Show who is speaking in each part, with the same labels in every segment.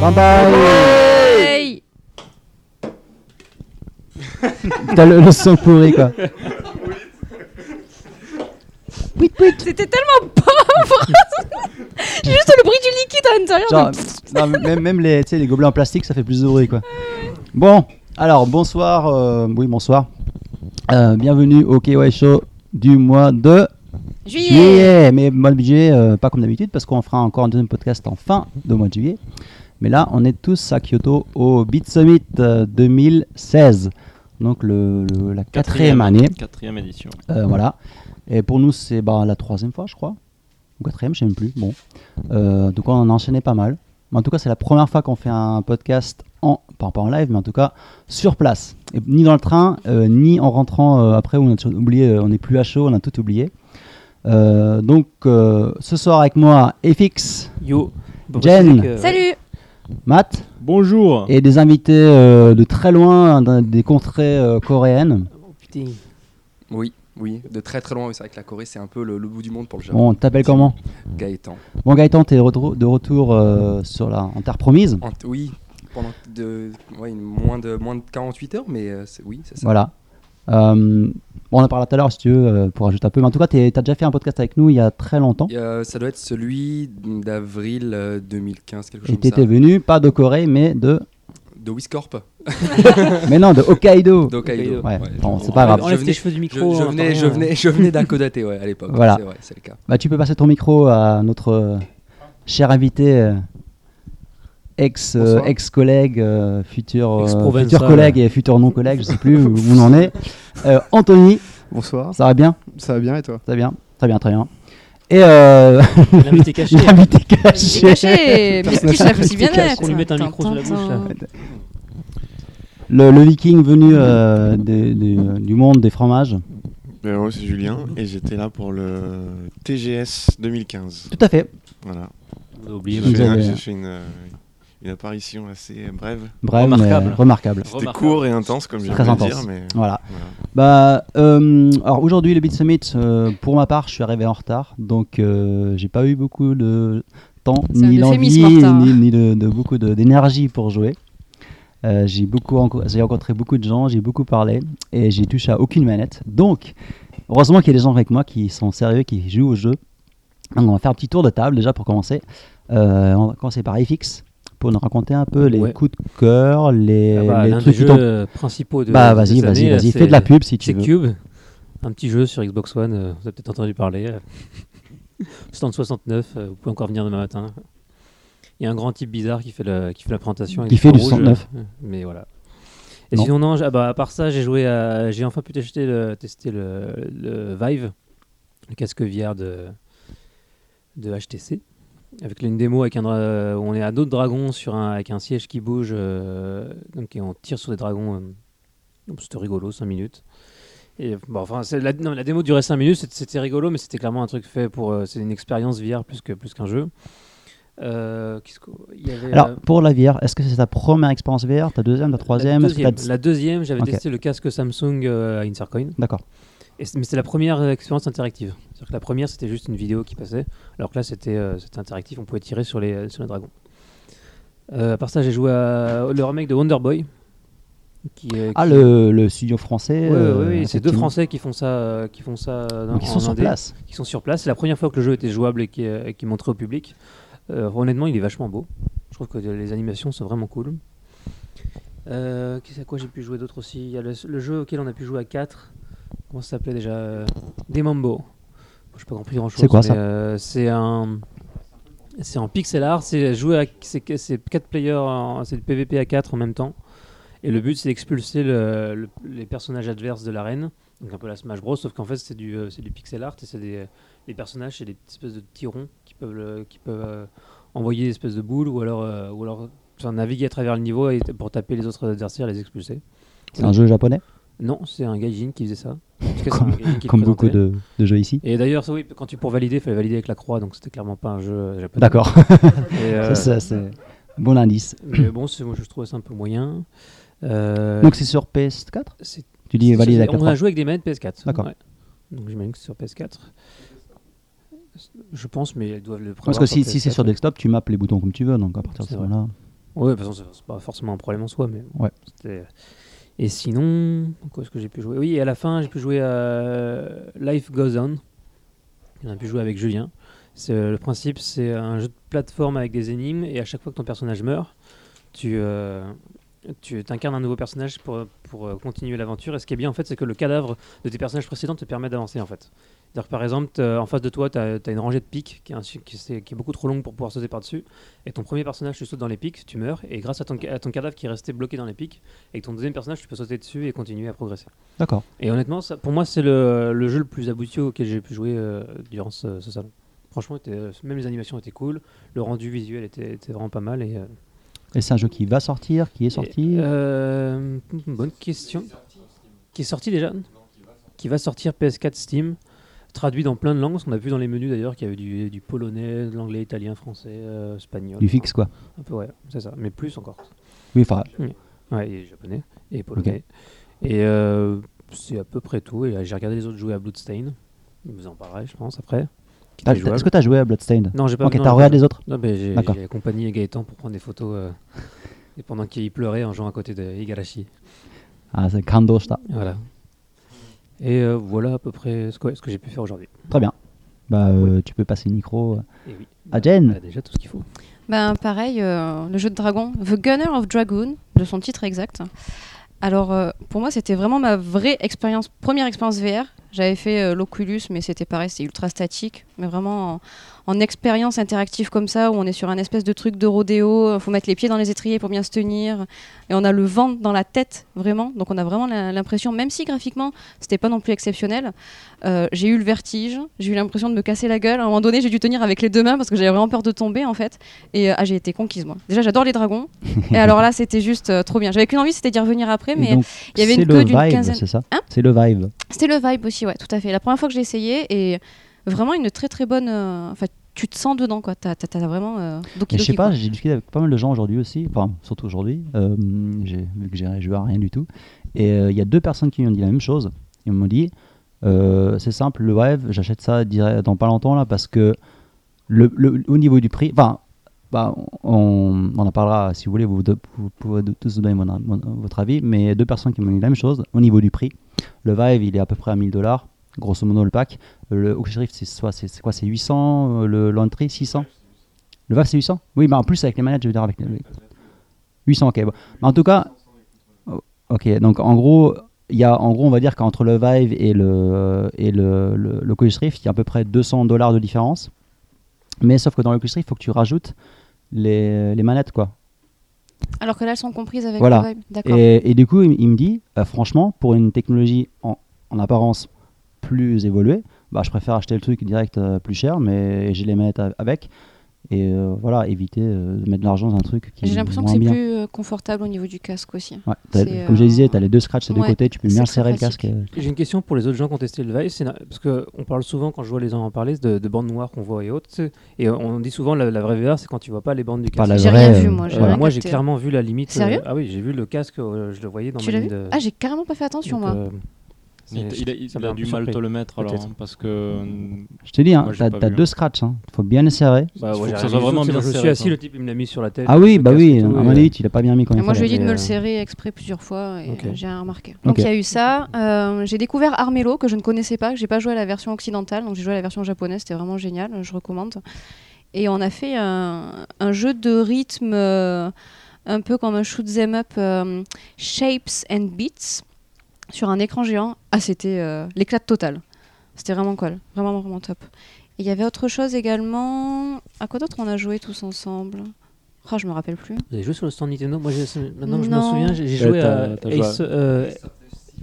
Speaker 1: Bye bye
Speaker 2: Hey
Speaker 1: T'as le, le son pourri quoi.
Speaker 2: C'était tellement pauvre Juste le bruit du liquide à l'intérieur.
Speaker 1: Genre,
Speaker 2: de-
Speaker 1: non, mais même, même les, tu sais, les gobelets en plastique, ça fait plus de bruit, quoi. Bon, alors, bonsoir. euh, oui, bonsoir. Euh, bienvenue au KY Show du mois de
Speaker 2: Juillet
Speaker 1: juillet. Mais mal budget, euh, pas comme d'habitude, parce qu'on fera encore un deuxième podcast en fin de mois de juillet. Mais là, on est tous à Kyoto au Beat Summit euh, 2016. Donc, le, le- la quatrième année.
Speaker 3: Quatrième édition.
Speaker 1: Euh, voilà. Et pour nous, c'est bah, la troisième fois, je crois. Ou quatrième, je ne sais même plus. Bon. Euh, en tout cas, on en a enchaîné pas mal. Mais en tout cas, c'est la première fois qu'on fait un podcast, en, pas, pas en live, mais en tout cas sur place. Et ni dans le train, euh, ni en rentrant euh, après où on a tout oublié, euh, on n'est plus à chaud, on a tout oublié. Euh, donc, euh, ce soir avec moi, FX,
Speaker 4: Yo. Bon, bah,
Speaker 1: Jen.
Speaker 4: c'est que-
Speaker 2: Salut
Speaker 1: Matt,
Speaker 3: Bonjour.
Speaker 1: et des invités euh, de très loin, d'un- des contrées euh, coréennes.
Speaker 4: Oh, putain.
Speaker 5: Oui, oui, de très très loin. oui, C'est vrai que la Corée, c'est un peu le, le bout du monde pour le Japon.
Speaker 1: Bon, t'appelles comment
Speaker 5: Gaëtan.
Speaker 1: Bon, Gaëtan, t'es de retour- de retour euh, sur la, en terre promise.
Speaker 5: En- oui, pendant de, ouais, une- moins, de, moins de 48 heures, mais euh, c'est- oui, c'est ça.
Speaker 1: Voilà. Euh, bon, on en parlera tout à l'heure si tu veux euh, pour ajouter un peu. Mais en tout cas, tu as déjà fait un podcast avec nous il y a très longtemps.
Speaker 5: Et, euh, ça doit être celui d'avril euh, 2015, quelque chose
Speaker 1: Et
Speaker 5: comme
Speaker 1: t'étais
Speaker 5: ça.
Speaker 1: venu, pas de Corée, mais de.
Speaker 5: De Wiscorp,
Speaker 1: mais non, de Hokkaido.
Speaker 5: d'Hokkaido.
Speaker 1: Ouais,
Speaker 5: je-
Speaker 1: bon, c'est
Speaker 5: je-
Speaker 1: pas grave.
Speaker 5: je
Speaker 4: Enlève
Speaker 5: venais-
Speaker 4: tes cheveux du
Speaker 5: Je,
Speaker 4: micro.
Speaker 5: je
Speaker 4: on
Speaker 5: venais,
Speaker 4: entend
Speaker 5: je
Speaker 4: rien.
Speaker 5: venais, je venais d'un Kodaté, ouais, à l'époque.
Speaker 1: Voilà.
Speaker 5: C'est vrai, c'est le cas.
Speaker 1: Bah, tu peux passer ton micro à notre euh, cher invité, euh, ex, euh,
Speaker 6: Bonsoir.
Speaker 1: ex-collègue, euh, futur, euh,
Speaker 4: Ex-provençal.
Speaker 1: futur collègue et futur non-collègue, je sais plus où on en est. Euh, Anthony,
Speaker 6: Bonsoir,
Speaker 1: ça va bien
Speaker 6: ça va bien et toi
Speaker 1: Ça va bien Très bien, très bien. Et euh,
Speaker 4: L'invité caché.
Speaker 1: l'invité
Speaker 2: J'ai
Speaker 1: caché.
Speaker 2: caché Mais qui savent si bien
Speaker 6: Personnage
Speaker 2: être
Speaker 4: Qu'on lui mette un micro sous la
Speaker 2: Tintin.
Speaker 4: bouche, là.
Speaker 1: Le, le viking venu euh, des- des- du monde des fromages.
Speaker 7: Ben, moi, c'est Julien et j'étais là pour le TGS 2015.
Speaker 1: Tout à fait.
Speaker 7: Voilà.
Speaker 4: On a
Speaker 7: J'ai
Speaker 4: oublié.
Speaker 1: Vous
Speaker 7: fait,
Speaker 1: avez-
Speaker 7: j'ai fait une, euh, une apparition assez brève.
Speaker 1: Bref,
Speaker 4: Remarquable.
Speaker 1: mais remarquable.
Speaker 7: C'était
Speaker 3: Remarquable.
Speaker 7: court et intense, comme je
Speaker 1: Très
Speaker 7: viens de le
Speaker 1: intense.
Speaker 7: dire, mais
Speaker 1: Voilà.
Speaker 7: voilà.
Speaker 1: Bah, euh, alors aujourd'hui, le Beat Summit, euh, pour ma part, je suis arrivé en retard, donc euh, j'ai pas eu beaucoup de temps,
Speaker 2: C'est un
Speaker 1: ni d'envie,
Speaker 2: euphémisme, en retard.
Speaker 1: ni, ni de, de beaucoup de- d'énergie pour jouer. Euh, j'ai beaucoup renco- j'ai rencontré beaucoup de gens, j'ai beaucoup parlé et j'ai touché à aucune manette. Donc, heureusement qu'il y a des gens avec moi qui sont sérieux, qui jouent au jeu. Donc, on va faire un petit tour de table déjà pour commencer. Euh, on va commencer par FX pour nous raconter un peu les
Speaker 4: Ouais.
Speaker 1: coups de cœur, les,
Speaker 4: Ah bah,
Speaker 1: Eh, les
Speaker 4: L'un des
Speaker 1: trucs qui
Speaker 4: jeux
Speaker 1: t'ont.
Speaker 4: euh, principaux de.
Speaker 1: Bah
Speaker 4: de
Speaker 1: vas-y,
Speaker 4: cette
Speaker 1: vas-y,
Speaker 4: année,
Speaker 1: vas-y,
Speaker 4: c'est-
Speaker 1: fais de la pub si tu
Speaker 4: C'est
Speaker 1: veux.
Speaker 4: Cube, un petit jeu sur Xbox One. euh, vous avez peut-être entendu parler. euh. Stand 69. euh, vous pouvez encore venir demain matin. Il y a un grand type bizarre qui fait, le, qui fait la présentation. avec
Speaker 1: Qui
Speaker 4: des
Speaker 1: fait du
Speaker 4: rouges,
Speaker 1: 69.
Speaker 4: euh, Mais voilà. Et
Speaker 1: Non.
Speaker 4: sinon, non, j'- ah bah, à part ça, j'ai joué à. J'ai enfin pu tester le, tester le, le Vive, le casque VR de, de HTC. Avec une démo avec un dra- où on est à d'autres dragons sur un, avec un siège qui bouge. euh, donc, et on tire sur des dragons. euh, donc c'était rigolo, 5 minutes. Et, bon, enfin, c'est- la, non, la démo durait 5 minutes, c'était- c'était rigolo, mais c'était clairement un truc fait pour. euh, c'est une expérience VR plus qu'un plus qu'un jeu. Euh, qu'est-ce qu'on- il y avait, euh,
Speaker 1: Alors pour la VR, est-ce que c'est ta première expérience VR, ta deuxième, ta troisième,
Speaker 4: la
Speaker 1: est-ce que
Speaker 4: deuxième,
Speaker 1: t'as-
Speaker 4: La deuxième, j'avais
Speaker 1: Ok.
Speaker 4: testé le casque Samsung euh, à Intercoin.
Speaker 1: D'accord.
Speaker 4: Et c- mais c'était la première euh, expérience interactive. C'est-à-dire que la première, c'était juste une vidéo qui passait, alors que là, c'était euh, c'était interactif, on pouvait tirer sur les, euh, sur les dragons. Euh, à part ça, j'ai joué à le remake de Wonder Boy. Qui, est-
Speaker 1: Ah
Speaker 4: qui-
Speaker 1: le, le studio français.
Speaker 4: Ouais, ouais,
Speaker 1: euh,
Speaker 4: ouais, c'est deux
Speaker 1: effectivement.
Speaker 4: Français qui font ça, euh, qui font ça. euh, dans-
Speaker 1: Donc, ils sont
Speaker 4: en
Speaker 1: sur
Speaker 4: Indé,
Speaker 1: place.
Speaker 4: Qui sont sur place. C'est la première fois que le jeu était jouable et qui, euh, et qui montrait au public. Euh, honnêtement, il est vachement beau. Je trouve que les animations sont vraiment cool. Euh, qu'est-ce à quoi j'ai pu jouer d'autre aussi Il y a le, le jeu auquel on a pu jouer à 4. Comment ça s'appelait déjà Euh, Des Mambo. Je pas compris grand chose.
Speaker 1: C'est quoi, ça
Speaker 4: euh, C'est un. C'est en pixel art, c'est jouer à c'est c'est quatre players, en- c'est du PVP à 4 en même temps. Et le but c'est d'expulser le- le- les personnages adverses de l'arène, donc un peu la Smash Bros, sauf qu'en fait c'est du, euh, c'est du pixel art et c'est des les personnages c'est des petites espèces de petits ronds qui peuvent, le- qui peuvent euh, envoyer des espèces de boules ou alors, euh, ou alors enfin, naviguer à travers le niveau et- pour taper les autres adversaires et les expulser.
Speaker 1: C'est un jeu japonais,
Speaker 4: Non, c'est un gaijin qui faisait ça.
Speaker 1: Comme- comme beaucoup de, de jeux ici.
Speaker 4: Et d'ailleurs, ça, oui, quand tu pour valider, il fallait valider avec la croix, donc c'était clairement pas un jeu euh, japonais.
Speaker 1: D'accord.
Speaker 4: Et, euh,
Speaker 1: Ça, ça, c'est bon indice.
Speaker 4: mais bon, c'est- moi je trouvais ça un peu moyen. Euh,
Speaker 1: Donc c'est sur PS4.
Speaker 4: c'est-
Speaker 1: Tu dis
Speaker 4: c'est-
Speaker 1: valide
Speaker 4: c'est-
Speaker 1: avec la
Speaker 4: On a
Speaker 1: croix.
Speaker 4: joué avec des manettes PS4.
Speaker 1: D'accord.
Speaker 4: ouais. Donc j'imagine que c'est sur PS4. Je pense, mais elles doivent le
Speaker 1: Parce que si, si c'est sur desktop, tu mappes les boutons comme tu veux, donc à partir de
Speaker 4: C'est
Speaker 1: ce
Speaker 4: vrai.
Speaker 1: moment-là.
Speaker 4: Ouais, de toute façon, c'est- c'est pas forcément un problème en soi, mais bon,
Speaker 1: Ouais.
Speaker 4: c'était- euh, Et sinon, quoi est-ce que j'ai pu jouer Oui, et à la fin, j'ai pu jouer à Life Goes On. On a pu jouer avec Julien. C'est, euh, le principe, c'est un jeu de plateforme avec des énigmes, et à chaque fois que ton personnage meurt, tu euh, tu t'incarnes un nouveau personnage pour, pour euh, continuer l'aventure. Et ce qui est bien, en fait, c'est que le cadavre de tes personnages précédents te permet d'avancer, en fait. C'est-à-dire que, par exemple, t'as- en face de toi, tu as, une rangée de pics qui est, insu- qui, c'est- qui est beaucoup trop longue pour pouvoir sauter par-dessus. Et ton premier personnage, tu sautes dans les pics, tu meurs, et grâce à ton, ca- à ton cadavre qui est resté bloqué dans les pics, avec ton deuxième personnage, tu peux sauter dessus et continuer à progresser.
Speaker 1: D'accord.
Speaker 4: Et honnêtement, ça, pour moi, c'est le, le jeu le plus abouti auquel j'ai pu jouer euh, durant ce, ce salon. Franchement, était- même les animations étaient cool, le rendu visuel était, était vraiment pas mal. Et, euh,
Speaker 1: Et c'est un jeu qui va sortir, qui est sorti.
Speaker 4: et, euh, Bonne question. Qui est sorti déjà Qui va sortir PS4 Steam, traduit dans plein de langues. On a vu dans les menus d'ailleurs qu'il y avait du, du polonais, de l'anglais, italien, français, euh, espagnol.
Speaker 1: Du fixe, quoi.
Speaker 4: Un peu, ouais, c'est ça. Mais plus encore.
Speaker 1: Oui, enfin,
Speaker 4: Ouais, et japonais et polonais. Et euh, c'est à peu près tout. Et euh, j'ai regardé les autres jouer à Bloodstained. Ils vous en parleraient, je pense, après. Qui
Speaker 1: t'as-
Speaker 4: était jouable.
Speaker 1: Ah, est-ce que t'as joué à Bloodstained
Speaker 4: Non, j'ai pas
Speaker 1: Ok,
Speaker 4: non,
Speaker 1: t'as
Speaker 4: j'ai
Speaker 1: regardé
Speaker 4: pas-
Speaker 1: les autres
Speaker 4: Non, mais j'ai
Speaker 1: D'accord.
Speaker 4: j'ai accompagné Gaëtan pour prendre des photos. euh, et pendant qu'il pleurait en jouant à côté de Igarashi.
Speaker 1: Ah, c'est Kando Shita.
Speaker 4: Voilà. Et euh, voilà à peu près ce que, ce que j'ai pu faire aujourd'hui.
Speaker 1: Très bien. Bah, euh, tu peux passer le micro euh,
Speaker 4: Et Eh oui,
Speaker 1: à Jen.
Speaker 4: voilà Bah, déjà tout ce qu'il faut.
Speaker 2: Ben pareil, euh, le jeu de dragon, The Gunner of Dragoon, de son titre exact. Alors euh, pour moi, c'était vraiment ma vraie expérience, première expérience VR. J'avais fait euh, l'Oculus, mais c'était pareil, c'était ultra statique, mais vraiment en, en expérience interactive comme ça, où on est sur un espèce de truc de rodéo, euh, faut mettre les pieds dans les étriers pour bien se tenir, et on a le vent dans la tête vraiment, donc on a vraiment la- l'impression, même si graphiquement c'était pas non plus exceptionnel, euh, j'ai eu le vertige, j'ai eu l'impression de me casser la gueule. À un moment donné, j'ai dû tenir avec les deux mains parce que j'avais vraiment peur de tomber en fait. Et euh, ah, j'ai été conquise moi. Déjà, j'adore les dragons. et alors là, c'était juste euh, trop bien. J'avais qu'une envie, c'était d'y revenir après,
Speaker 1: Et
Speaker 2: mais
Speaker 1: donc,
Speaker 2: il y avait
Speaker 1: c'est
Speaker 2: une
Speaker 1: le
Speaker 2: queue d'une
Speaker 1: vibe,
Speaker 2: quinzaine-
Speaker 1: c'est ça
Speaker 2: Hein
Speaker 1: C'est le vibe.
Speaker 2: c'était le vibe aussi, ouais, tout à fait. La première fois que j'ai essayé et vraiment une très très bonne. euh, Enfin, tu te sens dedans quoi. T'as t'as- t'as vraiment. euh, Doki
Speaker 1: Et je sais
Speaker 2: Doki,
Speaker 1: pas,
Speaker 2: quoi.
Speaker 1: j'ai discuté avec pas mal de gens aujourd'hui aussi, enfin surtout aujourd'hui, euh, j'ai- vu que j'ai joué à rien du tout. Et euh, il y a deux personnes qui m'ont dit la même chose. Ils m'ont dit, euh, c'est simple, le Vive, j'achète ça direct dans pas longtemps là parce que le, le- au niveau du prix, enfin, bah, on, on en parlera si vous voulez, vous, de- vous pouvez de- tous donner mon- mon- votre avis, mais deux personnes qui m'ont dit la même chose au niveau du prix. Le Vive, il est à peu près à 1000 dollars, grosso modo le pack. Le Oculus Rift, c'est soit- c'est- c'est quoi C'est 800, euh, le- l'entrée 600 le VAF, c'est 800 Oui, mais en plus, avec les manettes, je veux dire, avec les... 800, ok. bon. Mais en tout cas, oh, ok, donc en gros, il y a, en gros, on va dire qu'entre le Vive et le, et le, le, le Oculus Rift, il y a à peu près 200 dollars de différence. Mais sauf que dans le Oculus Rift, il faut que tu rajoutes les, les manettes, quoi.
Speaker 2: Alors que là, elles sont comprises avec
Speaker 1: Voilà.
Speaker 2: le vibe. D'accord.
Speaker 1: Et, et du coup, il, m- il me dit, euh, franchement, pour une technologie en, en apparence plus évoluée, bah, je préfère acheter le truc direct euh, plus cher, mais j'ai les manettes a- avec. Et euh, voilà, éviter euh, de mettre de l'argent dans un truc qui
Speaker 2: J'ai
Speaker 1: est
Speaker 2: l'impression que
Speaker 1: moins
Speaker 2: c'est
Speaker 1: bien.
Speaker 2: plus euh, confortable au niveau du casque aussi.
Speaker 1: Ouais, t'as-
Speaker 2: c'est,
Speaker 1: comme je
Speaker 2: euh,
Speaker 1: disais, tu as les deux scratchs des deux
Speaker 2: ouais,
Speaker 1: côtés, tu peux
Speaker 2: c'est
Speaker 1: bien
Speaker 2: très
Speaker 1: serrer le
Speaker 2: pratique.
Speaker 1: casque. euh,
Speaker 4: J'ai une question pour les autres gens qui ont testé le Vive. c'est na- Parce qu'on parle souvent, quand je vois les gens en parler, de, de bandes noires qu'on voit et autres. tu sais. Et on dit souvent la, la vraie VR, c'est quand tu vois pas les bandes du
Speaker 1: Pas
Speaker 4: casque.
Speaker 1: la
Speaker 2: J'ai
Speaker 1: vraie,
Speaker 2: rien vu,
Speaker 1: euh,
Speaker 2: moi, j'ai
Speaker 4: Euh,
Speaker 1: voilà.
Speaker 2: rien
Speaker 4: moi, j'ai
Speaker 2: capté.
Speaker 4: clairement vu la limite. euh,
Speaker 2: Sérieux
Speaker 4: ah oui, j'ai vu le casque, euh, je le voyais dans
Speaker 2: Tu
Speaker 4: ma
Speaker 2: l'as
Speaker 4: ligne
Speaker 2: vu
Speaker 4: de.
Speaker 2: Ah, j'ai carrément pas fait attention
Speaker 4: Donc,
Speaker 2: moi.
Speaker 4: euh,
Speaker 7: Il,
Speaker 4: c'est-
Speaker 7: il a, il
Speaker 4: ça
Speaker 7: a
Speaker 4: m'a un
Speaker 7: du
Speaker 4: peu
Speaker 7: mal
Speaker 4: surpris.
Speaker 7: te le mettre alors,
Speaker 4: Peut-être.
Speaker 7: hein, parce
Speaker 6: euh,
Speaker 7: que
Speaker 1: Je te dis, hein,
Speaker 7: Moi, j'ai
Speaker 1: t'as
Speaker 7: pas
Speaker 1: t'as
Speaker 7: vu,
Speaker 1: deux
Speaker 7: hein.
Speaker 1: scratchs, hein. faut bien les serrer.
Speaker 7: bah,
Speaker 4: faut
Speaker 7: ouais,
Speaker 4: que ça
Speaker 7: j'ai
Speaker 4: soit
Speaker 7: rien
Speaker 4: vraiment
Speaker 7: vu,
Speaker 4: bien
Speaker 7: sinon je
Speaker 4: serré.
Speaker 7: suis assis,
Speaker 4: assis,
Speaker 7: le
Speaker 4: le type il me l'a mis sur la tête.
Speaker 1: Ah oui,
Speaker 4: le
Speaker 1: bah
Speaker 4: casque
Speaker 1: oui,
Speaker 4: et tout,
Speaker 1: à
Speaker 4: et,
Speaker 1: mon
Speaker 4: euh,
Speaker 1: avis, tu l'as pas bien mis quand
Speaker 2: Et
Speaker 1: il
Speaker 2: moi, je lui ai dit
Speaker 1: fallait.
Speaker 2: de
Speaker 4: mais,
Speaker 2: me le
Speaker 4: euh,
Speaker 2: serrer exprès plusieurs fois et
Speaker 4: Ok.
Speaker 2: euh, j'ai rien remarqué. Donc
Speaker 1: Ok.
Speaker 2: il y a eu ça. Euh, j'ai découvert Armello que je ne connaissais pas. J'ai pas joué à la version occidentale, donc j'ai joué à la version japonaise. C'était vraiment génial. Je recommande. Et on a fait un, un jeu de rythme euh, un peu comme un shoot 'em up, euh, shapes and beats sur un écran géant. Ah, c'était euh, l'éclat total. C'était vraiment cool, vraiment vraiment top. Et Il y avait autre chose également. À quoi d'autre on a joué tous ensemble Ah, je me rappelle plus.
Speaker 4: Vous avez joué sur le stand Nintendo Moi, j'ai- maintenant que je
Speaker 2: Non.
Speaker 4: m'en souviens, j'ai j'ai
Speaker 7: Ouais,
Speaker 4: joué
Speaker 7: t'as-
Speaker 4: à
Speaker 7: t'as joué à-
Speaker 4: Ace, euh,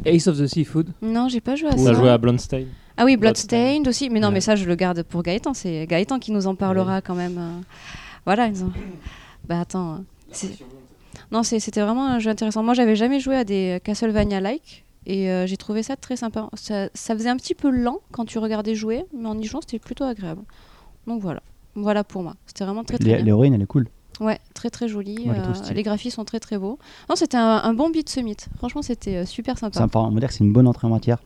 Speaker 4: Ace of the Seafood.
Speaker 2: Non, j'ai pas joué à
Speaker 7: on
Speaker 2: ça.
Speaker 7: a joué à Blondstein.
Speaker 2: Ah oui,
Speaker 7: Bloodstained.
Speaker 2: Bloodstained aussi. Mais non,
Speaker 4: Ouais.
Speaker 2: mais ça, je le garde pour Gaëtan. C'est Gaëtan qui nous en parlera quand même. euh. Voilà. Ils ont... Bah attends. euh, c'est- Non, c'est- c'était vraiment un jeu intéressant. Moi, j'avais jamais joué à des Castlevania-like. Et euh, j'ai trouvé ça très sympa. Ça, ça faisait un petit peu lent quand tu regardais jouer, mais en y jouant, c'était plutôt agréable. Donc voilà. Voilà pour moi. C'était vraiment très très
Speaker 1: Les-
Speaker 2: bien.
Speaker 1: L'héroïne, elle est cool.
Speaker 2: Ouais, très très joli.
Speaker 1: Ouais, elle est trop
Speaker 2: euh,
Speaker 1: stylée.
Speaker 2: les graphismes sont très très beaux. Non, c'était un, un bon beat summit. Franchement, c'était euh, super sympa.
Speaker 1: Ça, enfin, on va dire que c'est une bonne entrée en matière.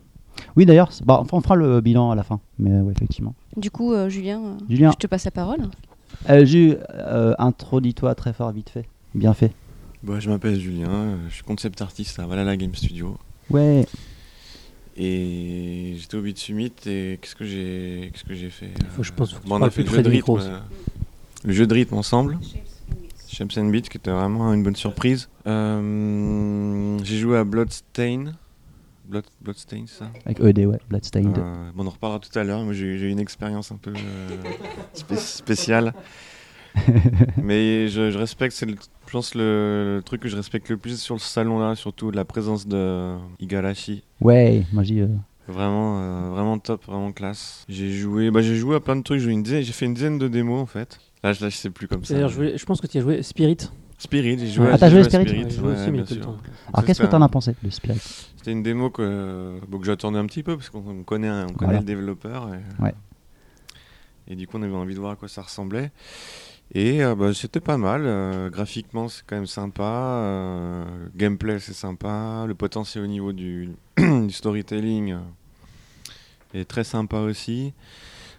Speaker 1: Oui, d'ailleurs, c'est- bah, enfin, on fera le bilan à la fin, mais euh, ouais, effectivement.
Speaker 2: Du coup, euh, Julien, euh,
Speaker 1: Julien,
Speaker 2: je te passe la parole.
Speaker 1: euh, Ju, euh, introduis-toi très fort, vite fait. Bien fait.
Speaker 7: Bah, je m'appelle Julien, euh, je suis concept artiste à Valhalla Game Studio.
Speaker 1: Ouais.
Speaker 7: Et j'étais au Beat Summit et qu'est-ce que j'ai qu'est-ce que j'ai fait euh,
Speaker 4: faut- je pense qu'il faut que tu
Speaker 7: on a
Speaker 4: parles
Speaker 7: fait le
Speaker 4: plus
Speaker 7: jeu
Speaker 4: près
Speaker 7: de
Speaker 4: du
Speaker 7: rythme,
Speaker 4: micro,
Speaker 7: euh, le jeu de rythme ensemble. Shapes and Beats qui était vraiment une bonne surprise. Euh, j'ai joué à Bloodstain. Blood, Bloodstain, c'est ça
Speaker 1: Avec
Speaker 4: E
Speaker 1: ED, ouais. Bloodstained.
Speaker 7: Euh, bon, on en reparlera tout à l'heure. Moi, j'ai j'ai eu une expérience un peu euh, spé- spéciale. Mais je, je respecte, c'est le- je pense le, le truc que je respecte le plus sur le salon là, surtout la présence de Igarashi.
Speaker 1: Ouais, moi j'ai. euh,
Speaker 7: Vraiment, euh, vraiment top, vraiment classe. J'ai joué, bah, j'ai joué à plein de trucs. J'ai joué une dizaine- j'ai fait une dizaine de démos en fait. Là, je, là, je sais plus comme ça.
Speaker 4: D'ailleurs, je, voulais- je pense que tu as joué Spirit.
Speaker 7: Spirit, j'ai joué.
Speaker 1: Ah,
Speaker 7: à-
Speaker 1: t'as
Speaker 7: j'ai
Speaker 1: joué
Speaker 7: à
Speaker 1: Spirit
Speaker 4: Ouais, j'ai joué
Speaker 7: ouais,
Speaker 4: aussi, mais
Speaker 7: bien
Speaker 4: tout le
Speaker 7: sûr.
Speaker 4: temps.
Speaker 7: Donc,
Speaker 1: Alors
Speaker 7: ça,
Speaker 1: qu'est-ce que
Speaker 7: c'était
Speaker 1: t'en
Speaker 7: un-
Speaker 1: as pensé de Spirit
Speaker 7: C'était une démo que, euh, bon, que j'attendais un petit peu parce qu'on on connaît, un- on connaît
Speaker 1: Voilà.
Speaker 7: le développeur. Et, euh,
Speaker 1: Ouais.
Speaker 7: et du coup, on avait envie de voir à quoi ça ressemblait. Et euh, bah, c'était pas mal. euh, graphiquement, c'est quand même sympa. euh, gameplay, c'est sympa. Le potentiel au niveau du, du storytelling euh, est très sympa aussi.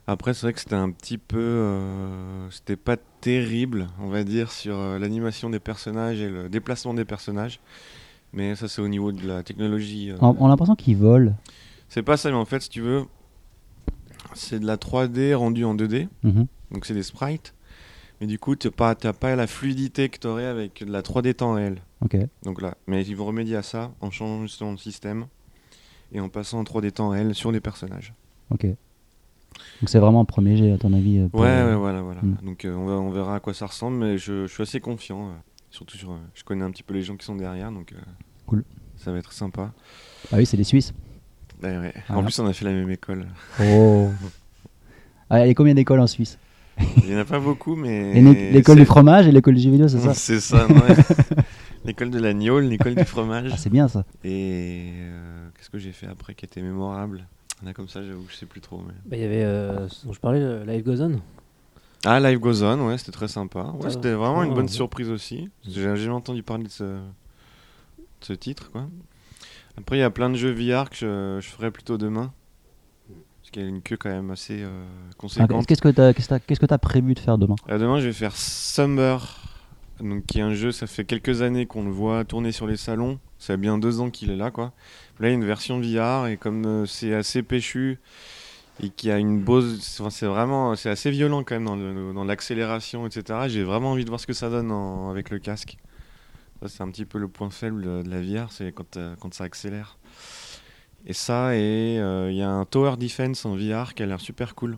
Speaker 7: Après, c'est vrai que c'était un petit peu. euh, c'était pas terrible, on va dire, sur euh, l'animation des personnages et le déplacement des personnages. Mais ça, c'est au niveau de la technologie. euh,
Speaker 1: On on a l'impression qu'il vole.
Speaker 7: c'est pas ça, mais en fait, si tu veux, c'est de la 3D rendue en 2D,
Speaker 1: Mhm.
Speaker 7: donc c'est des sprites. Mais du coup, t'as pas, t'as pas la fluidité que t'aurais avec de la 3D temps réel.
Speaker 1: Ok.
Speaker 7: Donc là, mais ils vont remédier à ça en changeant justement le système et en passant en 3D temps réel sur les personnages.
Speaker 1: Ok. Donc c'est vraiment un premier jet à ton avis. euh, pour-
Speaker 7: Ouais, ouais, voilà, voilà.
Speaker 1: Mm.
Speaker 7: Donc euh, on, va- on verra à quoi ça ressemble, mais je, je suis assez confiant. euh, surtout sur, euh, je connais un petit peu les gens qui sont derrière, donc euh,
Speaker 1: Cool.
Speaker 7: Ça va être sympa.
Speaker 1: Ah oui, c'est des Suisses.
Speaker 7: Ouais, ouais. En
Speaker 1: Voilà.
Speaker 7: plus, on a fait la même école.
Speaker 1: Oh. Ah, il y a combien d'écoles en Suisse
Speaker 7: Il y en a pas beaucoup, mais
Speaker 1: Et né- L'école
Speaker 7: c'est-
Speaker 1: du fromage et l'école du jeu vidéo, c'est ça
Speaker 7: C'est ça, ouais. L'école de la gnôle, l'école du fromage.
Speaker 1: Ah, c'est bien ça.
Speaker 7: Et euh, qu'est-ce que j'ai fait après qui était mémorable Il y en a comme ça, j'avoue que je sais plus trop. mais-
Speaker 4: Bah, Il y avait euh, ce dont je parlais, le Live Goes On.
Speaker 7: Ah, Live Goes On, ouais, c'était très sympa. Ouais,
Speaker 4: Ah,
Speaker 7: c'était vraiment une
Speaker 4: ouais,
Speaker 7: bonne
Speaker 4: ouais.
Speaker 7: surprise aussi. J'ai jamais entendu parler de ce, de ce titre, quoi. Après, il y a plein de jeux VR que je, je ferai plutôt demain. Parce qu'il y a une queue quand même assez euh,
Speaker 1: Ah,
Speaker 7: conséquente.
Speaker 1: Qu'est-ce que t'as qu'est-ce que t'as- qu'est-ce que t'as prévu de faire demain
Speaker 7: Euh, demain, je vais faire Summer, donc, qui est un jeu, ça fait quelques années qu'on le voit tourner sur les salons. Ça fait bien deux ans qu'il est là, quoi. Là, il y a une version VR, et comme euh, c'est assez péchu, et qu'il y a une pause, c'est vraiment, c'est assez violent quand même dans le- dans l'accélération, etc. J'ai vraiment envie de voir ce que ça donne en- avec le casque. Ça, c'est un petit peu le point faible de, de la VR, c'est quand, euh, quand ça accélère. Et ça, et euh, il y a un Tower Defense en VR qui a l'air super cool.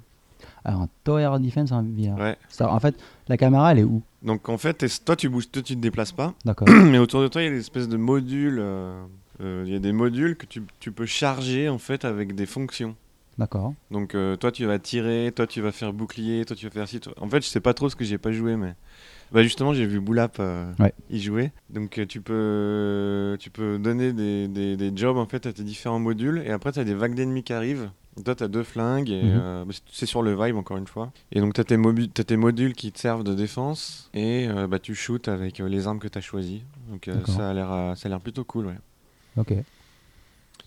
Speaker 1: Alors, un Tower Defense, un VR.
Speaker 7: Ouais.
Speaker 1: Ça, en fait, la caméra, elle est où
Speaker 7: Donc en fait, t'es- toi tu bouges, toi tu te déplaces pas,
Speaker 1: D'accord.
Speaker 7: mais autour de toi il y a des espèces de modules. euh, euh, Il y a des modules que tu, tu peux charger en fait avec des fonctions.
Speaker 1: D'accord.
Speaker 7: Donc euh, toi tu vas tirer, toi tu vas faire bouclier, toi tu vas faire ci. toi- En fait, je sais pas trop ce que j'ai pas joué, mais bah justement j'ai vu Boulap euh,
Speaker 1: Ouais.
Speaker 7: y jouer. Donc euh, tu peux tu peux donner des, des- des jobs en fait à tes différents modules et après t'as des vagues d'ennemis qui arrivent. Toi, t'as deux flingues, et
Speaker 1: Mhm.
Speaker 7: euh, bah, c'est- c'est sur le vibe encore une fois. Et donc, t'as tes, mobu- t'as tes modules qui te servent de défense, et euh, bah, tu shootes avec euh, les armes que t'as choisies. Donc, euh,
Speaker 1: D'accord.
Speaker 7: ça a l'air euh, ça a l'air plutôt cool, ouais.
Speaker 1: Ok.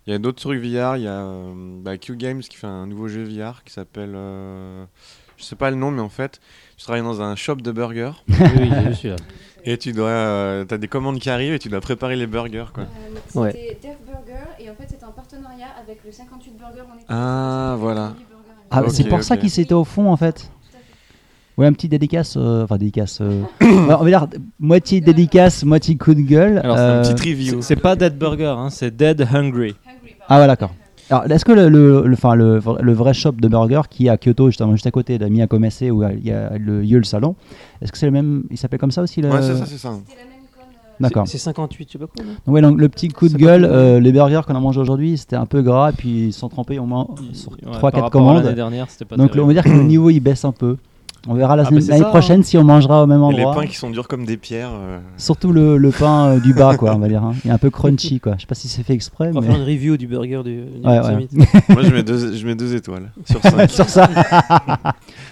Speaker 7: Il y a d'autres trucs VR, il y a euh, bah, Q Games qui fait un nouveau jeu VR qui s'appelle. euh, je sais pas le nom, mais en fait, tu travailles dans un shop de burgers,
Speaker 4: oui, oui, j'ai vu celui-là.
Speaker 7: et tu dois. euh, t'as des commandes qui arrivent, et tu dois préparer les burgers, quoi.
Speaker 3: C'était
Speaker 4: Ouais.
Speaker 3: Def Burger et en fait c'était un partenariat avec le 58 Burger en Italie.
Speaker 7: Ah, voilà.
Speaker 1: Ah,
Speaker 7: Ok,
Speaker 1: c'est pour ça
Speaker 7: ok.
Speaker 1: qu'il s'était au fond, en fait. Ouais, un petit dédicace. euh, Enfin, dédicace. euh, bah, on va dire euh, moitié dédicace, moitié coup de gueule.
Speaker 6: Alors, c'est un
Speaker 1: euh,
Speaker 7: Petite review.
Speaker 6: C'est- C'est pas Dead Burger, hein, c'est Dead Hungry.
Speaker 1: Ah ouais, d'accord. Alors, est-ce que le, le, le, enfin, le, vra- le vrai shop de burgers qui est à Kyoto, justement, juste à côté de Miyakomese, où euh, il y a le lieu, le salon, est-ce que c'est le même Il s'appelait comme ça aussi le...
Speaker 7: Ouais, c'est ça, c'est ça.
Speaker 1: D'accord.
Speaker 4: C'est- C'est 58, je sais pas quoi. non
Speaker 1: Ouais, donc le petit coup de
Speaker 4: C'est
Speaker 1: gueule,
Speaker 4: pas-
Speaker 1: euh, les burgers qu'on a mangé aujourd'hui, c'était un peu gras, et puis sans tremper au moins sur
Speaker 6: Ouais, par
Speaker 1: 3-4
Speaker 6: rapport à
Speaker 1: commandes.
Speaker 6: L'année dernière, c'était pas
Speaker 1: Donc on va
Speaker 6: terrible.
Speaker 1: dire que le niveau il baisse un peu. On verra la
Speaker 6: Ah,
Speaker 1: semaine-
Speaker 6: bah, c'est
Speaker 1: l'année
Speaker 6: ça,
Speaker 1: prochaine si on mangera au même
Speaker 7: Et les
Speaker 1: endroit.
Speaker 7: pains qui sont durs comme des pierres. euh,
Speaker 1: Surtout le, le pain euh, du bas, quoi, on va dire. hein. Il est un peu crunchy, quoi. Je sais pas si c'est fait exprès,
Speaker 4: On va
Speaker 1: mais.
Speaker 4: faire une review du burger du, du
Speaker 1: Ouais,
Speaker 4: Summit.
Speaker 7: Moi, je mets deux, je mets deux étoiles sur cinq.
Speaker 1: sur ça.
Speaker 7: Allez,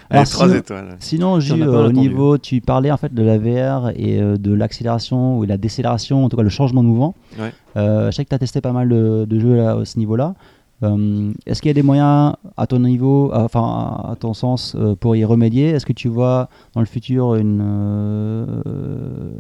Speaker 1: Alors,
Speaker 7: trois
Speaker 1: sinon-
Speaker 7: étoiles.
Speaker 1: Sinon,
Speaker 4: J'en ai
Speaker 1: Ju,
Speaker 4: pas
Speaker 1: euh, au
Speaker 4: entendu.
Speaker 1: niveau, tu parlais en fait de la VR et euh, de l'accélération ou la décélération, en tout cas le changement de mouvement.
Speaker 7: Ouais.
Speaker 1: Euh, je sais que tu as testé pas mal de, de jeux là, à ce niveau-là. Euh, Est-ce qu'il y a des moyens, à ton niveau, à- enfin à ton sens, euh, pour y remédier Est-ce que tu vois dans le futur une, euh,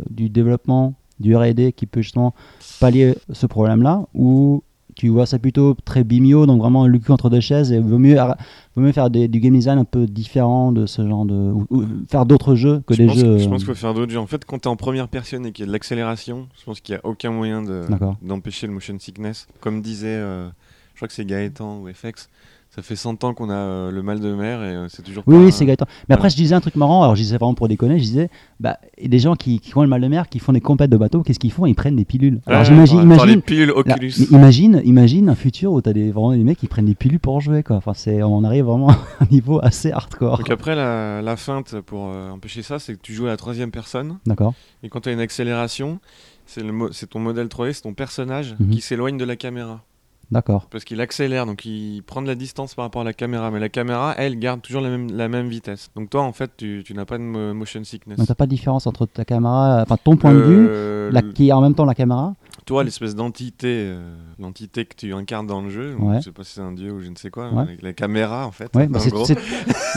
Speaker 1: du développement, du R&D qui peut justement pallier ce problème-là Ou tu vois ça plutôt très bimio, donc vraiment le cul entre deux chaises, et vaut mieux, ar- vaut mieux faire des- du game design un peu différent de ce genre de... ou, ou faire d'autres jeux que
Speaker 7: je
Speaker 1: des
Speaker 7: pense,
Speaker 1: jeux...
Speaker 7: je pense
Speaker 1: euh,
Speaker 7: qu'il faut faire d'autres jeux. En fait, quand t'es en première personne et qu'il y a de l'accélération, je pense qu'il n'y a aucun moyen de-
Speaker 1: D'accord.
Speaker 7: d'empêcher le motion sickness. Comme disait, euh, je crois que c'est Gaëtan ou FX, ça fait 100 ans qu'on a euh, le mal de mer et euh, c'est toujours
Speaker 1: Oui,
Speaker 7: pas-
Speaker 1: oui, c'est Gaëtan. Mais après,
Speaker 7: voilà.
Speaker 1: je disais un truc marrant, alors je disais vraiment pour déconner, je disais, bah, il y a des gens qui, qui ont le mal de mer, qui font des compètes de bateau, qu'est-ce qu'ils font Ils prennent des pilules. Alors
Speaker 7: Ah, Ouais,
Speaker 1: j'imagine,
Speaker 7: par- par les
Speaker 1: imagine,
Speaker 7: pilules
Speaker 1: là,
Speaker 7: Oculus.
Speaker 1: mais imagine, imagine un futur où t'as des, vraiment des mecs qui prennent des pilules pour jouer, quoi. Enfin, c'est, on arrive vraiment à un niveau assez hardcore.
Speaker 7: Donc après, la, la feinte pour euh, empêcher ça, c'est que tu joues à la troisième personne.
Speaker 1: D'accord.
Speaker 7: Et quand tu as une accélération, c'est le mo- c'est ton modèle 3D, c'est ton personnage
Speaker 1: Mhm.
Speaker 7: qui s'éloigne de la caméra.
Speaker 1: D'accord.
Speaker 7: Parce qu'il accélère, donc il prend de la distance par rapport à la caméra. Mais la caméra, elle, garde toujours la même, la même vitesse. Donc toi, en fait, tu, tu n'as pas de mo- motion sickness.
Speaker 1: Donc t'as pas de différence entre ta caméra, enfin ton point de vue,
Speaker 7: Le-
Speaker 1: la,
Speaker 7: le-
Speaker 1: qui est en même temps la caméra.
Speaker 7: Toi, l'espèce d'entité euh, l'entité que tu incarnes dans le jeu, donc
Speaker 1: Ouais.
Speaker 7: je sais pas si c'est un dieu ou je ne sais quoi,
Speaker 1: Ouais.
Speaker 7: mais la caméra, en fait,
Speaker 1: Ouais, bah,
Speaker 7: en
Speaker 1: c'est,
Speaker 7: gros.
Speaker 1: c'est-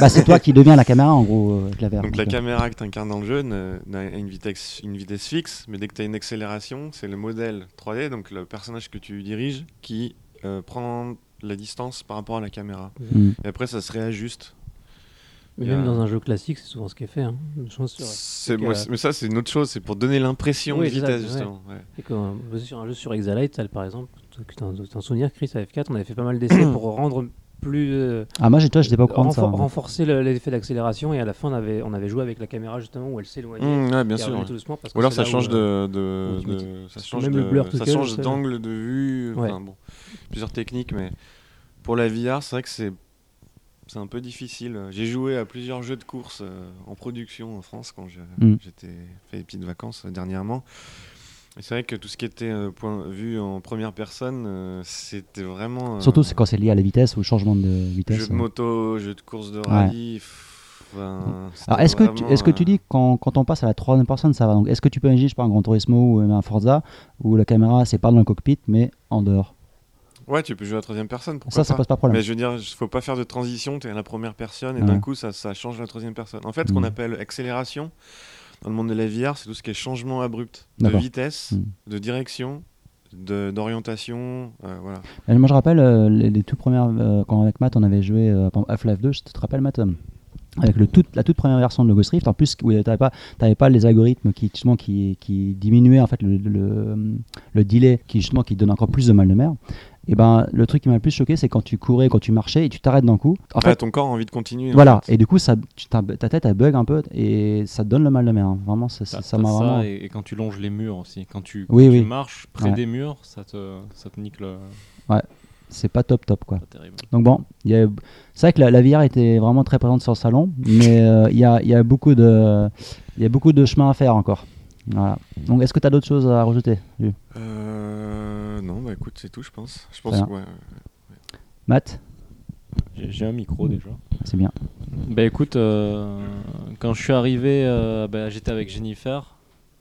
Speaker 1: bah, c'est toi qui deviens la caméra en gros, euh, avec la VR.
Speaker 7: Donc la
Speaker 1: Donc, euh,
Speaker 7: caméra que tu incarnes dans le jeu ne- n'a une vitesse, une vitesse fixe, mais dès que tu as une accélération, c'est le modèle 3D, donc le personnage que tu diriges, qui euh, prend la distance par rapport à la caméra.
Speaker 1: hmm.
Speaker 7: Et après, ça se réajuste.
Speaker 4: Mais
Speaker 7: Il y
Speaker 4: Mm.
Speaker 7: a-
Speaker 4: même dans un jeu classique, c'est souvent ce qui est fait. hein. Je pense sur-
Speaker 7: C'est-
Speaker 4: Donc,
Speaker 7: moi,
Speaker 4: euh,
Speaker 7: c'est- Mais ça, c'est une autre chose, c'est pour donner l'impression
Speaker 4: Oui,
Speaker 7: de vitesse,
Speaker 4: exact, ouais.
Speaker 7: justement. ouais.
Speaker 4: Et quand, euh, sur un jeu sur Exalite, par exemple, que t'en- t'en souvenir, Chris, à F4, on avait fait pas mal d'essais pour rendre plus. euh,
Speaker 1: Ah moi, j'ai- toi, j'étais pas au courant de ça.
Speaker 4: renfor- renforcer le- l'effet d'accélération et à la fin on avait, on avait joué avec la caméra justement où elle s'éloignait
Speaker 7: Mmh, ouais,
Speaker 4: et
Speaker 7: bien
Speaker 4: elle
Speaker 7: sûr.
Speaker 4: revenait
Speaker 7: ouais.
Speaker 4: tout doucement parce que
Speaker 7: Ou alors
Speaker 4: c'est
Speaker 7: ça
Speaker 4: là où,
Speaker 7: change
Speaker 4: euh,
Speaker 7: de, de-
Speaker 4: où tu
Speaker 7: de- ça change
Speaker 4: Même
Speaker 7: de-
Speaker 4: le blur tout
Speaker 7: ça
Speaker 4: seul,
Speaker 7: change
Speaker 4: ça-
Speaker 7: d'angle de vue,
Speaker 4: Ouais.
Speaker 7: enfin, bon, plusieurs techniques, mais pour la VR, c'est vrai que c'est c'est un peu difficile. J'ai joué à plusieurs jeux de course euh, en production en France quand je-
Speaker 1: Mm.
Speaker 7: j'étais fait des petites vacances euh, dernièrement. Et c'est vrai que tout ce qui était euh, point, vu en première personne, euh, c'était vraiment. euh,
Speaker 1: Surtout c'est quand c'est lié à la vitesse ou au changement de vitesse.
Speaker 7: Jeu de
Speaker 1: hein.
Speaker 7: moto, jeu de course de rallye. pff, enfin,
Speaker 1: Mmh. Alors,
Speaker 7: c'était
Speaker 1: est-ce que, tu,
Speaker 7: vraiment,
Speaker 1: est-ce que tu
Speaker 7: euh,
Speaker 1: dis que quand, quand on passe à la troisième personne, ça va Donc, est-ce que tu peux imaginer, je sais pas, un Grand Turismo ou même un Forza où la caméra, c'est pas dans le cockpit, mais en dehors
Speaker 7: Ouais, tu peux jouer à la troisième personne.
Speaker 1: Ça,
Speaker 7: Pourquoi
Speaker 1: ça
Speaker 7: pas.
Speaker 1: pose pas de problème.
Speaker 7: Mais je veux dire, il faut pas faire de transition, tu es à la première personne et
Speaker 1: Ouais.
Speaker 7: d'un coup ça, ça change la troisième personne. En fait, ce qu'on
Speaker 1: Mm.
Speaker 7: appelle accélération dans le monde de la VR, c'est tout ce qui est changement abrupt de
Speaker 1: D'accord.
Speaker 7: vitesse,
Speaker 1: Mm.
Speaker 7: de direction, de- d'orientation. euh, voilà.
Speaker 1: Et Moi, je rappelle euh, les, les toutes premières, euh, quand avec Matt, on avait joué euh, par exemple, Half-Life 2, je te rappelle, Matt euh, avec le tout, la toute première version de Ghost Rift, en plus où t'avais pas, t'avais pas les algorithmes qui justement qui, qui diminuaient en fait le, le, le delay, qui justement qui donne encore plus de mal de mer. Et ben le truc qui m'a le plus choqué, c'est quand tu courais, quand tu marchais et tu t'arrêtes d'un coup. En
Speaker 7: Ah,
Speaker 1: fait,
Speaker 7: ton corps a envie de continuer. en
Speaker 1: Voilà,
Speaker 7: fait.
Speaker 1: et du coup, ça, tu- ta, ta tête elle bug un peu et ça te donne le mal de mer. hein. Vraiment, ça ça-
Speaker 6: T'as-
Speaker 1: ça
Speaker 6: t'as
Speaker 1: m'a vraiment.
Speaker 6: et, et quand tu longes les murs aussi. Quand tu,
Speaker 1: Oui,
Speaker 6: quand
Speaker 1: oui.
Speaker 6: tu marches près
Speaker 1: Ouais.
Speaker 6: des murs, ça te, ça te nique le.
Speaker 1: C'est pas top top quoi.
Speaker 6: Pas terrible.
Speaker 1: Donc bon, il y a- c'est vrai que la, la VR était vraiment très présente sur le salon, mais euh, il y, a, il y, a beaucoup de- il y a beaucoup de chemin à faire encore. Voilà. Donc est-ce que tu as d'autres choses à rajouter Yu
Speaker 7: Euh, non, bah écoute, c'est tout, je pense. Je pense
Speaker 1: Très
Speaker 7: que, ouais,
Speaker 1: Matt
Speaker 6: J'ai j'ai un micro déjà.
Speaker 1: C'est bien.
Speaker 6: Mm. Bah écoute, euh, quand je suis arrivé, euh, bah, j'étais avec Jennifer,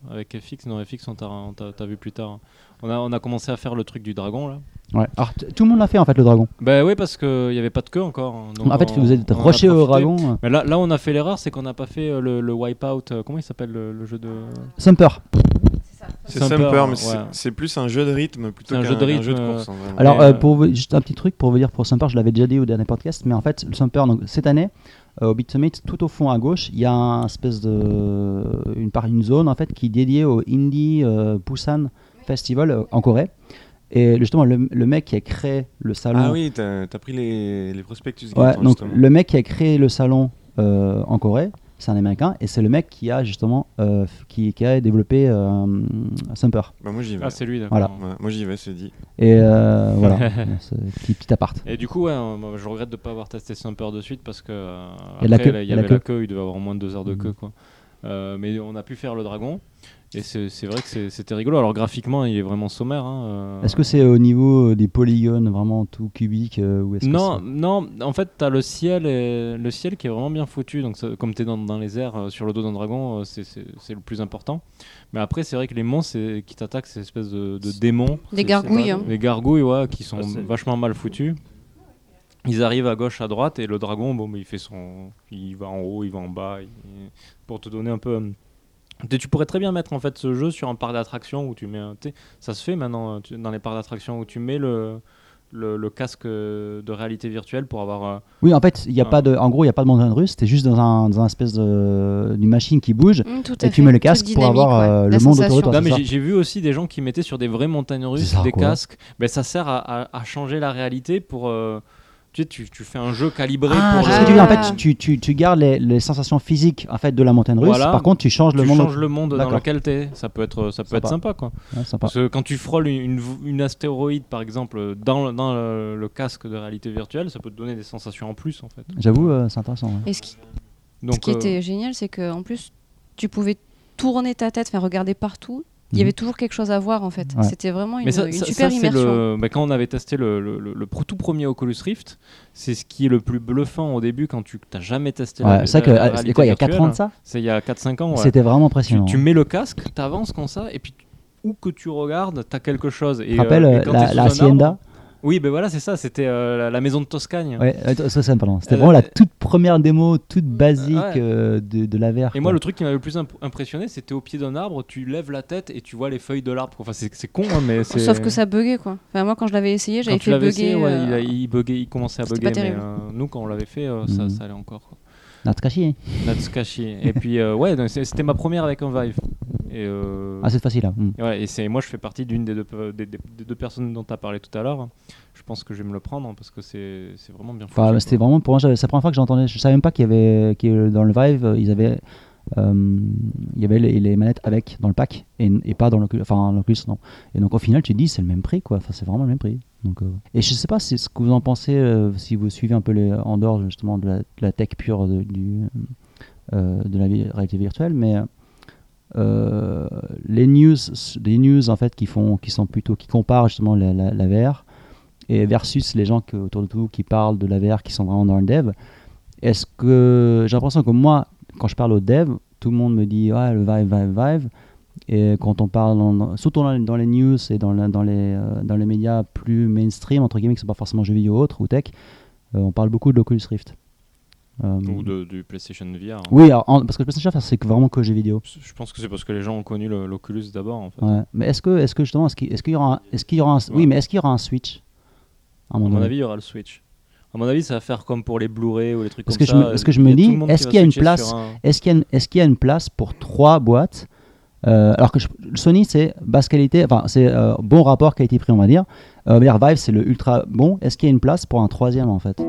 Speaker 6: avec FX. Non, FX, on t'a- on t'a t'as vu plus tard. hein. On a, on a commencé à faire le truc du dragon là.
Speaker 1: Ouais. Alors, t- tout le monde l'a fait en fait le dragon.
Speaker 6: Bah oui, parce qu'il n'y avait pas de queue encore. hein. Donc
Speaker 1: en fait,
Speaker 6: on-
Speaker 1: vous êtes
Speaker 6: on en a
Speaker 1: rushé au euh.
Speaker 6: profité.
Speaker 1: dragon.
Speaker 6: Mais là, là, on a fait l'erreur, c'est qu'on n'a pas fait euh, le, le Wipeout. euh, comment il s'appelle le, le jeu de.
Speaker 1: Sumper.
Speaker 7: c'est
Speaker 6: Sumper,
Speaker 7: Sumper, mais
Speaker 6: ouais.
Speaker 7: c'est- c'est plus un jeu de rythme
Speaker 6: C'est
Speaker 7: plutôt qu'un
Speaker 6: un
Speaker 7: un,
Speaker 6: jeu de rythme,
Speaker 7: jeu de
Speaker 6: euh,
Speaker 7: course. hein, vraiment.
Speaker 1: Alors,
Speaker 6: Mais,
Speaker 1: euh,
Speaker 6: euh,
Speaker 1: pour vous- juste un petit truc pour vous dire pour Sumper, je l'avais déjà dit au dernier podcast, mais en fait, le Sumper, donc, cette année, euh, au Bit Summit, tout au fond à gauche, il y a un espèce de, une, par- une zone en fait, qui est dédiée au Indie euh, Busan Festival euh, en Corée. Et justement, le, le mec qui a créé le salon.
Speaker 7: Ah oui, t'as as pris les, les prospectus.
Speaker 1: Ouais,
Speaker 7: Gaëtan,
Speaker 1: donc
Speaker 7: justement.
Speaker 1: le mec qui a créé le salon euh, en Corée, c'est un américain, et c'est le mec qui a justement euh, f- qui, qui a développé euh, Sumper.
Speaker 7: Bah, moi j'y vais.
Speaker 6: Ah, c'est lui, d'accord.
Speaker 1: Voilà.
Speaker 7: Ouais, moi j'y vais, c'est dit.
Speaker 1: Et euh, voilà, C'est un petit, petit appart.
Speaker 6: Et du coup, ouais, euh, moi, je regrette de ne pas avoir testé Sumper de suite parce que euh,
Speaker 1: Il y a de la
Speaker 6: après,
Speaker 1: queue,
Speaker 6: là, il
Speaker 1: il y
Speaker 6: y
Speaker 1: a de
Speaker 6: avait
Speaker 1: la
Speaker 6: la queue, il devait avoir moins de deux heures de
Speaker 1: Mhm.
Speaker 6: queue. Quoi. Euh, mais on a pu faire le dragon et c'est c'est vrai que c'est- c'était rigolo. Alors graphiquement, il est vraiment sommaire. hein, euh.
Speaker 1: Est-ce que c'est au niveau euh, des polygones vraiment tout cubique euh, ou est-ce que
Speaker 6: non, non, en fait, t'as le ciel, et- le ciel qui est vraiment bien foutu. Donc, ça- comme t'es dans, dans les airs euh, sur le dos d'un dragon, euh, c'est- c'est c'est le plus important. Mais après, c'est vrai que les monstres c'est- qui t'attaquent, c'est espèces de, de démons,
Speaker 4: c'est-
Speaker 2: Des
Speaker 4: c'est
Speaker 2: gargouilles.
Speaker 4: pas-
Speaker 2: hein.
Speaker 6: les gargouilles, ouais, qui sont
Speaker 4: Ah, c'est-
Speaker 6: vachement mal foutues. ils arrivent à gauche, à droite, et le dragon, bon, bah, il fait son, il va en haut, il va en bas, il- pour te donner un peu. hum, tu- Tu pourrais très bien mettre en fait ce jeu sur un parc d'attraction où tu mets, un- tu sais, ça se fait maintenant euh, tu- dans les parcs d'attraction où tu mets le le, le casque euh, de réalité virtuelle pour avoir. euh,
Speaker 1: Oui, en fait, il y a
Speaker 6: Ah.
Speaker 1: pas de, en gros, il n'y a pas de montagne russe, t'es juste dans un, dans un espèce de- d'une machine qui bouge.
Speaker 2: Mm, tout à
Speaker 1: Et tu
Speaker 2: fait.
Speaker 1: mets le
Speaker 2: Truc
Speaker 1: casque pour
Speaker 2: dynamique,
Speaker 1: avoir, euh,
Speaker 2: ouais. Bah,
Speaker 1: le
Speaker 2: La
Speaker 1: monde autour de
Speaker 2: sensation.
Speaker 1: toi.
Speaker 6: Non,
Speaker 1: c'est
Speaker 6: mais
Speaker 1: ça.
Speaker 6: j'ai- j'ai vu aussi des gens qui mettaient sur des vraies montagnes russes
Speaker 1: ça,
Speaker 6: des
Speaker 1: quoi.
Speaker 6: casques. Mais ça sert à, à- à changer la réalité pour. euh, tu, sais, tu, tu fais un jeu calibré
Speaker 1: Ah,
Speaker 6: pour.
Speaker 1: je
Speaker 6: le-
Speaker 1: sais ce que tu veux. En fait,
Speaker 2: Ah.
Speaker 1: tu, tu- tu gardes les, les sensations physiques en fait de la montagne russe.
Speaker 6: Voilà.
Speaker 1: Par contre, tu changes
Speaker 6: tu
Speaker 1: le monde.
Speaker 6: changes le monde dans
Speaker 1: D'accord.
Speaker 6: lequel t'es. Ça peut être, ça peut
Speaker 1: Sympa.
Speaker 6: être sympa, quoi.
Speaker 1: Ouais, sympa.
Speaker 6: Parce que quand tu frôles une, une v- une astéroïde, par exemple, dans, le- dans le, le casque de réalité virtuelle, ça peut te donner des sensations en plus, en fait.
Speaker 1: J'avoue, euh, c'est intéressant. ouais.
Speaker 2: Et ce qui,
Speaker 6: Donc,
Speaker 2: ce qui
Speaker 6: euh,
Speaker 2: était génial, c'est que en plus, tu pouvais tourner ta tête, faire regarder partout. Il y
Speaker 1: Mhm.
Speaker 2: avait toujours quelque chose à voir en fait.
Speaker 1: Ouais.
Speaker 2: C'était vraiment une,
Speaker 6: mais ça,
Speaker 2: une
Speaker 6: ça-
Speaker 2: super
Speaker 6: ça, c'est
Speaker 2: immersion.
Speaker 6: le- bah, quand on avait testé le, le- le- le tout premier Oculus Rift, c'est ce qui est le plus bluffant au début quand tu n'as jamais testé
Speaker 1: Ouais,
Speaker 6: la,
Speaker 1: c'est vrai que
Speaker 6: la- la
Speaker 1: euh,
Speaker 6: réalité
Speaker 1: c'était quoi, il y a 4 ans de
Speaker 6: virtuelle.
Speaker 1: ça
Speaker 6: C'est il y a 4-5 ans. ouais.
Speaker 1: C'était vraiment
Speaker 6: Tu,
Speaker 1: impressionnant. hein.
Speaker 6: tu mets le casque, tu avances comme ça, et puis tu- où que tu regardes, tu as quelque chose. Et,
Speaker 1: Tu te rappelles
Speaker 6: euh, et
Speaker 1: euh,
Speaker 6: quand t'es
Speaker 1: la,
Speaker 6: sous
Speaker 1: la
Speaker 6: un
Speaker 1: Hacienda
Speaker 6: arbre- Oui, ben voilà, c'est ça, c'était euh, la, la maison de Toscane.
Speaker 1: Ouais, euh, t- ça, c'est- pardon. C'était
Speaker 6: Euh,
Speaker 1: vraiment la
Speaker 6: euh,
Speaker 1: toute première démo, toute basique
Speaker 6: ouais.
Speaker 1: euh, de, de la VR.
Speaker 6: Et
Speaker 1: quoi.
Speaker 6: moi, le truc qui m'avait le plus imp- impressionné, c'était au pied d'un arbre, tu lèves la tête et tu vois les feuilles de l'arbre. Enfin, c'est c'est con, hein, mais c'est.
Speaker 2: Sauf que ça buguait quoi. Enfin, moi quand je l'avais essayé,
Speaker 6: quand
Speaker 2: j'avais
Speaker 6: tu
Speaker 2: fait
Speaker 6: l'avais
Speaker 2: bugger.
Speaker 6: essayé, ouais,
Speaker 2: euh,
Speaker 6: il, a- il buguait, il commençait à
Speaker 2: C'était
Speaker 6: bugger.
Speaker 2: pas
Speaker 6: Mais
Speaker 2: terrible.
Speaker 6: euh, nous, quand on l'avait fait, euh, ça,
Speaker 1: Mhm.
Speaker 6: ça allait encore. quoi.
Speaker 1: Natsukashi, hein.
Speaker 6: Natsukashi. et puis, euh, ouais, donc, c'est- c'était ma première avec un Vive. Et, euh,
Speaker 1: Ah, cette fois-ci là. Mm.
Speaker 6: ouais, et c'est moi, je fais partie d'une des deux, pe- des, des- des deux personnes dont tu as parlé tout à l'heure. Je pense que je vais me le prendre hein, parce que c'est c'est vraiment bien foutu.
Speaker 1: Enfin,
Speaker 6: quoi.
Speaker 1: Bah, c'était vraiment pour moi, j'avais- c'est la première fois que j'entendais. Je savais même pas qu'il y avait qu'il y avait- dans le Vive, euh, ils avaient, euh, il y avait les, les manettes avec dans le pack et, et pas dans l'Oculus. Enfin, l'Oculus non. Et donc au final, tu te dis c'est le même prix quoi. Enfin, c'est vraiment le même prix. Donc, euh, Et je sais pas si, ce que vous en pensez euh, si vous suivez un peu les, en dehors justement de la, de la tech pure de, du, euh, de la vi- réalité virtuelle, mais euh, les news, les news en fait qui font, qui sont plutôt, qui comparent justement la, la, la VR et versus les gens que, autour de tout qui parlent de la VR, qui sont vraiment dans le dev. Est-ce que j'ai l'impression que moi, quand je parle au dev, tout le monde me dit ouais le Vive, Vive, Vive. Et quand on parle, en- surtout dans, dans les news et dans, la- dans, les, euh, dans les médias plus mainstream, entre guillemets, qui sont pas forcément jeux vidéo ou autres ou tech, euh, on parle beaucoup de l'Oculus Rift. Euh,
Speaker 6: Ou de- du PlayStation VR.
Speaker 1: oui, alors, en- parce que le PlayStation, c'est que vraiment que jeux vidéo.
Speaker 6: Je pense que c'est parce que les gens ont connu le- l'Oculus d'abord. En fait.
Speaker 1: Ouais. Mais est-ce que, est-ce que justement, est-ce qu'il est-ce qu'il y aura, un, est-ce qu'il y aura un, oui,
Speaker 6: Ouais.
Speaker 1: mais est-ce qu'il y aura un Switch à
Speaker 6: À mon avis, il y aura le Switch. À mon avis, ça va faire comme pour les Blu-ray ou les trucs
Speaker 1: Parce
Speaker 6: comme
Speaker 1: que je
Speaker 6: ça.
Speaker 1: me- parce que je me
Speaker 6: Il y a
Speaker 1: dis,
Speaker 6: tout le monde qui
Speaker 1: est-ce
Speaker 6: va
Speaker 1: qu'il y a une
Speaker 6: switcher
Speaker 1: place
Speaker 6: sur un-
Speaker 1: Est-ce qu'il y, a une- est-ce qu'il y a une place pour trois boîtes Euh, Alors que je- Sony, c'est basse qualité, enfin, c'est euh, bon rapport qualité-prix, on va dire. Euh, mais Vive, c'est le ultra bon. Est-ce qu'il y a une place pour un troisième, en fait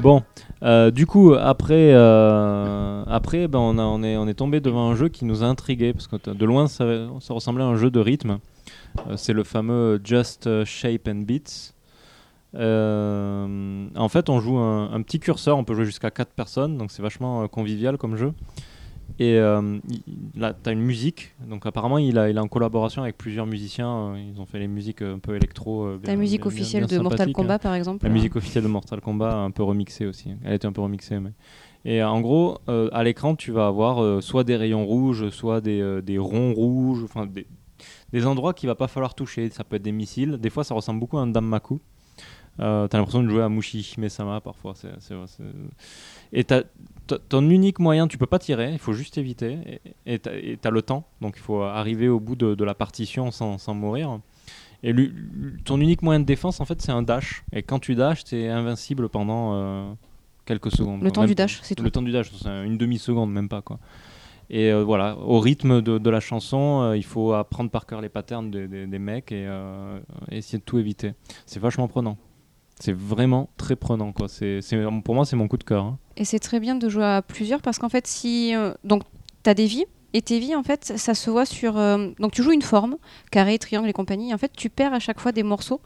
Speaker 6: Bon, euh, du coup, après, euh, après ben, on, a- on est, on est tombé devant un jeu qui nous a intrigué, parce que t- de loin, ça, ça ressemblait à un jeu de rythme. Euh, c'est le fameux Just euh, Shape and Beats. Euh, en fait, on joue un, un petit curseur, on peut jouer jusqu'à 4 personnes, donc c'est vachement euh, convivial comme jeu. Et euh, il- là, tu as une musique, donc apparemment, il, a, il est en collaboration avec plusieurs musiciens. euh, Ils ont fait les musiques euh, un peu électro. euh,
Speaker 2: La
Speaker 6: bien-
Speaker 2: musique
Speaker 6: bien- bien-
Speaker 2: officielle
Speaker 6: bien
Speaker 2: de Mortal
Speaker 6: sympathique, hein.
Speaker 2: Kombat, par exemple.
Speaker 6: La musique officielle de Mortal Kombat, un peu remixée aussi. Elle était un peu remixée. Mais... Et euh, en gros, euh, à l'écran, tu vas avoir euh, soit des rayons rouges, soit des, euh, des ronds rouges, enfin des, des endroits qu'il va pas falloir toucher. Ça peut être des missiles. Des fois, ça ressemble beaucoup à un Danmaku. Euh, t'as l'impression de jouer à Mushihime Sama parfois. c'est- c'est- c'est- Et t'as- t'as- ton unique moyen, tu peux pas tirer, il faut juste éviter. Et- Et t'as- et t'as le temps, donc il faut arriver au bout de, de la partition sans, sans mourir. Et l'u- l'u- ton unique moyen de défense, en fait, c'est un dash. Et quand tu dash, t'es invincible pendant euh, quelques secondes.
Speaker 2: Le
Speaker 6: quoi.
Speaker 2: temps
Speaker 6: Même-
Speaker 2: du dash, c'est tout.
Speaker 6: le temps du dash, c'est une demi-seconde, même pas. quoi. Et euh, voilà, au rythme de, de la chanson, euh, il faut apprendre par cœur les patterns des- des- des mecs et euh, essayer de tout éviter. C'est vachement prenant. C'est vraiment très prenant. Quoi. C'est, c'est- pour moi, c'est mon coup de cœur. hein.
Speaker 2: Et c'est très bien de jouer à plusieurs parce qu'en fait, si. euh, donc, tu as des vies. Et tes vies, en fait, ça se voit sur. euh, donc, tu joues une forme, carré, triangle et compagnie. Et en fait, tu perds à chaque fois des morceaux.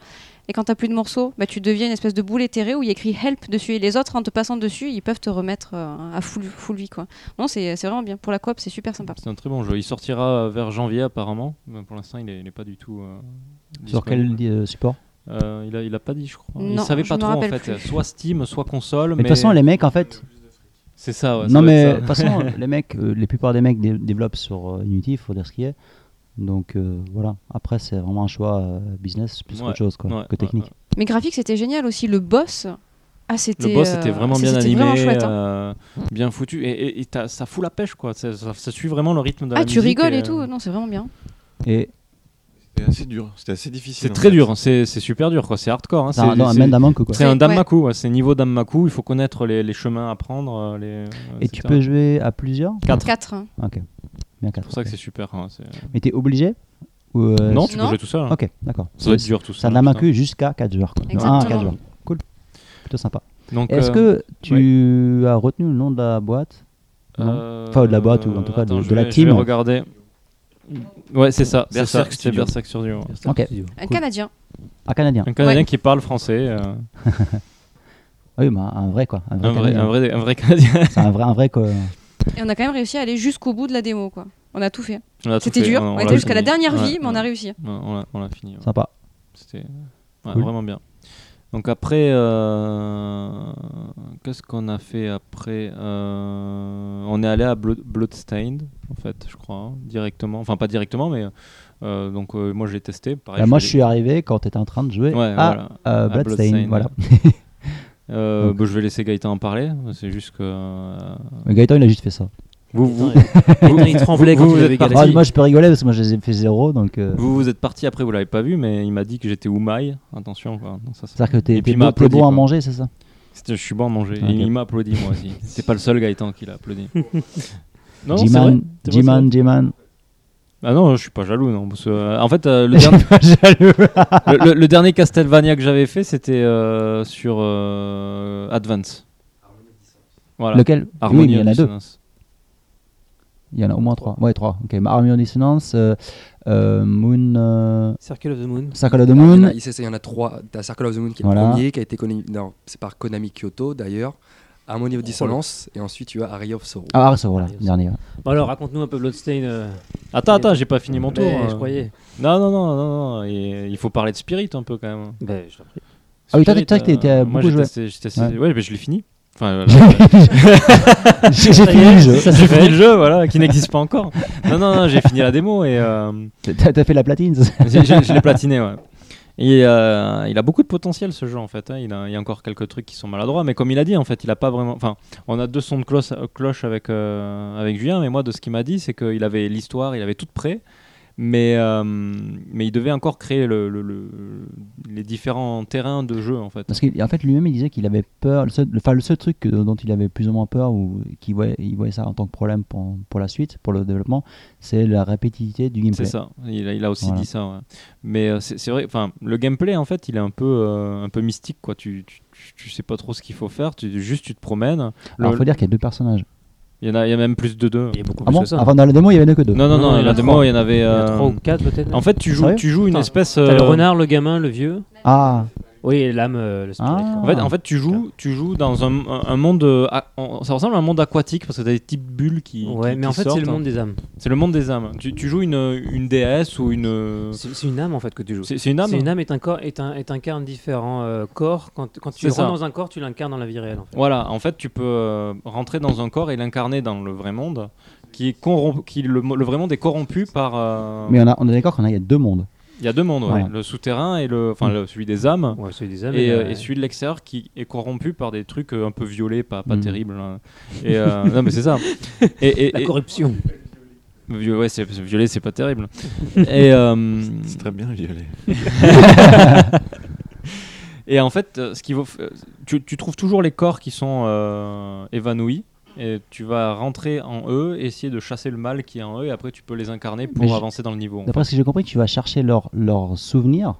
Speaker 2: Et quand tu plus de morceaux, bah, tu deviens une espèce de boule éthérée où il y a écrit help dessus. Et les autres, en te passant dessus, ils peuvent te remettre euh, à full, full vie. Quoi. Non, c'est c'est vraiment bien. Pour la coop, c'est super sympa.
Speaker 6: C'est un très bon jeu. Il sortira euh, vers janvier, apparemment. Mais pour l'instant, il n'est pas du tout. euh,
Speaker 1: Sur
Speaker 6: disponible.
Speaker 1: quel euh, support
Speaker 6: Euh, il, a, il a pas dit, je crois. il
Speaker 2: Non,
Speaker 6: savait
Speaker 2: je
Speaker 6: pas
Speaker 2: me
Speaker 6: trop, en
Speaker 2: rappelle
Speaker 6: fait.
Speaker 2: plus.
Speaker 6: Soit Steam, soit console.
Speaker 1: Mais de toute façon, les mecs, en fait.
Speaker 6: C'est ça, ouais, ça
Speaker 1: non,
Speaker 6: doit
Speaker 1: mais
Speaker 6: être
Speaker 1: de
Speaker 6: ça.
Speaker 1: toute façon, les mecs, euh, la plupart des mecs dé- développent sur euh, Unity, il faut dire ce qu'il y a. Donc euh, voilà, après, c'est vraiment un choix euh, business plus
Speaker 6: Ouais,
Speaker 1: qu'autre chose quoi,
Speaker 6: ouais,
Speaker 1: que technique.
Speaker 6: ouais,
Speaker 2: Mais graphique, c'était génial aussi. Le boss. Ah, c'était.
Speaker 6: Le boss
Speaker 2: euh,
Speaker 6: était vraiment bien
Speaker 2: c'était
Speaker 6: animé,
Speaker 2: vraiment chouette. hein.
Speaker 6: euh, bien foutu, et, et- et t'as- ça fout la pêche quoi. Ça, ça- ça suit vraiment le rythme de la
Speaker 2: Ah, tu
Speaker 6: musique
Speaker 2: rigoles et
Speaker 6: euh,
Speaker 2: tout. Non, c'est vraiment bien.
Speaker 1: Et
Speaker 7: C'était assez dur, c'était assez difficile.
Speaker 6: C'est
Speaker 7: en
Speaker 6: très
Speaker 7: fait.
Speaker 6: dur, hein, c'est c'est super dur quoi. C'est hardcore. hein,
Speaker 1: c'est un,
Speaker 6: c'est-
Speaker 1: non, un
Speaker 6: c'est-
Speaker 1: main d'un manque, quoi.
Speaker 6: c'est un
Speaker 2: Ouais.
Speaker 6: Danmaku, ouais, c'est niveau Danmaku. Il faut connaître les, les chemins à prendre. euh, Les, euh,
Speaker 1: Et
Speaker 6: etc.
Speaker 1: tu peux jouer à plusieurs
Speaker 6: Quatre.
Speaker 2: 4. hein.
Speaker 1: Ok. Bien
Speaker 6: C'est pour ça que
Speaker 1: quatre,
Speaker 6: c'est
Speaker 1: ok.
Speaker 6: super. hein, c'est-
Speaker 1: Mais t'es obligé Ou, euh,
Speaker 6: non,
Speaker 1: c'est-
Speaker 6: tu peux
Speaker 2: Non.
Speaker 6: jouer tout seul. hein.
Speaker 1: Ok, d'accord.
Speaker 6: Ça doit être dur tout
Speaker 1: Ça
Speaker 6: seul.
Speaker 1: n'a
Speaker 6: putain.
Speaker 1: macu jusqu'à 4 joueurs. Quoi.
Speaker 2: Exactement.
Speaker 1: Non, un à quatre joueurs. Cool. Plutôt sympa.
Speaker 6: Donc,
Speaker 1: Est-ce
Speaker 6: euh,
Speaker 1: que tu as retenu le nom de la boîte non
Speaker 6: euh,
Speaker 1: Enfin, de la boîte, ou en tout cas, de-
Speaker 6: attends, je
Speaker 1: de la
Speaker 6: vais-
Speaker 1: team.
Speaker 6: Je vais regarder. Ouais, c'est ça. c'est ça,
Speaker 7: Berserk
Speaker 6: C'est
Speaker 7: Studio.
Speaker 6: Berserk Studio. ouais.
Speaker 1: Ok.
Speaker 2: Un
Speaker 1: Cool.
Speaker 2: Canadien.
Speaker 1: Un Canadien.
Speaker 6: Un Canadien
Speaker 2: Ouais.
Speaker 6: qui parle français. euh,
Speaker 1: Ah oui, mais un- un vrai quoi. Un vrai.
Speaker 6: un, vrai,
Speaker 1: Canadien.
Speaker 6: un, vrai, un vrai Canadien.
Speaker 1: C'est un vrai, un vrai quoi.
Speaker 2: Et on a quand même réussi à aller jusqu'au bout de la démo, quoi. On a tout fait.
Speaker 6: On a tout
Speaker 2: C'était
Speaker 6: fait,
Speaker 2: dur.
Speaker 6: on-
Speaker 2: On,
Speaker 6: on
Speaker 2: était
Speaker 6: l'a
Speaker 2: jusqu'à la
Speaker 6: fini.
Speaker 2: dernière
Speaker 6: Ouais,
Speaker 2: vie, mais on a
Speaker 6: ouais.
Speaker 2: réussi.
Speaker 6: Ouais, on l'a- on l'a fini. ouais.
Speaker 1: Sympa.
Speaker 6: C'était ouais,
Speaker 1: Cool.
Speaker 6: vraiment bien. Donc après, euh, qu'est-ce qu'on a fait après Euh, On est allé à Blo- Bloodstained, en fait, je crois, hein, directement. Enfin, pas directement, mais euh, donc euh, moi j'ai testé. Pareil,
Speaker 1: Là, Bah, moi, je
Speaker 6: vais-
Speaker 1: suis arrivé quand t'étais en train de jouer
Speaker 6: Ouais,
Speaker 1: à
Speaker 6: voilà.
Speaker 1: euh,
Speaker 6: À
Speaker 1: Bloodstained.
Speaker 6: Bloodstained,
Speaker 1: Voilà.
Speaker 6: Euh,
Speaker 1: Donc.
Speaker 6: bah, je vais laisser Gaëtan en parler. C'est juste que euh,
Speaker 1: Mais Gaëtan, il a juste fait ça.
Speaker 6: vous, vous,
Speaker 4: Il tremblait quand
Speaker 6: vous-
Speaker 4: il
Speaker 6: vous
Speaker 4: avait
Speaker 6: êtes parti.
Speaker 1: Ah,
Speaker 4: Galaxy.
Speaker 1: moi, je peux rigoler parce que moi, j'ai fait zéro. Donc, euh,
Speaker 6: vous vous êtes parti après, vous l'avez pas vu, mais il m'a dit que j'étais Oumaï. Attention, quoi. Donc, ça, ça-
Speaker 1: c'est-à-dire que
Speaker 6: Et
Speaker 1: t'es
Speaker 6: puis,
Speaker 1: t'es
Speaker 6: il m'a
Speaker 1: beau, t'es
Speaker 6: applaudi,
Speaker 1: bon à
Speaker 6: quoi.
Speaker 1: manger, c'est ça
Speaker 6: C'était- Je suis bon à manger.
Speaker 1: Ah,
Speaker 6: Et
Speaker 1: ok.
Speaker 6: Il m'a applaudi, moi aussi. C'est pas le seul Gaëtan qui l'a applaudi. Non, c'est
Speaker 1: G-Man,
Speaker 6: vrai. C'est vrai, c'est
Speaker 1: G-Man, G-Man.
Speaker 6: Ah non, je suis pas jaloux, non. parce que, euh, en fait, euh, le, dernier, le, le- le dernier Castlevania que j'avais fait, c'était euh, sur euh, Advance. Voilà.
Speaker 1: Lequel Oui,
Speaker 6: Harmonie
Speaker 1: mais il y en a deux.
Speaker 6: Dissonance.
Speaker 1: Il y en a au moins trois. Ouais, trois. Ok. Harmony en Dissonance, euh, euh, Moon. Euh,
Speaker 4: Circle of the Moon.
Speaker 1: Circle of the
Speaker 5: Alors, il y en
Speaker 1: Moon.
Speaker 5: a- c'est ça, il y en a trois. T'as Circle of the Moon qui est
Speaker 1: Voilà.
Speaker 5: le premier, qui a été connu. Non, c'est par Konami Kyoto d'ailleurs. Harmony of Dissonance, et ensuite tu as Harry of Sorrow.
Speaker 1: Ah, ça, voilà,
Speaker 4: Ah, yes.
Speaker 1: dernier. ouais.
Speaker 4: Bon alors, raconte-nous un peu Bloodstained. euh,
Speaker 6: Attends, attends, j'ai pas fini mon tour.
Speaker 4: mais
Speaker 6: euh.
Speaker 4: Je croyais.
Speaker 6: Non, non, non, non, non. et- il faut parler de Spirit un peu quand même.
Speaker 4: Ben, je t'en prie.
Speaker 1: Ah oui, toi,
Speaker 6: Spirit,
Speaker 1: toi, t'es- t'es
Speaker 6: euh,
Speaker 1: beaucoup
Speaker 6: moi, j'ai
Speaker 1: joué.
Speaker 6: testé- j'ai testé-
Speaker 1: Ouais.
Speaker 6: Ouais, mais je l'ai fini. Enfin, euh,
Speaker 1: J'ai j'ai
Speaker 6: Ça y est,
Speaker 1: fini le jeu.
Speaker 6: Ça j'ai fini le jeu, voilà, qui n'existe pas encore. Non, non, non, j'ai fini la démo et euh,
Speaker 1: T'as t'as fait la platine. c'est ça
Speaker 6: j'ai- j'ai- je l'ai platiné, ouais. Et euh, il a beaucoup de potentiel ce jeu en fait. hein. Il, a, il y a encore quelques trucs qui sont maladroits, mais comme il a dit en fait, il a pas vraiment. Enfin, on a deux sons de cloche, euh, cloche avec euh, avec Julien, mais moi de ce qu'il m'a dit, c'est qu'il avait l'histoire, il avait tout prêt, Mais, euh, mais il devait encore créer le- le- le- les différents terrains de jeu en fait.
Speaker 1: Parce qu'en fait, lui-même, il disait qu'il avait peur. Le seul, le, enfin, le seul truc que- dont il avait plus ou moins peur, ou qu'il voyait, il voyait ça en tant que problème pour, pour la suite, pour le développement, c'est la répétitivité du
Speaker 6: C'est
Speaker 1: gameplay.
Speaker 6: ça, il a, il a aussi
Speaker 1: Voilà.
Speaker 6: dit ça. ouais. Mais euh, c'est c'est vrai, enfin, le gameplay en fait, il est un peu, euh, un peu mystique quoi. Tu, tu, tu- tu sais pas trop ce qu'il faut faire, tu, juste tu te promènes.
Speaker 1: Alors,
Speaker 6: Le-
Speaker 1: faut dire qu'il y a deux personnages.
Speaker 6: il, y en a, il y a même plus de deux.
Speaker 4: Il y a beaucoup
Speaker 1: Ah
Speaker 4: plus
Speaker 1: bon
Speaker 4: que ça.
Speaker 1: Avant, dans la démo, il y avait que deux.
Speaker 6: Non, non, non, il y en a des
Speaker 4: trois.
Speaker 6: mots, il y en avait.
Speaker 4: Il y en a
Speaker 6: euh,
Speaker 4: trois ou quatre peut-être.
Speaker 6: en fait, tu joues,
Speaker 1: Sérieux
Speaker 6: tu joues une
Speaker 4: Putain,
Speaker 6: espèce.
Speaker 4: T'as le
Speaker 6: euh,
Speaker 4: renard, le gamin, le vieux.
Speaker 1: Ah,
Speaker 4: Oui, et l'âme, euh, le spirit.
Speaker 1: Ah.
Speaker 6: En fait, en fait, tu joues, tu joues dans un, un- un monde. euh, a- en- ça ressemble à un monde aquatique parce que t'as des petites bulles qui.
Speaker 4: Ouais,
Speaker 6: qui-
Speaker 4: mais en
Speaker 6: qui
Speaker 4: fait, c'est le
Speaker 6: sortent.
Speaker 4: monde des âmes.
Speaker 6: C'est le monde des âmes. Tu, tu joues une, une déesse ou une.
Speaker 4: C'est c'est une âme en fait que tu joues.
Speaker 6: C'est c'est une âme. hein.
Speaker 4: C'est une âme est un corps est un est un carne différent euh, corps quand, quand tu
Speaker 6: C'est
Speaker 4: rentres
Speaker 6: ça.
Speaker 4: dans un corps tu l'incarnes dans la vie réelle en fait.
Speaker 6: Voilà, en fait, tu peux euh, rentrer dans un corps et l'incarner dans le vrai monde, qui est corrompu, qui le, mo- le vrai monde est corrompu par. euh,
Speaker 1: mais on, a, on est d'accord qu'on a, il y a deux mondes.
Speaker 6: Il y a deux mondes, ouais.
Speaker 1: Ouais.
Speaker 6: le souterrain et le, enfin, le- celui des âmes.
Speaker 4: Ouais, celui des âmes
Speaker 6: Et, euh,
Speaker 4: euh,
Speaker 6: et celui de l'extérieur qui est corrompu par des trucs euh, un peu violets, pas, pas
Speaker 1: Mm.
Speaker 6: terribles. hein. Et, euh, non, mais c'est ça. Et, et-
Speaker 4: la
Speaker 6: et-
Speaker 4: corruption.
Speaker 6: vi- ouais, c'est, c'est- violet, c'est pas terrible. et, euh,
Speaker 7: C'est très bien violet.
Speaker 6: et en fait, euh, ce qu'il faut, f- euh, tu, tu trouves toujours les corps qui sont euh, évanouis. Et tu vas rentrer en eux, essayer de chasser le mal qui est en eux, et après tu peux les incarner pour
Speaker 1: Mais je-
Speaker 6: avancer dans le niveau. en
Speaker 1: D'après ce que j'ai compris, tu vas chercher leurs leurs souvenirs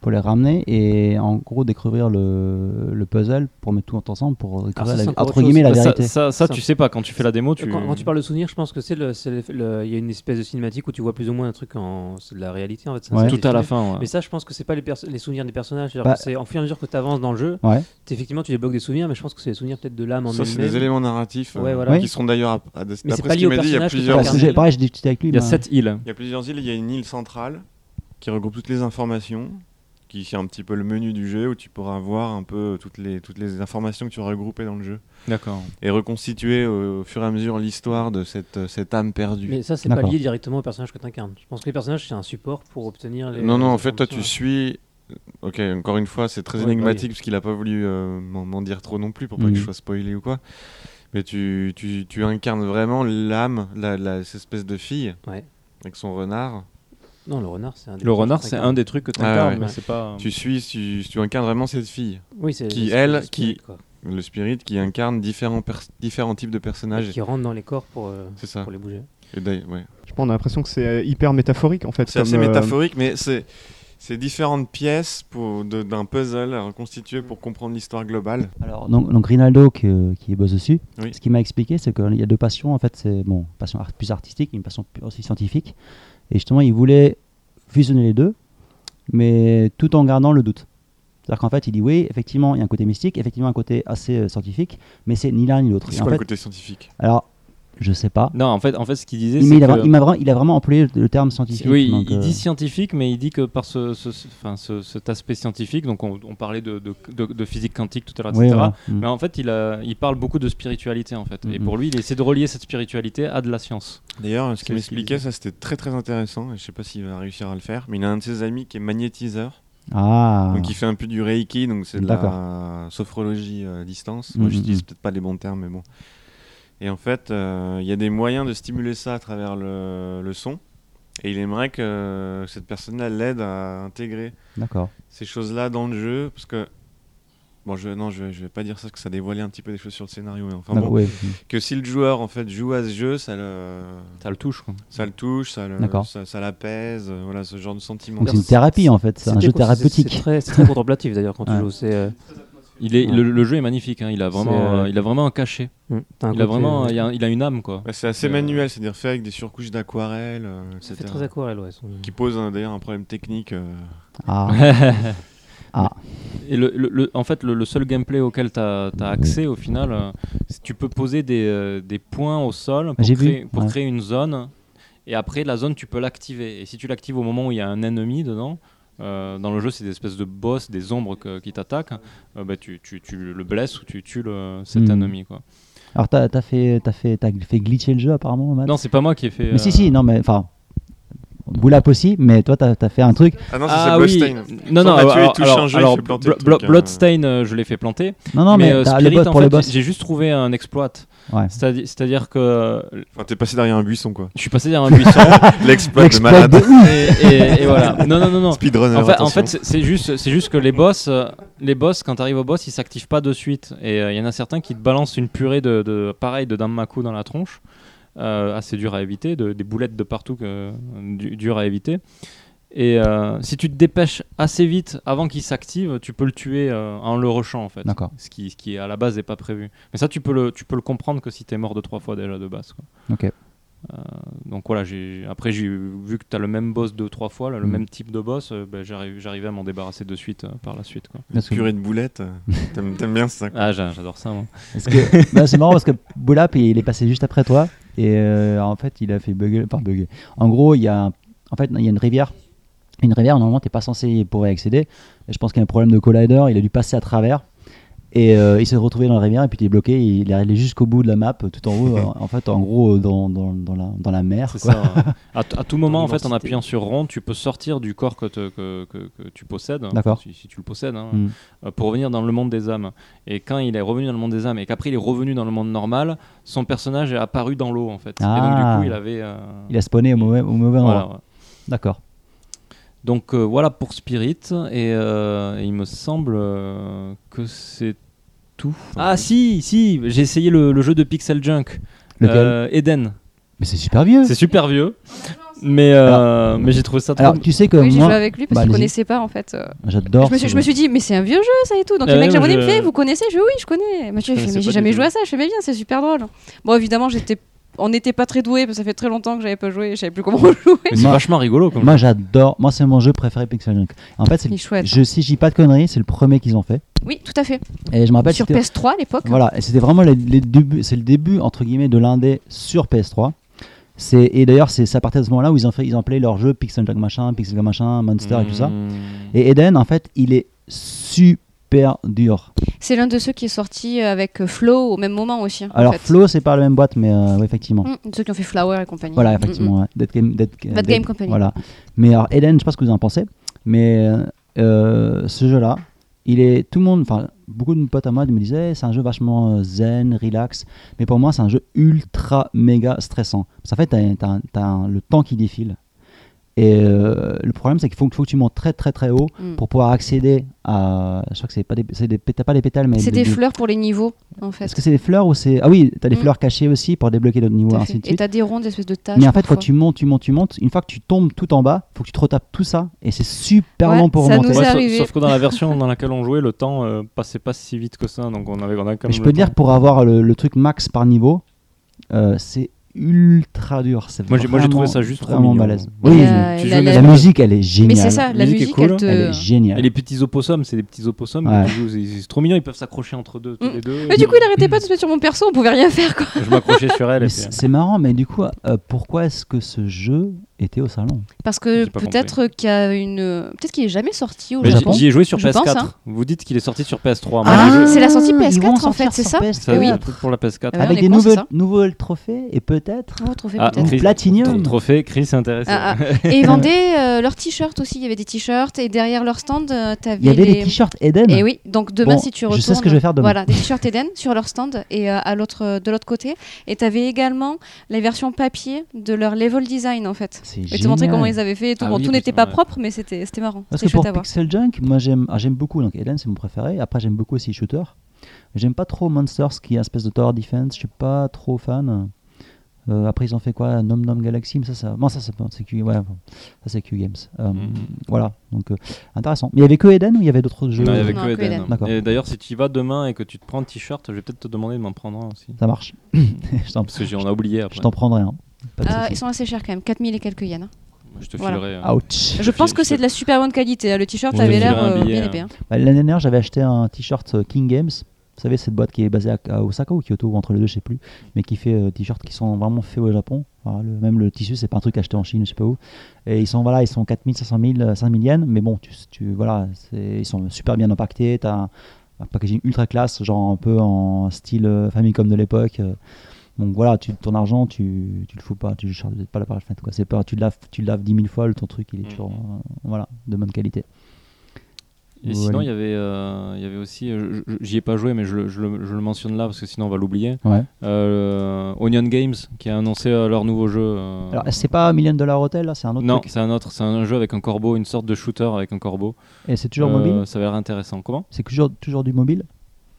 Speaker 1: pour les ramener et en gros découvrir le, le puzzle pour mettre tout ensemble pour découvrir
Speaker 4: ça,
Speaker 1: la-
Speaker 4: c'est encore
Speaker 1: entre
Speaker 4: autre
Speaker 1: guillemets la
Speaker 6: Bah, ça,
Speaker 1: vérité.
Speaker 6: ça, ça, tu sais pas quand tu fais la démo tu
Speaker 4: Euh, Quand, quand tu parles de souvenirs, je pense que c'est le c'est le- le- il y a une espèce de cinématique où tu vois plus ou moins un truc en c'est de la réalité en fait. c'est un
Speaker 1: Ouais.
Speaker 6: tout
Speaker 4: cinématique.
Speaker 6: à la fin ouais.
Speaker 4: Mais ça, je pense que c'est pas les, perso- les souvenirs des personnages. C'est-à-dire
Speaker 1: Bah-
Speaker 4: que C'est en fur et à mesure que tu avances dans le jeu,
Speaker 1: Ouais.
Speaker 4: t'es- effectivement tu débloques des souvenirs, mais je pense que c'est les souvenirs peut-être de l'âme en
Speaker 7: Ça, c'est des
Speaker 4: elle-même.
Speaker 7: éléments narratifs euh,
Speaker 4: Ouais, voilà.
Speaker 1: Oui.
Speaker 7: qui seront d'ailleurs, à- à-
Speaker 4: Mais c'est
Speaker 7: d'après
Speaker 4: pas
Speaker 7: ce
Speaker 4: lié
Speaker 7: qu'il
Speaker 4: au
Speaker 7: m'a dit, il y a
Speaker 4: personnage que tu
Speaker 7: plusieurs
Speaker 1: Parce que j'ai- pareil, j'ai discuté avec lui.
Speaker 6: il y a
Speaker 1: mais-
Speaker 6: sept îles
Speaker 7: Il y a plusieurs îles, il y a une île centrale qui regroupe toutes les informations, qui est un petit peu le menu du jeu où tu pourras voir un peu toutes les, toutes les informations que tu auras regroupées dans le jeu
Speaker 6: d'accord
Speaker 7: et reconstituer euh, au fur et à mesure l'histoire de cette, euh, cette âme perdue.
Speaker 4: Mais ça, c'est pas
Speaker 1: D'accord.
Speaker 4: lié directement au personnage que tu incarnes. Je pense que les personnages, c'est un support pour obtenir les.
Speaker 7: Non, non, en fait, toi, tu
Speaker 4: informations.
Speaker 7: suis. Ok, encore une fois, c'est très
Speaker 4: Ouais,
Speaker 7: énigmatique parce qu'il a pas voulu euh, m'en m'en dire trop non plus pour pas
Speaker 1: Mhm.
Speaker 7: que je sois spoilé ou quoi. Mais tu, tu, tu incarnes vraiment l'âme, la, la- cette espèce de fille
Speaker 4: Ouais.
Speaker 7: avec son renard.
Speaker 4: Non, le renard, c'est un des
Speaker 6: le renard
Speaker 4: personnages
Speaker 6: c'est
Speaker 4: que
Speaker 6: un des trucs que tu incarnes
Speaker 7: Ah ouais.
Speaker 6: mais c'est pas
Speaker 7: Tu suis, tu, tu incarnes vraiment cette fille,
Speaker 4: t'incarnes. Oui, c'est-
Speaker 7: qui,
Speaker 4: c'est-
Speaker 7: elle,
Speaker 4: c'est- c'est-
Speaker 7: qui-
Speaker 4: quoi.
Speaker 7: le spirit qui incarne différents, pers- différents types de personnages.
Speaker 4: Qui rentre dans les corps pour, euh,
Speaker 7: C'est ça.
Speaker 4: pour les bouger.
Speaker 7: Et d'ailleurs- ouais.
Speaker 8: Je sais pas, on a l'impression que c'est euh, hyper métaphorique en fait.
Speaker 7: C'est assez
Speaker 8: comme, euh,
Speaker 7: métaphorique, mais c'est c'est différentes pièces pour- de- d'un puzzle à reconstituer pour comprendre l'histoire globale.
Speaker 1: Alors, donc, donc Rinaldo, qui, euh, qui bosse dessus,
Speaker 7: Oui.
Speaker 1: ce qu'il m'a expliqué, c'est qu'il y a deux passions. En fait, c'est bon, une passion art- plus artistique, une passion plus aussi scientifique. Et justement, il voulait fusionner les deux, mais tout en gardant le doute. C'est-à-dire qu'en fait, il dit oui, effectivement, il y a un côté mystique, effectivement, un côté assez euh, scientifique, mais c'est ni l'un ni l'autre. Et
Speaker 7: C'est
Speaker 1: en
Speaker 7: quoi le
Speaker 1: fait-
Speaker 7: côté scientifique
Speaker 1: Alors, je sais pas.
Speaker 6: non en fait en fait ce qu'il disait
Speaker 1: Mais
Speaker 6: c'est
Speaker 1: il a, vra-
Speaker 6: que-
Speaker 1: il m'a vra- il a vraiment employé le- le terme scientifique.
Speaker 6: oui
Speaker 1: donc,
Speaker 6: il
Speaker 1: euh,
Speaker 6: dit scientifique mais il dit que par ce, ce- ce- enfin, ce- cet aspect scientifique donc on, on parlait de, de, de- de physique quantique tout à l'heure
Speaker 1: oui,
Speaker 6: etc
Speaker 1: voilà. Mm.
Speaker 6: mais en fait il a- il parle beaucoup de spiritualité en fait et
Speaker 1: Mhm.
Speaker 6: pour lui il essaie de relier cette spiritualité à de la science
Speaker 7: D'ailleurs,
Speaker 6: C'est
Speaker 7: ce
Speaker 6: ce
Speaker 7: qu'il
Speaker 6: qu'il
Speaker 7: m'expliquait,
Speaker 6: disait.
Speaker 7: ça c'était très très intéressant. et Je sais pas s'il va réussir à le faire, mais il a un de ses amis qui est magnétiseur,
Speaker 1: Ah,
Speaker 7: donc il fait un peu du reiki, donc c'est de la sophrologie euh, à distance. Moi,
Speaker 1: Mhm,
Speaker 7: j'utilise
Speaker 1: mhm.
Speaker 7: peut-être pas les bons termes, mais bon. Et en fait, euh, il y a des moyens de stimuler ça à travers le, le son. Et il aimerait que euh, cette personne-là l'aide à intégrer
Speaker 1: d'accord.
Speaker 7: ces choses-là dans le jeu, parce que bon, je non, je, je vais pas dire ça, parce que ça dévoilait un petit peu des choses sur le scénario, mais enfin
Speaker 1: D'accord,
Speaker 7: bon,
Speaker 1: oui.
Speaker 7: que si le joueur en fait joue à ce jeu, ça le
Speaker 6: ça le touche quoi.
Speaker 7: ça le touche, ça le-
Speaker 1: D'accord.
Speaker 7: ça, ça l'apaise, euh, voilà ce genre de sentiment.
Speaker 1: Donc c'est une thérapie en fait, c'est un
Speaker 4: C'était
Speaker 1: jeu
Speaker 4: con- c'est-
Speaker 1: thérapeutique.
Speaker 4: C'est très, c'est très contemplatif d'ailleurs quand
Speaker 1: Ouais.
Speaker 4: tu joues. C'est, euh,
Speaker 6: il est
Speaker 4: Ouais.
Speaker 6: le, le jeu est magnifique hein, il a vraiment
Speaker 4: C'est, euh, Mm.
Speaker 6: euh, il a vraiment un cachet
Speaker 4: t'as un
Speaker 6: il
Speaker 4: côté-
Speaker 6: a
Speaker 4: euh,
Speaker 6: vraiment il a, il a une âme quoi
Speaker 7: Ouais, c'est assez
Speaker 6: Euh,
Speaker 7: manuel, c'est-à-dire fait avec des surcouches d'aquarelle, euh,
Speaker 4: Ça fait
Speaker 7: etc.
Speaker 4: très aquarelle, ouais. son-
Speaker 7: Qui pose euh, d'ailleurs un problème technique. euh,
Speaker 1: Ah.
Speaker 6: Et le, le- le- en fait, le, le seul gameplay auquel tu as, accès au final, euh, c'est- tu peux poser des, euh, des points au sol pour,
Speaker 1: J'ai
Speaker 6: créer,
Speaker 1: vu,
Speaker 6: pour
Speaker 1: ouais.
Speaker 6: créer une zone. Et après, la zone, tu peux l'activer. Et si tu l'actives au moment où il y a un ennemi dedans, euh, dans le jeu, c'est des espèces de boss, des ombres que- qui t'attaquent, euh, bah, tu, tu- tu le blesses ou tu tues le- cet
Speaker 1: Hmm.
Speaker 6: ennemi. Quoi.
Speaker 1: Alors t'as as fait, t'as fait, t'as fait glitcher le jeu apparemment, Matt.
Speaker 6: Non, c'est pas moi qui ai fait.
Speaker 1: mais si
Speaker 6: euh,
Speaker 1: si, non mais enfin, Boulap aussi, mais toi t'as as fait un truc.
Speaker 7: Ah non, ça,
Speaker 6: Ah
Speaker 7: c'est
Speaker 6: oui.
Speaker 7: Bloodstain.
Speaker 6: Non, non,
Speaker 7: Quand Mathieu, il
Speaker 6: alors,
Speaker 7: touche
Speaker 6: alors,
Speaker 7: un jeu, il
Speaker 6: alors,
Speaker 7: fait planter le
Speaker 6: Blo- Blo-
Speaker 7: truc, hein.
Speaker 6: Bloodstain, euh, je l'ai fait planter.
Speaker 1: Non non mais,
Speaker 6: euh,
Speaker 1: t'as
Speaker 6: Spirit,
Speaker 1: le boss
Speaker 6: en
Speaker 1: pour le
Speaker 6: fait,
Speaker 1: boss.
Speaker 6: J'ai juste trouvé un exploit.
Speaker 1: Ouais.
Speaker 6: C'est-à-dire c'est-à-dire que euh,
Speaker 7: Enfin, t'es passé derrière un buisson, quoi.
Speaker 6: je suis passé derrière un buisson
Speaker 7: L'exploit de
Speaker 1: L'exploit
Speaker 7: malade.
Speaker 6: et, et- et voilà. Non, non, non, non.
Speaker 7: Speedrunner.
Speaker 6: En fait, en
Speaker 7: attention.
Speaker 6: fait, c'est- c'est juste, c'est juste que les boss, euh, les boss, quand t'arrives au boss, ils s'activent pas de suite. Et euh, il y en a certains qui te balancent une purée de, de- pareil de Danmaku dans la tronche, euh, assez dur à éviter, de- des boulettes de partout, que, du- dur à éviter. Et euh, si tu te dépêches assez vite avant qu'il s'active, tu peux le tuer euh, en le rushant en fait.
Speaker 1: D'accord.
Speaker 6: Ce qui, ce qui à la base n'est pas prévu. Mais ça, tu peux le, tu peux le comprendre que si t'es mort de trois fois déjà de base. Quoi.
Speaker 1: Ok.
Speaker 6: Euh, donc voilà, j'ai- après, j'ai vu que tu as le même boss deux, trois fois, là, le
Speaker 1: Mm.
Speaker 6: même type de boss, euh, ben, j'arrive- j'arrivais à m'en débarrasser de suite euh, par la suite. Quoi.
Speaker 1: Parce que-
Speaker 7: Purée de boulettes. euh, T'aimes t'aimes bien ça.
Speaker 6: Ah, j'a- j'adore ça, moi.
Speaker 1: Parce que- bah, c'est marrant parce que Boulap il est passé juste après toi et euh, en fait il a fait bugger, enfin bugger. En gros il y a, en fait il y a une rivière, une rivière normalement t'es pas censé y- pouvoir y accéder. Et je pense qu'il y a un problème de collider, il a dû passer à travers et euh, il s'est retrouvé dans la rivière et puis il est bloqué, il est allé jusqu'au bout de la map tout en haut, en, en fait en gros dans, dans, dans la, dans la mer.
Speaker 6: C'est
Speaker 1: quoi.
Speaker 6: ça. hein. à, t- à tout moment, en fait, en
Speaker 1: L'identité.
Speaker 6: appuyant sur rond, tu peux sortir du corps que, te- que, que- que tu possèdes, hein,
Speaker 1: D'accord.
Speaker 6: si, si tu le possèdes, hein,
Speaker 1: Mm.
Speaker 6: euh, pour revenir dans le monde des âmes. Et quand il est revenu dans le monde des âmes et qu'après il est revenu dans le monde normal, son personnage est apparu dans l'eau, en fait. Et donc,
Speaker 1: Ah.
Speaker 6: du coup, il avait. euh,
Speaker 1: Il a spawné au mauvais, au mauvais endroit.
Speaker 6: voilà, ouais.
Speaker 1: D'accord.
Speaker 6: Donc euh, voilà pour Spirit, et euh, il me semble euh, que c'est tout. Ah si, si, j'ai essayé le, le jeu de Pixel Junk,
Speaker 1: Lequel
Speaker 6: Euh, Eden.
Speaker 1: Mais c'est super vieux.
Speaker 6: C'est super vieux, mais, euh, mais j'ai trouvé ça trop...
Speaker 1: Alors tu sais que
Speaker 2: oui, j'ai joué
Speaker 1: moi
Speaker 2: avec lui parce
Speaker 1: bah,
Speaker 2: qu'il
Speaker 1: allez-y.
Speaker 2: connaissait pas en fait. euh.
Speaker 1: j'adore.
Speaker 2: Je me, suis,
Speaker 1: ce
Speaker 2: je me
Speaker 1: jeu.
Speaker 2: suis dit, mais c'est un vieux jeu ça et tout. Donc
Speaker 6: Ah
Speaker 2: le mec,
Speaker 6: ouais,
Speaker 2: j'ai
Speaker 6: moi,
Speaker 2: demandé, il me
Speaker 6: je-
Speaker 2: fait, vous connaissez Je fais, oui, je connais. Mathieu,
Speaker 6: Je
Speaker 2: je fais,
Speaker 6: connaissais
Speaker 2: mais j'ai
Speaker 6: pas
Speaker 2: jamais
Speaker 6: du
Speaker 2: joué
Speaker 6: tout.
Speaker 2: à ça, je fais, mais bien, c'est super drôle. Bon, évidemment, j'étais. On n'était pas très doués, parce que ça fait très longtemps que j'avais pas joué, je savais plus comment on jouait.
Speaker 6: mais c'est
Speaker 1: Moi-
Speaker 6: vachement rigolo comme
Speaker 1: Moi j'adore, moi c'est mon jeu préféré Pixel Junk. En fait, c'est
Speaker 2: Il est chouette.
Speaker 1: je si je dis pas de conneries, c'est le premier qu'ils ont fait.
Speaker 2: Oui, tout à fait.
Speaker 1: Et je me rappelle
Speaker 2: Sur
Speaker 1: c'était-
Speaker 2: PS3 à l'époque.
Speaker 1: voilà, et c'était vraiment les, les débuts, c'est le début entre guillemets de l'indé sur PS3. C'est et d'ailleurs c'est c'est à partir de ce moment-là où ils ont fait ils ont appelé leur jeu Pixel Junk machin, Pixel Junk machin, Monster et tout ça.
Speaker 6: Hmm.
Speaker 1: Et Eden en fait, il est super dur.
Speaker 2: C'est l'un de ceux qui est sorti avec euh, Flow au même moment aussi. en
Speaker 1: Alors
Speaker 2: fait.
Speaker 1: Flow, c'est pas la même boîte mais euh, ouais, effectivement.
Speaker 2: Mm, de ceux qui ont fait Flower et compagnie.
Speaker 1: Voilà,
Speaker 2: Mm, mm.
Speaker 1: effectivement. ouais. Dead Game, Dead-
Speaker 2: Bad
Speaker 1: Dead-
Speaker 2: Game Company.
Speaker 1: Voilà. Mais alors, Eden, je sais pas ce que vous en pensez, mais euh, ce jeu-là, il est tout le monde, enfin, beaucoup de mes potes à moi me disaient, c'est un jeu vachement euh, zen, relax. Mais pour moi, c'est un jeu ultra méga stressant. Parce qu'en fait, t'as, t'as- t'as un- le temps qui défile. Et euh, le problème, c'est qu'il faut, que- faut que tu montes très très très haut
Speaker 2: Mm.
Speaker 1: pour pouvoir accéder à. Je crois que c'est pas des, c'est des, t'as pas des pétales, mais.
Speaker 2: C'est
Speaker 1: des-
Speaker 2: des
Speaker 1: des-
Speaker 2: fleurs pour les niveaux, en fait.
Speaker 1: Est-ce que c'est des fleurs ou c'est. Ah oui, t'as des
Speaker 2: Mm.
Speaker 1: fleurs cachées aussi pour débloquer d'autres niveaux,
Speaker 2: Tout à
Speaker 1: ainsi
Speaker 2: fait.
Speaker 1: de
Speaker 2: Et
Speaker 1: suite.
Speaker 2: t'as des rondes, espèces de tâches.
Speaker 1: Mais en fait, quand
Speaker 2: parfois.
Speaker 1: tu montes, tu montes, tu montes, une fois que tu tombes tout en bas, faut que tu te retapes tout ça et c'est super
Speaker 2: Ouais,
Speaker 1: long pour
Speaker 2: ça
Speaker 1: remonter.
Speaker 2: nous
Speaker 6: Ouais,
Speaker 2: est
Speaker 6: sa-
Speaker 2: arrivé.
Speaker 6: sauf que dans la version dans laquelle on jouait, le temps euh, passait pas si vite que ça, donc on avait, on a quand
Speaker 1: Mais
Speaker 6: même
Speaker 1: je
Speaker 6: le
Speaker 1: peux
Speaker 6: temps.
Speaker 1: dire, pour avoir le, le truc max par niveau, euh, c'est ultra dur. C'est
Speaker 6: Moi, j'ai- moi, j'ai trouvé
Speaker 1: vraiment-
Speaker 6: ça juste trop
Speaker 1: vraiment
Speaker 6: mignon.
Speaker 1: balèze.
Speaker 6: Oui,
Speaker 1: Oui,
Speaker 2: Et,
Speaker 1: je-
Speaker 2: euh,
Speaker 6: tu
Speaker 2: la-
Speaker 6: joues
Speaker 2: la-
Speaker 1: la musique, elle est
Speaker 2: Mais
Speaker 1: géniale.
Speaker 2: c'est ça, la
Speaker 6: musique est
Speaker 2: musique,
Speaker 6: cool.
Speaker 2: elle te.
Speaker 1: Elle est
Speaker 6: Et
Speaker 1: géniale.
Speaker 6: les petits opossums, c'est des petits opossums,
Speaker 1: Ouais.
Speaker 6: qui jouent, c'est c'est trop mignon, ils peuvent s'accrocher entre deux, tous
Speaker 2: Mm.
Speaker 6: les deux.
Speaker 2: Mais du coup, il arrêtait pas de se mettre sur mon perso, on pouvait rien faire quoi.
Speaker 6: Je m'accrochais sur elle.
Speaker 1: Mais
Speaker 6: et
Speaker 1: c'est
Speaker 6: puis-
Speaker 1: c'est marrant, mais du coup, euh, pourquoi est-ce que ce jeu était au salon
Speaker 2: Parce que
Speaker 6: J'ai pas
Speaker 2: peut-être qu'il y a une. Peut-être qu'il est jamais sorti au
Speaker 6: Mais
Speaker 2: Japon.
Speaker 6: j'y- J'y ai joué sur
Speaker 2: Je pense,
Speaker 6: PS4.
Speaker 2: hein.
Speaker 6: Vous dites qu'il est sorti sur PS3. moi,
Speaker 2: Ah,
Speaker 6: j'ai joué-
Speaker 2: c'est la sortie
Speaker 1: ils
Speaker 2: PS4
Speaker 1: vont
Speaker 2: en
Speaker 1: sortir
Speaker 2: fait, c'est
Speaker 1: sur
Speaker 2: ça Eh
Speaker 1: PS4.
Speaker 6: Ça,
Speaker 2: oui.
Speaker 6: peut-être pour la PS4.
Speaker 2: Ah ouais,
Speaker 1: Avec
Speaker 2: on est
Speaker 1: des
Speaker 2: con, c'est
Speaker 1: nouvelles,
Speaker 2: ça.
Speaker 1: nouveaux trophées et peut-être
Speaker 2: Vous retrouvez
Speaker 6: Ah,
Speaker 2: peut-être.
Speaker 1: Ou
Speaker 6: Chris-
Speaker 1: Platinum.
Speaker 6: Ton trophée, Chris est intéressé.
Speaker 2: Ah, ah. Et ils vendaient euh, leurs t-shirts aussi. Il y avait des t-shirts et derrière leur stand, euh, t'avais
Speaker 1: Il y avait
Speaker 2: les.
Speaker 1: des t-shirts Eden.
Speaker 2: et oui, donc demain
Speaker 1: Bon,
Speaker 2: si tu
Speaker 1: je sais
Speaker 2: retournes,
Speaker 1: ce que je vais faire demain.
Speaker 2: Voilà, des t-shirts Eden sur leur stand et euh, à l'autre euh, de l'autre côté. Et t'avais également les versions papier de leur level design en fait.
Speaker 1: C'est
Speaker 2: Je vais te montrer
Speaker 1: génial.
Speaker 2: comment ils avaient fait et tout.
Speaker 6: Ah
Speaker 2: Bon,
Speaker 6: oui,
Speaker 2: tout n'était
Speaker 6: putain,
Speaker 2: pas
Speaker 6: ouais.
Speaker 2: propre, mais c'était c'était marrant.
Speaker 1: Parce
Speaker 2: C'était
Speaker 1: que pour
Speaker 2: chouette à voir.
Speaker 1: Pixel Junk, moi j'aime ah, j'aime beaucoup. Donc Eden, c'est mon préféré. Après, j'aime beaucoup aussi Shooter. J'aime pas trop Monsters qui est une espèce de Tower Defense. Je suis pas trop fan. Euh, après, ils ont fait quoi Nom Nom Galaxy. Mais ça, ça. Non, ça, c'est pas- c'est Q... ouais, bon. ça, c'est Q Games. Euh,
Speaker 6: Mhm.
Speaker 1: Voilà. Donc euh, intéressant. Mais il y avait que Eden ou il y avait d'autres jeux
Speaker 6: Non, il y avait
Speaker 2: Non,
Speaker 6: que
Speaker 2: que
Speaker 6: Eden.
Speaker 2: Eden.
Speaker 1: D'accord.
Speaker 6: Et d'ailleurs, si tu y vas demain et que tu te prends le t-shirt, je vais peut-être te demander de m'en prendre un aussi.
Speaker 1: Ça marche. je t'en
Speaker 6: Parce que j'ai- on a oublié
Speaker 1: je
Speaker 6: après.
Speaker 1: t'en prendrai un. Pas de
Speaker 2: Euh, ils
Speaker 1: souci.
Speaker 2: sont assez chers quand même, 4000 et quelques yens. hein.
Speaker 6: Moi, Je te
Speaker 2: Voilà.
Speaker 6: filerai. euh,
Speaker 1: Ouch.
Speaker 2: Je pense
Speaker 6: je
Speaker 2: que
Speaker 6: te-
Speaker 2: c'est de la super bonne qualité. hein. Le t-shirt
Speaker 6: Je
Speaker 2: avait
Speaker 6: te
Speaker 2: l'air
Speaker 6: filerai un
Speaker 2: euh,
Speaker 6: billet,
Speaker 2: bien
Speaker 6: hein.
Speaker 2: épais. hein.
Speaker 1: Bah, L'année dernière, j'avais acheté un t-shirt euh, King Games. Vous savez, cette boîte qui est basée à, à Osaka ou Kyoto, ou entre les deux, je sais plus, mais qui fait euh, t-shirts qui sont vraiment faits au Japon. Voilà, le- même le tissu, c'est pas un truc acheté en Chine, je sais pas où. Et ils sont, voilà, ils sont 4500 000, euh, 5000 yens, mais bon, tu, tu, voilà, c'est- ils sont super bien empaquetés. T'as un, un packaging ultra classe, genre un peu en style euh, Famicom de l'époque. euh. donc voilà, tu, ton argent, tu, tu le fous pas, tu le charges pas la par la fenêtre, quoi. C'est pas, tu le laves, tu le laves 10 000 fois, le- ton truc, il est toujours, euh, voilà, de bonne qualité. Ou
Speaker 9: Et sinon,
Speaker 1: Alien.
Speaker 9: il y avait, euh, il y avait aussi, euh, je- je- j'y ai pas joué, mais je, le- je le- je le mentionne là parce que sinon on va l'oublier.
Speaker 1: Ouais.
Speaker 9: Euh, Onion Games qui a annoncé euh, leur nouveau jeu. euh,
Speaker 1: Alors, c'est pas Million Dollar Hotel, là, c'est un autre
Speaker 9: non,
Speaker 1: truc.
Speaker 9: c'est un autre, c'est un jeu avec un corbeau, une sorte de shooter avec un corbeau.
Speaker 1: Et c'est toujours
Speaker 9: Euh,
Speaker 1: mobile
Speaker 9: Ça avait l'air intéressant. Comment
Speaker 1: C'est toujours, toujours du mobile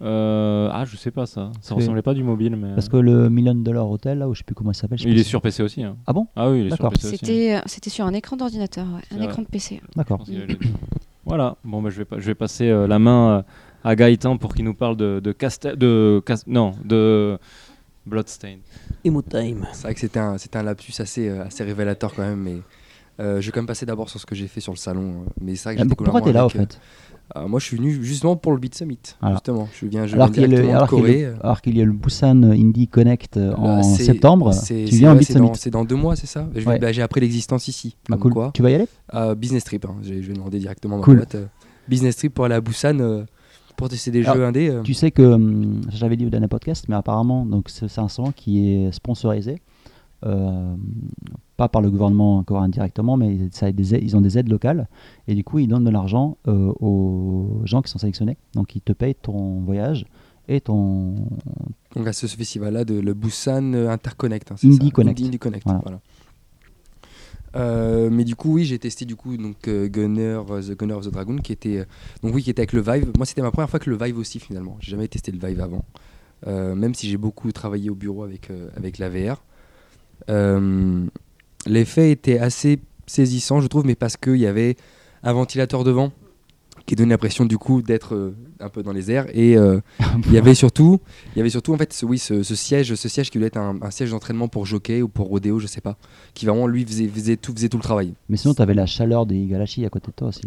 Speaker 9: Euh, Ah, je sais pas ça. Ça
Speaker 1: C'est-
Speaker 9: ressemblait pas du mobile, mais.
Speaker 1: Parce que le Million Dollar Hotel, là, où je sais plus comment il s'appelle. je sais
Speaker 9: Il
Speaker 1: plus
Speaker 9: est
Speaker 1: si-
Speaker 9: sur PC aussi. hein.
Speaker 1: Ah bon
Speaker 9: Ah oui, il est sur
Speaker 1: D'accord.
Speaker 9: PC aussi. hein.
Speaker 2: C'était euh, c'était sur un écran d'ordinateur, ouais,
Speaker 9: C'est
Speaker 2: un
Speaker 9: vrai.
Speaker 2: écran de PC.
Speaker 9: Je
Speaker 1: D'accord.
Speaker 9: pense qu'il allait le dire. Voilà. Bon, bah, je vais pas, je vais passer euh, la main euh, à Gaëtan pour qu'il nous parle de de Castel, de Cas- non, de Bloodstained.
Speaker 4: Emo Time.
Speaker 5: C'est vrai que c'était un, c'était un lapsus assez, euh, assez révélateur quand même, mais euh, je vais quand même passer d'abord sur ce que j'ai fait sur le salon. euh, Mais c'est vrai que
Speaker 1: Ah,
Speaker 5: j'étais
Speaker 1: Pourquoi t'es là, au
Speaker 5: globalement avec,
Speaker 1: fait
Speaker 5: euh, euh, Moi, je suis venu justement pour le Beat Summit.
Speaker 1: Voilà.
Speaker 5: Justement, je viens, je
Speaker 1: Alors
Speaker 5: viens
Speaker 1: qu'il y, a le-
Speaker 5: directement de
Speaker 1: alors qu'il y a
Speaker 5: Corée.
Speaker 1: le- alors qu'il y a le Busan Indie Connect euh,
Speaker 5: Là,
Speaker 1: en
Speaker 5: Bah, c'est-
Speaker 1: septembre,
Speaker 5: c'est-
Speaker 1: tu
Speaker 5: c'est-
Speaker 1: viens en
Speaker 5: ouais,
Speaker 1: Beat
Speaker 5: c'est
Speaker 1: Summit.
Speaker 5: dans- C'est dans deux mois, c'est ça Je vais-
Speaker 1: Ouais.
Speaker 5: bah, J'ai appris l'existence ici.
Speaker 1: Bah,
Speaker 5: comme
Speaker 1: cool.
Speaker 5: quoi.
Speaker 1: Tu vas y aller
Speaker 5: Euh, business trip, hein. je, je vais demander directement à ma
Speaker 1: Cool.
Speaker 5: boîte. euh, business trip pour aller à Busan euh, pour tester des
Speaker 1: Alors,
Speaker 5: jeux indés. euh.
Speaker 1: Tu sais que hum, j'avais dit au dernier podcast, mais apparemment, donc c'est c'est un salon qui est sponsorisé, euh, pas par le gouvernement coréen directement, mais ça a des aides- ils ont des aides locales et du coup ils donnent de l'argent euh, aux gens qui sont sélectionnés. Donc ils te payent ton voyage et ton.
Speaker 5: Donc à ce festival-là de le Busan euh, Interconnect. hein, c'est
Speaker 1: Indie
Speaker 5: ça
Speaker 1: Connect.
Speaker 5: Indie, Indie Connect,
Speaker 1: Voilà.
Speaker 5: voilà. Euh, mais du coup oui j'ai testé du coup donc euh, Gunner euh, the Gunner of the Dragon qui était euh, donc oui qui était avec le Vive moi c'était ma première fois que le Vive aussi finalement j'ai jamais testé le Vive avant Euh, même si j'ai beaucoup travaillé au bureau avec euh, avec la VR Euh, l'effet était assez saisissant je trouve mais parce qu'il y avait un ventilateur devant qui donnait l'impression du coup d'être euh, un peu dans les airs et euh, il y avait surtout il y avait surtout en fait ce, oui ce, ce siège ce siège qui devait être un, un siège d'entraînement pour jockey ou pour rodéo je sais pas qui vraiment lui faisait, faisait tout faisait tout le travail
Speaker 1: Mais sinon tu avais la chaleur des Galaxies à côté de toi aussi.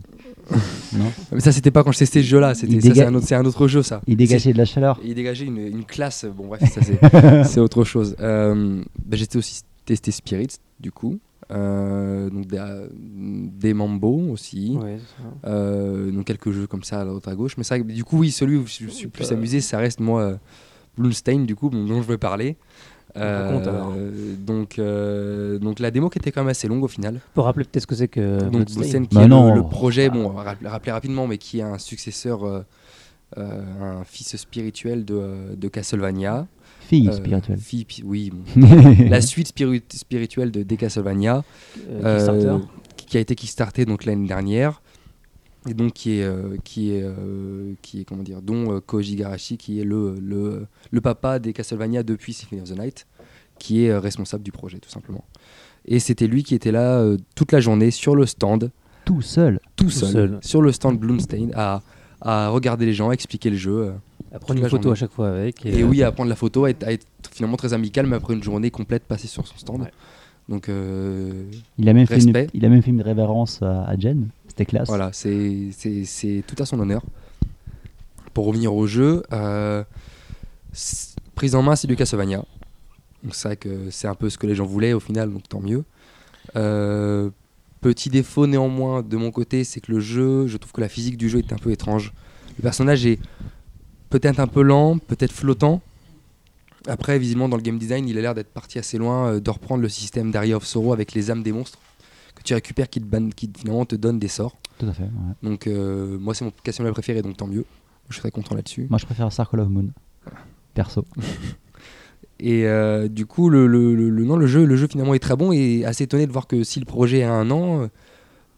Speaker 1: non
Speaker 5: mais ça c'était pas quand je testais ce jeu là c'était
Speaker 1: Il
Speaker 5: ça, c'est
Speaker 1: déga-
Speaker 5: un autre c'est un autre jeu ça
Speaker 1: Ils dégageaient de la chaleur.
Speaker 5: C'est- il dégageait une, une classe bon bref ça c'est c'est autre chose Euh, bah, j'étais aussi testé Spirits du coup Euh, donc des, des Mambo aussi
Speaker 4: Ouais, c'est ça.
Speaker 5: Euh, donc quelques jeux comme ça à droite à gauche mais c'est vrai que du coup oui celui où je me suis le plus amusé ça reste moi euh, Bloomstein du coup dont dont je veux parler Euh,
Speaker 4: Raconte, alors.
Speaker 5: donc euh, donc la démo qui était quand même assez longue au final
Speaker 4: Pour rappeler peut-être ce que c'est que
Speaker 5: donc
Speaker 4: Euh, Bloodstained.
Speaker 5: Bloodstained qui
Speaker 1: Bah
Speaker 5: est
Speaker 1: non.
Speaker 5: le, le projet bon rappel- rappeler rapidement mais qui est un successeur euh, euh, un fils spirituel de, euh, de Castlevania
Speaker 1: Fille
Speaker 5: Euh,
Speaker 1: spirituelle.
Speaker 5: fille pi- oui bon. la suite spirit- spirituelle de, des Castlevania
Speaker 4: Euh, Kickstarter.
Speaker 5: euh, qui a été kickstarté donc l'année dernière et donc qui est euh, qui est euh, qui est comment dire dont euh, Koji Garashi qui est le le, le papa des Castlevania depuis Symphony of the Night qui est euh, responsable du projet tout simplement et c'était lui qui était là euh, toute la journée sur le stand
Speaker 1: Tout seul.
Speaker 5: tout
Speaker 4: seul.
Speaker 5: seul, sur le stand Bloomstein à à regarder les gens à expliquer le jeu euh,
Speaker 4: à prendre
Speaker 5: toute
Speaker 4: une
Speaker 5: la
Speaker 4: photo
Speaker 5: journée.
Speaker 4: à chaque fois avec. euh,
Speaker 5: et oui, à prendre la photo, à être, à être finalement très amical, mais après une journée complète passée sur son stand.
Speaker 4: Ouais.
Speaker 5: Donc euh,
Speaker 1: Il a même, fait une,
Speaker 5: Respect.
Speaker 1: il a même fait une révérence à, à Jen. C'était classe.
Speaker 5: voilà, c'est- c'est c'est tout à son honneur. Pour revenir au jeu, euh, s- prise en main, c'est du Castlevania. Donc c'est vrai que c'est un peu ce que les gens voulaient au final, donc tant mieux. Euh, petit défaut néanmoins de mon côté, c'est que le jeu, je trouve que la physique du jeu est un peu étrange. Le personnage est peut-être un peu lent, peut-être flottant. Après, visiblement, dans le game design, il a l'air d'être parti assez loin, euh, de reprendre le système d'Area of Sorrow avec les âmes des monstres que tu récupères qui, te ban- qui finalement te donnent des sorts.
Speaker 1: Tout à fait. ouais.
Speaker 5: Donc euh, moi c'est mon Castlevania préféré donc tant mieux. Je suis très content là-dessus.
Speaker 1: Moi, je préfère Circle of Moon. Perso.
Speaker 5: Et euh, du coup le, le, le- le- non, le jeu le jeu finalement est très bon et assez étonné de voir que si le projet a un an, euh,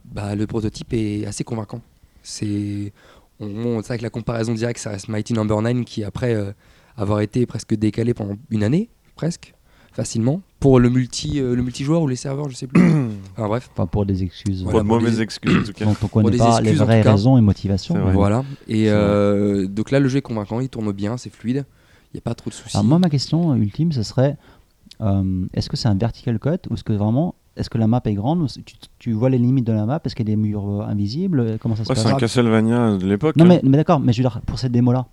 Speaker 5: bah, le prototype est assez convaincant. C'est on, on- c'est vrai que la comparaison directe ça reste Mighty Number 9 qui après euh, avoir été presque décalé pendant une année presque facilement pour le multi euh, le multijoueur ou les serveurs je sais plus. enfin bref.
Speaker 1: Enfin, pour des excuses.
Speaker 5: Voilà,
Speaker 7: Pas de
Speaker 5: pour
Speaker 7: mauvaises
Speaker 5: les-
Speaker 7: excuses en tout cas.
Speaker 1: dont on connaît
Speaker 5: des
Speaker 1: pas les
Speaker 5: excuses, en
Speaker 1: vraies
Speaker 5: tout cas.
Speaker 1: raisons et motivations.
Speaker 7: C'est vrai. Ouais.
Speaker 5: Voilà. Et
Speaker 7: C'est vrai.
Speaker 5: euh, donc là le jeu est convaincant, il tourne bien, c'est fluide, il n'y a pas trop de soucis.
Speaker 1: Alors moi, ma question ultime, ce serait euh, est-ce que c'est un vertical cut ou est-ce que vraiment est-ce que la map est grande ou c- tu, tu vois les limites de la map Est-ce qu'il y a des murs euh, invisibles Euh, Comment ça se
Speaker 7: Ouais, c'est
Speaker 1: passe
Speaker 7: un Castlevania de l'époque.
Speaker 1: Non
Speaker 7: hein.
Speaker 1: mais, mais d'accord, mais je veux dire pour cette démo là.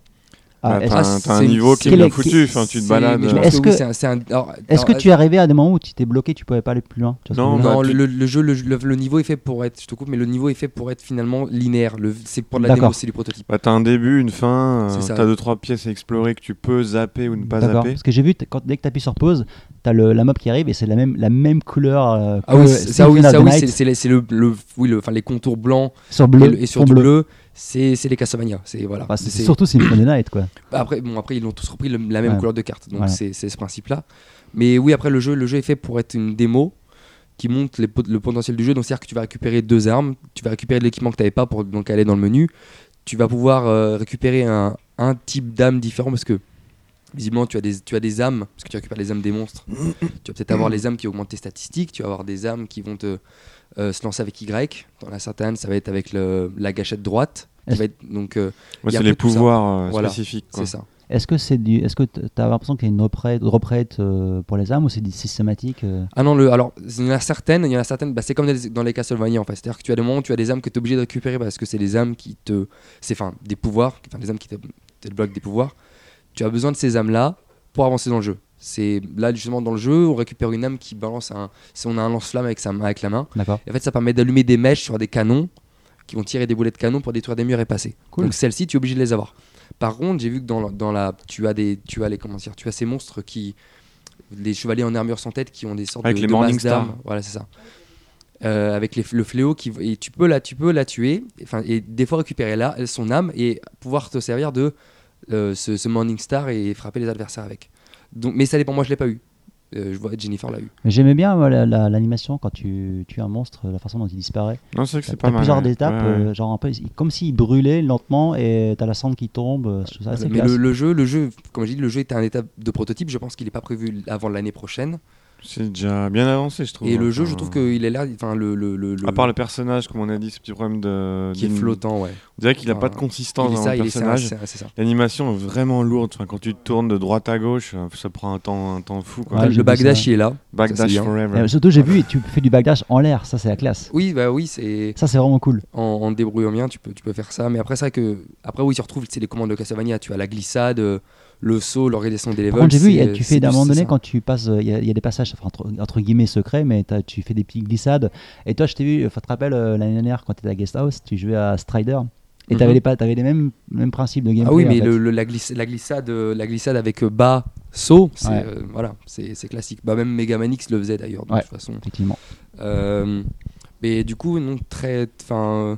Speaker 7: Bah,
Speaker 1: est-ce
Speaker 7: t'as
Speaker 5: Ah,
Speaker 7: un-
Speaker 5: c'est
Speaker 7: t'as un
Speaker 5: une-
Speaker 7: niveau qui est
Speaker 1: quel
Speaker 7: bien
Speaker 1: est-
Speaker 7: foutu. Enfin, tu te
Speaker 5: C'est-
Speaker 7: balades.
Speaker 5: mais je
Speaker 7: euh,
Speaker 5: pense
Speaker 1: Est-ce
Speaker 5: que, oui,
Speaker 1: que-
Speaker 5: c'est un- c'est un- alors,
Speaker 1: est-ce que
Speaker 5: alors, euh,
Speaker 1: tu es arrivé à des moments où tu t'es bloqué, tu pouvais pas aller plus loin Tu vois ce que
Speaker 7: Non,
Speaker 1: je veux dire
Speaker 7: bah,
Speaker 5: non,
Speaker 7: tu-
Speaker 5: le, le jeu, le, le- le niveau est fait pour être, je te coupe, mais le niveau est fait pour être finalement linéaire. Le- C'est pour la démo,
Speaker 1: D'accord.
Speaker 5: c'est du prototype.
Speaker 7: Bah, t'as un début, une fin, euh,
Speaker 5: C'est ça.
Speaker 7: t'as deux trois pièces à explorer que tu peux zapper ou ne pas
Speaker 1: D'accord.
Speaker 7: zapper.
Speaker 1: Parce que j'ai vu t- quand dès que tu appuies sur pause, tu as la map qui arrive et c'est la même la même couleur euh,
Speaker 5: Ah oui,
Speaker 1: que
Speaker 5: ça oui,
Speaker 1: Symphony of
Speaker 5: ça
Speaker 1: the
Speaker 5: oui,
Speaker 1: Night
Speaker 5: c'est- c'est le, c'est le- le- oui, le- enfin, les contours blancs
Speaker 1: sur
Speaker 5: et,
Speaker 1: bleu
Speaker 5: le- et surtout
Speaker 1: fond
Speaker 5: bleu.
Speaker 1: bleu.
Speaker 5: c'est c'est les Castlevania. C'est voilà.
Speaker 1: Enfin, c'est
Speaker 5: C'est-
Speaker 1: surtout Symphony Night, quoi.
Speaker 5: Bah, Après, bon, après ils l'ont tous repris le- la même
Speaker 1: Ouais.
Speaker 5: couleur de carte, donc
Speaker 1: Voilà.
Speaker 5: c'est c'est ce principe-là. Mais oui, après le jeu, le jeu est fait pour être une démo qui monte les pot- le potentiel du jeu. Donc c'est-à-dire que tu vas récupérer deux armes, tu vas récupérer de l'équipement que tu n'avais pas pour donc aller dans le menu. Tu vas pouvoir euh, récupérer un, un type d'âme différent parce que visiblement tu as des tu as des âmes parce que tu récupères les âmes des monstres. tu vas peut-être avoir les âmes qui augmentent tes statistiques, tu vas avoir des âmes qui vont te euh, se lancer avec Y. Dans la certaine, ça va être avec le- la gâchette droite. qui va être, donc euh,
Speaker 7: Ouais,
Speaker 5: y a
Speaker 7: c'est
Speaker 5: un
Speaker 7: les
Speaker 5: peu tout ça.
Speaker 7: pouvoirs euh,
Speaker 5: Voilà,
Speaker 7: spécifiques. quoi.
Speaker 5: c'est ça.
Speaker 1: Est-ce que c'est du, est-ce que t- t'as l'impression qu'il y a une reprête, reprête, euh, pour les âmes ou c'est du systématique euh,
Speaker 5: Ah non, le, alors il y en a certaines, il y en a certaines, bah, c'est comme dans les, dans les Castlevania en fait. C'est-à-dire que tu as des moments où tu as des âmes que tu es obligé de récupérer parce que c'est les âmes qui te. C'est enfin des pouvoirs, enfin des âmes qui te, te bloquent des pouvoirs. Tu as besoin de ces âmes-là pour avancer dans le jeu. C'est là justement dans le jeu, on récupère une âme qui balance un. Si on a un lance-flamme avec, sa, main- avec la main,
Speaker 1: D'accord.
Speaker 5: Et en fait ça permet d'allumer des mèches sur des canons qui vont tirer des boulets de canon pour détruire des murs et passer.
Speaker 1: Cool.
Speaker 5: Donc celles-ci, tu es obligé de les avoir. Par contre, j'ai vu que dans la, dans la- tu as des, tu as les comment dire, tu as ces monstres qui, les chevaliers en armure sans tête qui ont des sortes
Speaker 7: Avec
Speaker 5: de,
Speaker 7: les
Speaker 5: de masses
Speaker 7: Morningstar.
Speaker 5: d'armes. Voilà, c'est ça. Euh, avec les- le fléau qui et tu peux la tu peux la tuer enfin et des fois récupérer là son âme et pouvoir te servir de euh, ce, ce morning star et frapper les adversaires avec donc mais ça dépend moi je l'ai pas eu Euh, je vois Jennifer l'a eu
Speaker 1: Mais J'aimais bien moi, la- la- l'animation quand tu tues un monstre, la façon dont il disparaît.
Speaker 7: Non, c'est vrai que c'est
Speaker 1: T'as
Speaker 7: pas mal.
Speaker 1: plusieurs
Speaker 7: ouais.
Speaker 1: étapes,
Speaker 7: Ouais, ouais.
Speaker 1: euh, genre un peu il- comme s'il brûlait lentement et t'as la cendre qui tombe. euh, je trouve ça assez
Speaker 5: mais
Speaker 1: classe.
Speaker 5: le, le jeu le jeu comme je dis le jeu était un étape de prototype je pense qu'il est pas prévu avant l'année prochaine
Speaker 7: C'est déjà bien avancé, je trouve.
Speaker 5: et le
Speaker 7: hein,
Speaker 5: jeu je
Speaker 7: enfin,
Speaker 5: trouve qu'il est là enfin le, le, le, le-
Speaker 7: À part le personnage, comme on a dit, ce petit problème de.
Speaker 5: qui est
Speaker 7: d'une-
Speaker 5: flottant ouais
Speaker 7: On dirait qu'il a
Speaker 5: Enfin,
Speaker 7: pas de consistance
Speaker 5: il est
Speaker 7: dans
Speaker 5: ça
Speaker 7: le
Speaker 5: il est ça
Speaker 7: personnage.
Speaker 5: c'est c'est ça
Speaker 7: L'animation est vraiment lourde. Enfin, quand tu te tournes de droite à gauche, euh, ça prend un temps, un temps fou. Quoi.
Speaker 1: Ouais, j'ai
Speaker 5: le
Speaker 1: vu
Speaker 5: backdash
Speaker 1: ça.
Speaker 5: il est là Ça,
Speaker 7: Backdash
Speaker 5: c'est bien.
Speaker 7: Forever.
Speaker 1: Et surtout j'ai vu tu fais du bagage en l'air, ça c'est la classe.
Speaker 5: oui bah oui c'est
Speaker 1: Ça c'est vraiment cool.
Speaker 5: en, en te débrouillant bien, tu peux, tu peux faire ça. Mais après, c'est vrai que. Après, oui, tu retrouves c'est les commandes de Castlevania. Tu as la glissade, euh, le saut, l'organisation des levels.
Speaker 1: Par contre j'ai vu
Speaker 5: c'est-
Speaker 1: il y a- tu
Speaker 5: c'est
Speaker 1: fais d'un
Speaker 5: du-
Speaker 1: moment
Speaker 5: c'est
Speaker 1: donné
Speaker 5: ça.
Speaker 1: quand tu passes, euh, il y, a- il y a des passages enfin, entre, entre guillemets secrets, mais t'as- tu fais des petites glissades. Et toi je t'ai vu, enfin, tu te rappelles euh, l'année dernière quand t'étais à Guest House, tu jouais à Strider. Et t'avais
Speaker 5: Mhm.
Speaker 1: les pas- t'avais les mêmes, mêmes principes de gameplay.
Speaker 5: Ah oui,
Speaker 1: en
Speaker 5: mais
Speaker 1: fait.
Speaker 5: le, le- la, glisse- la glissade, euh, la glissade avec euh, bas, saut, c'est,
Speaker 1: Ouais.
Speaker 5: euh, voilà, c'est, c'est classique. Bah, même Megaman X le faisait d'ailleurs, de
Speaker 1: Ouais.
Speaker 5: toute façon.
Speaker 1: Effectivement.
Speaker 5: Euh, mais du coup, non, très. Enfin, euh,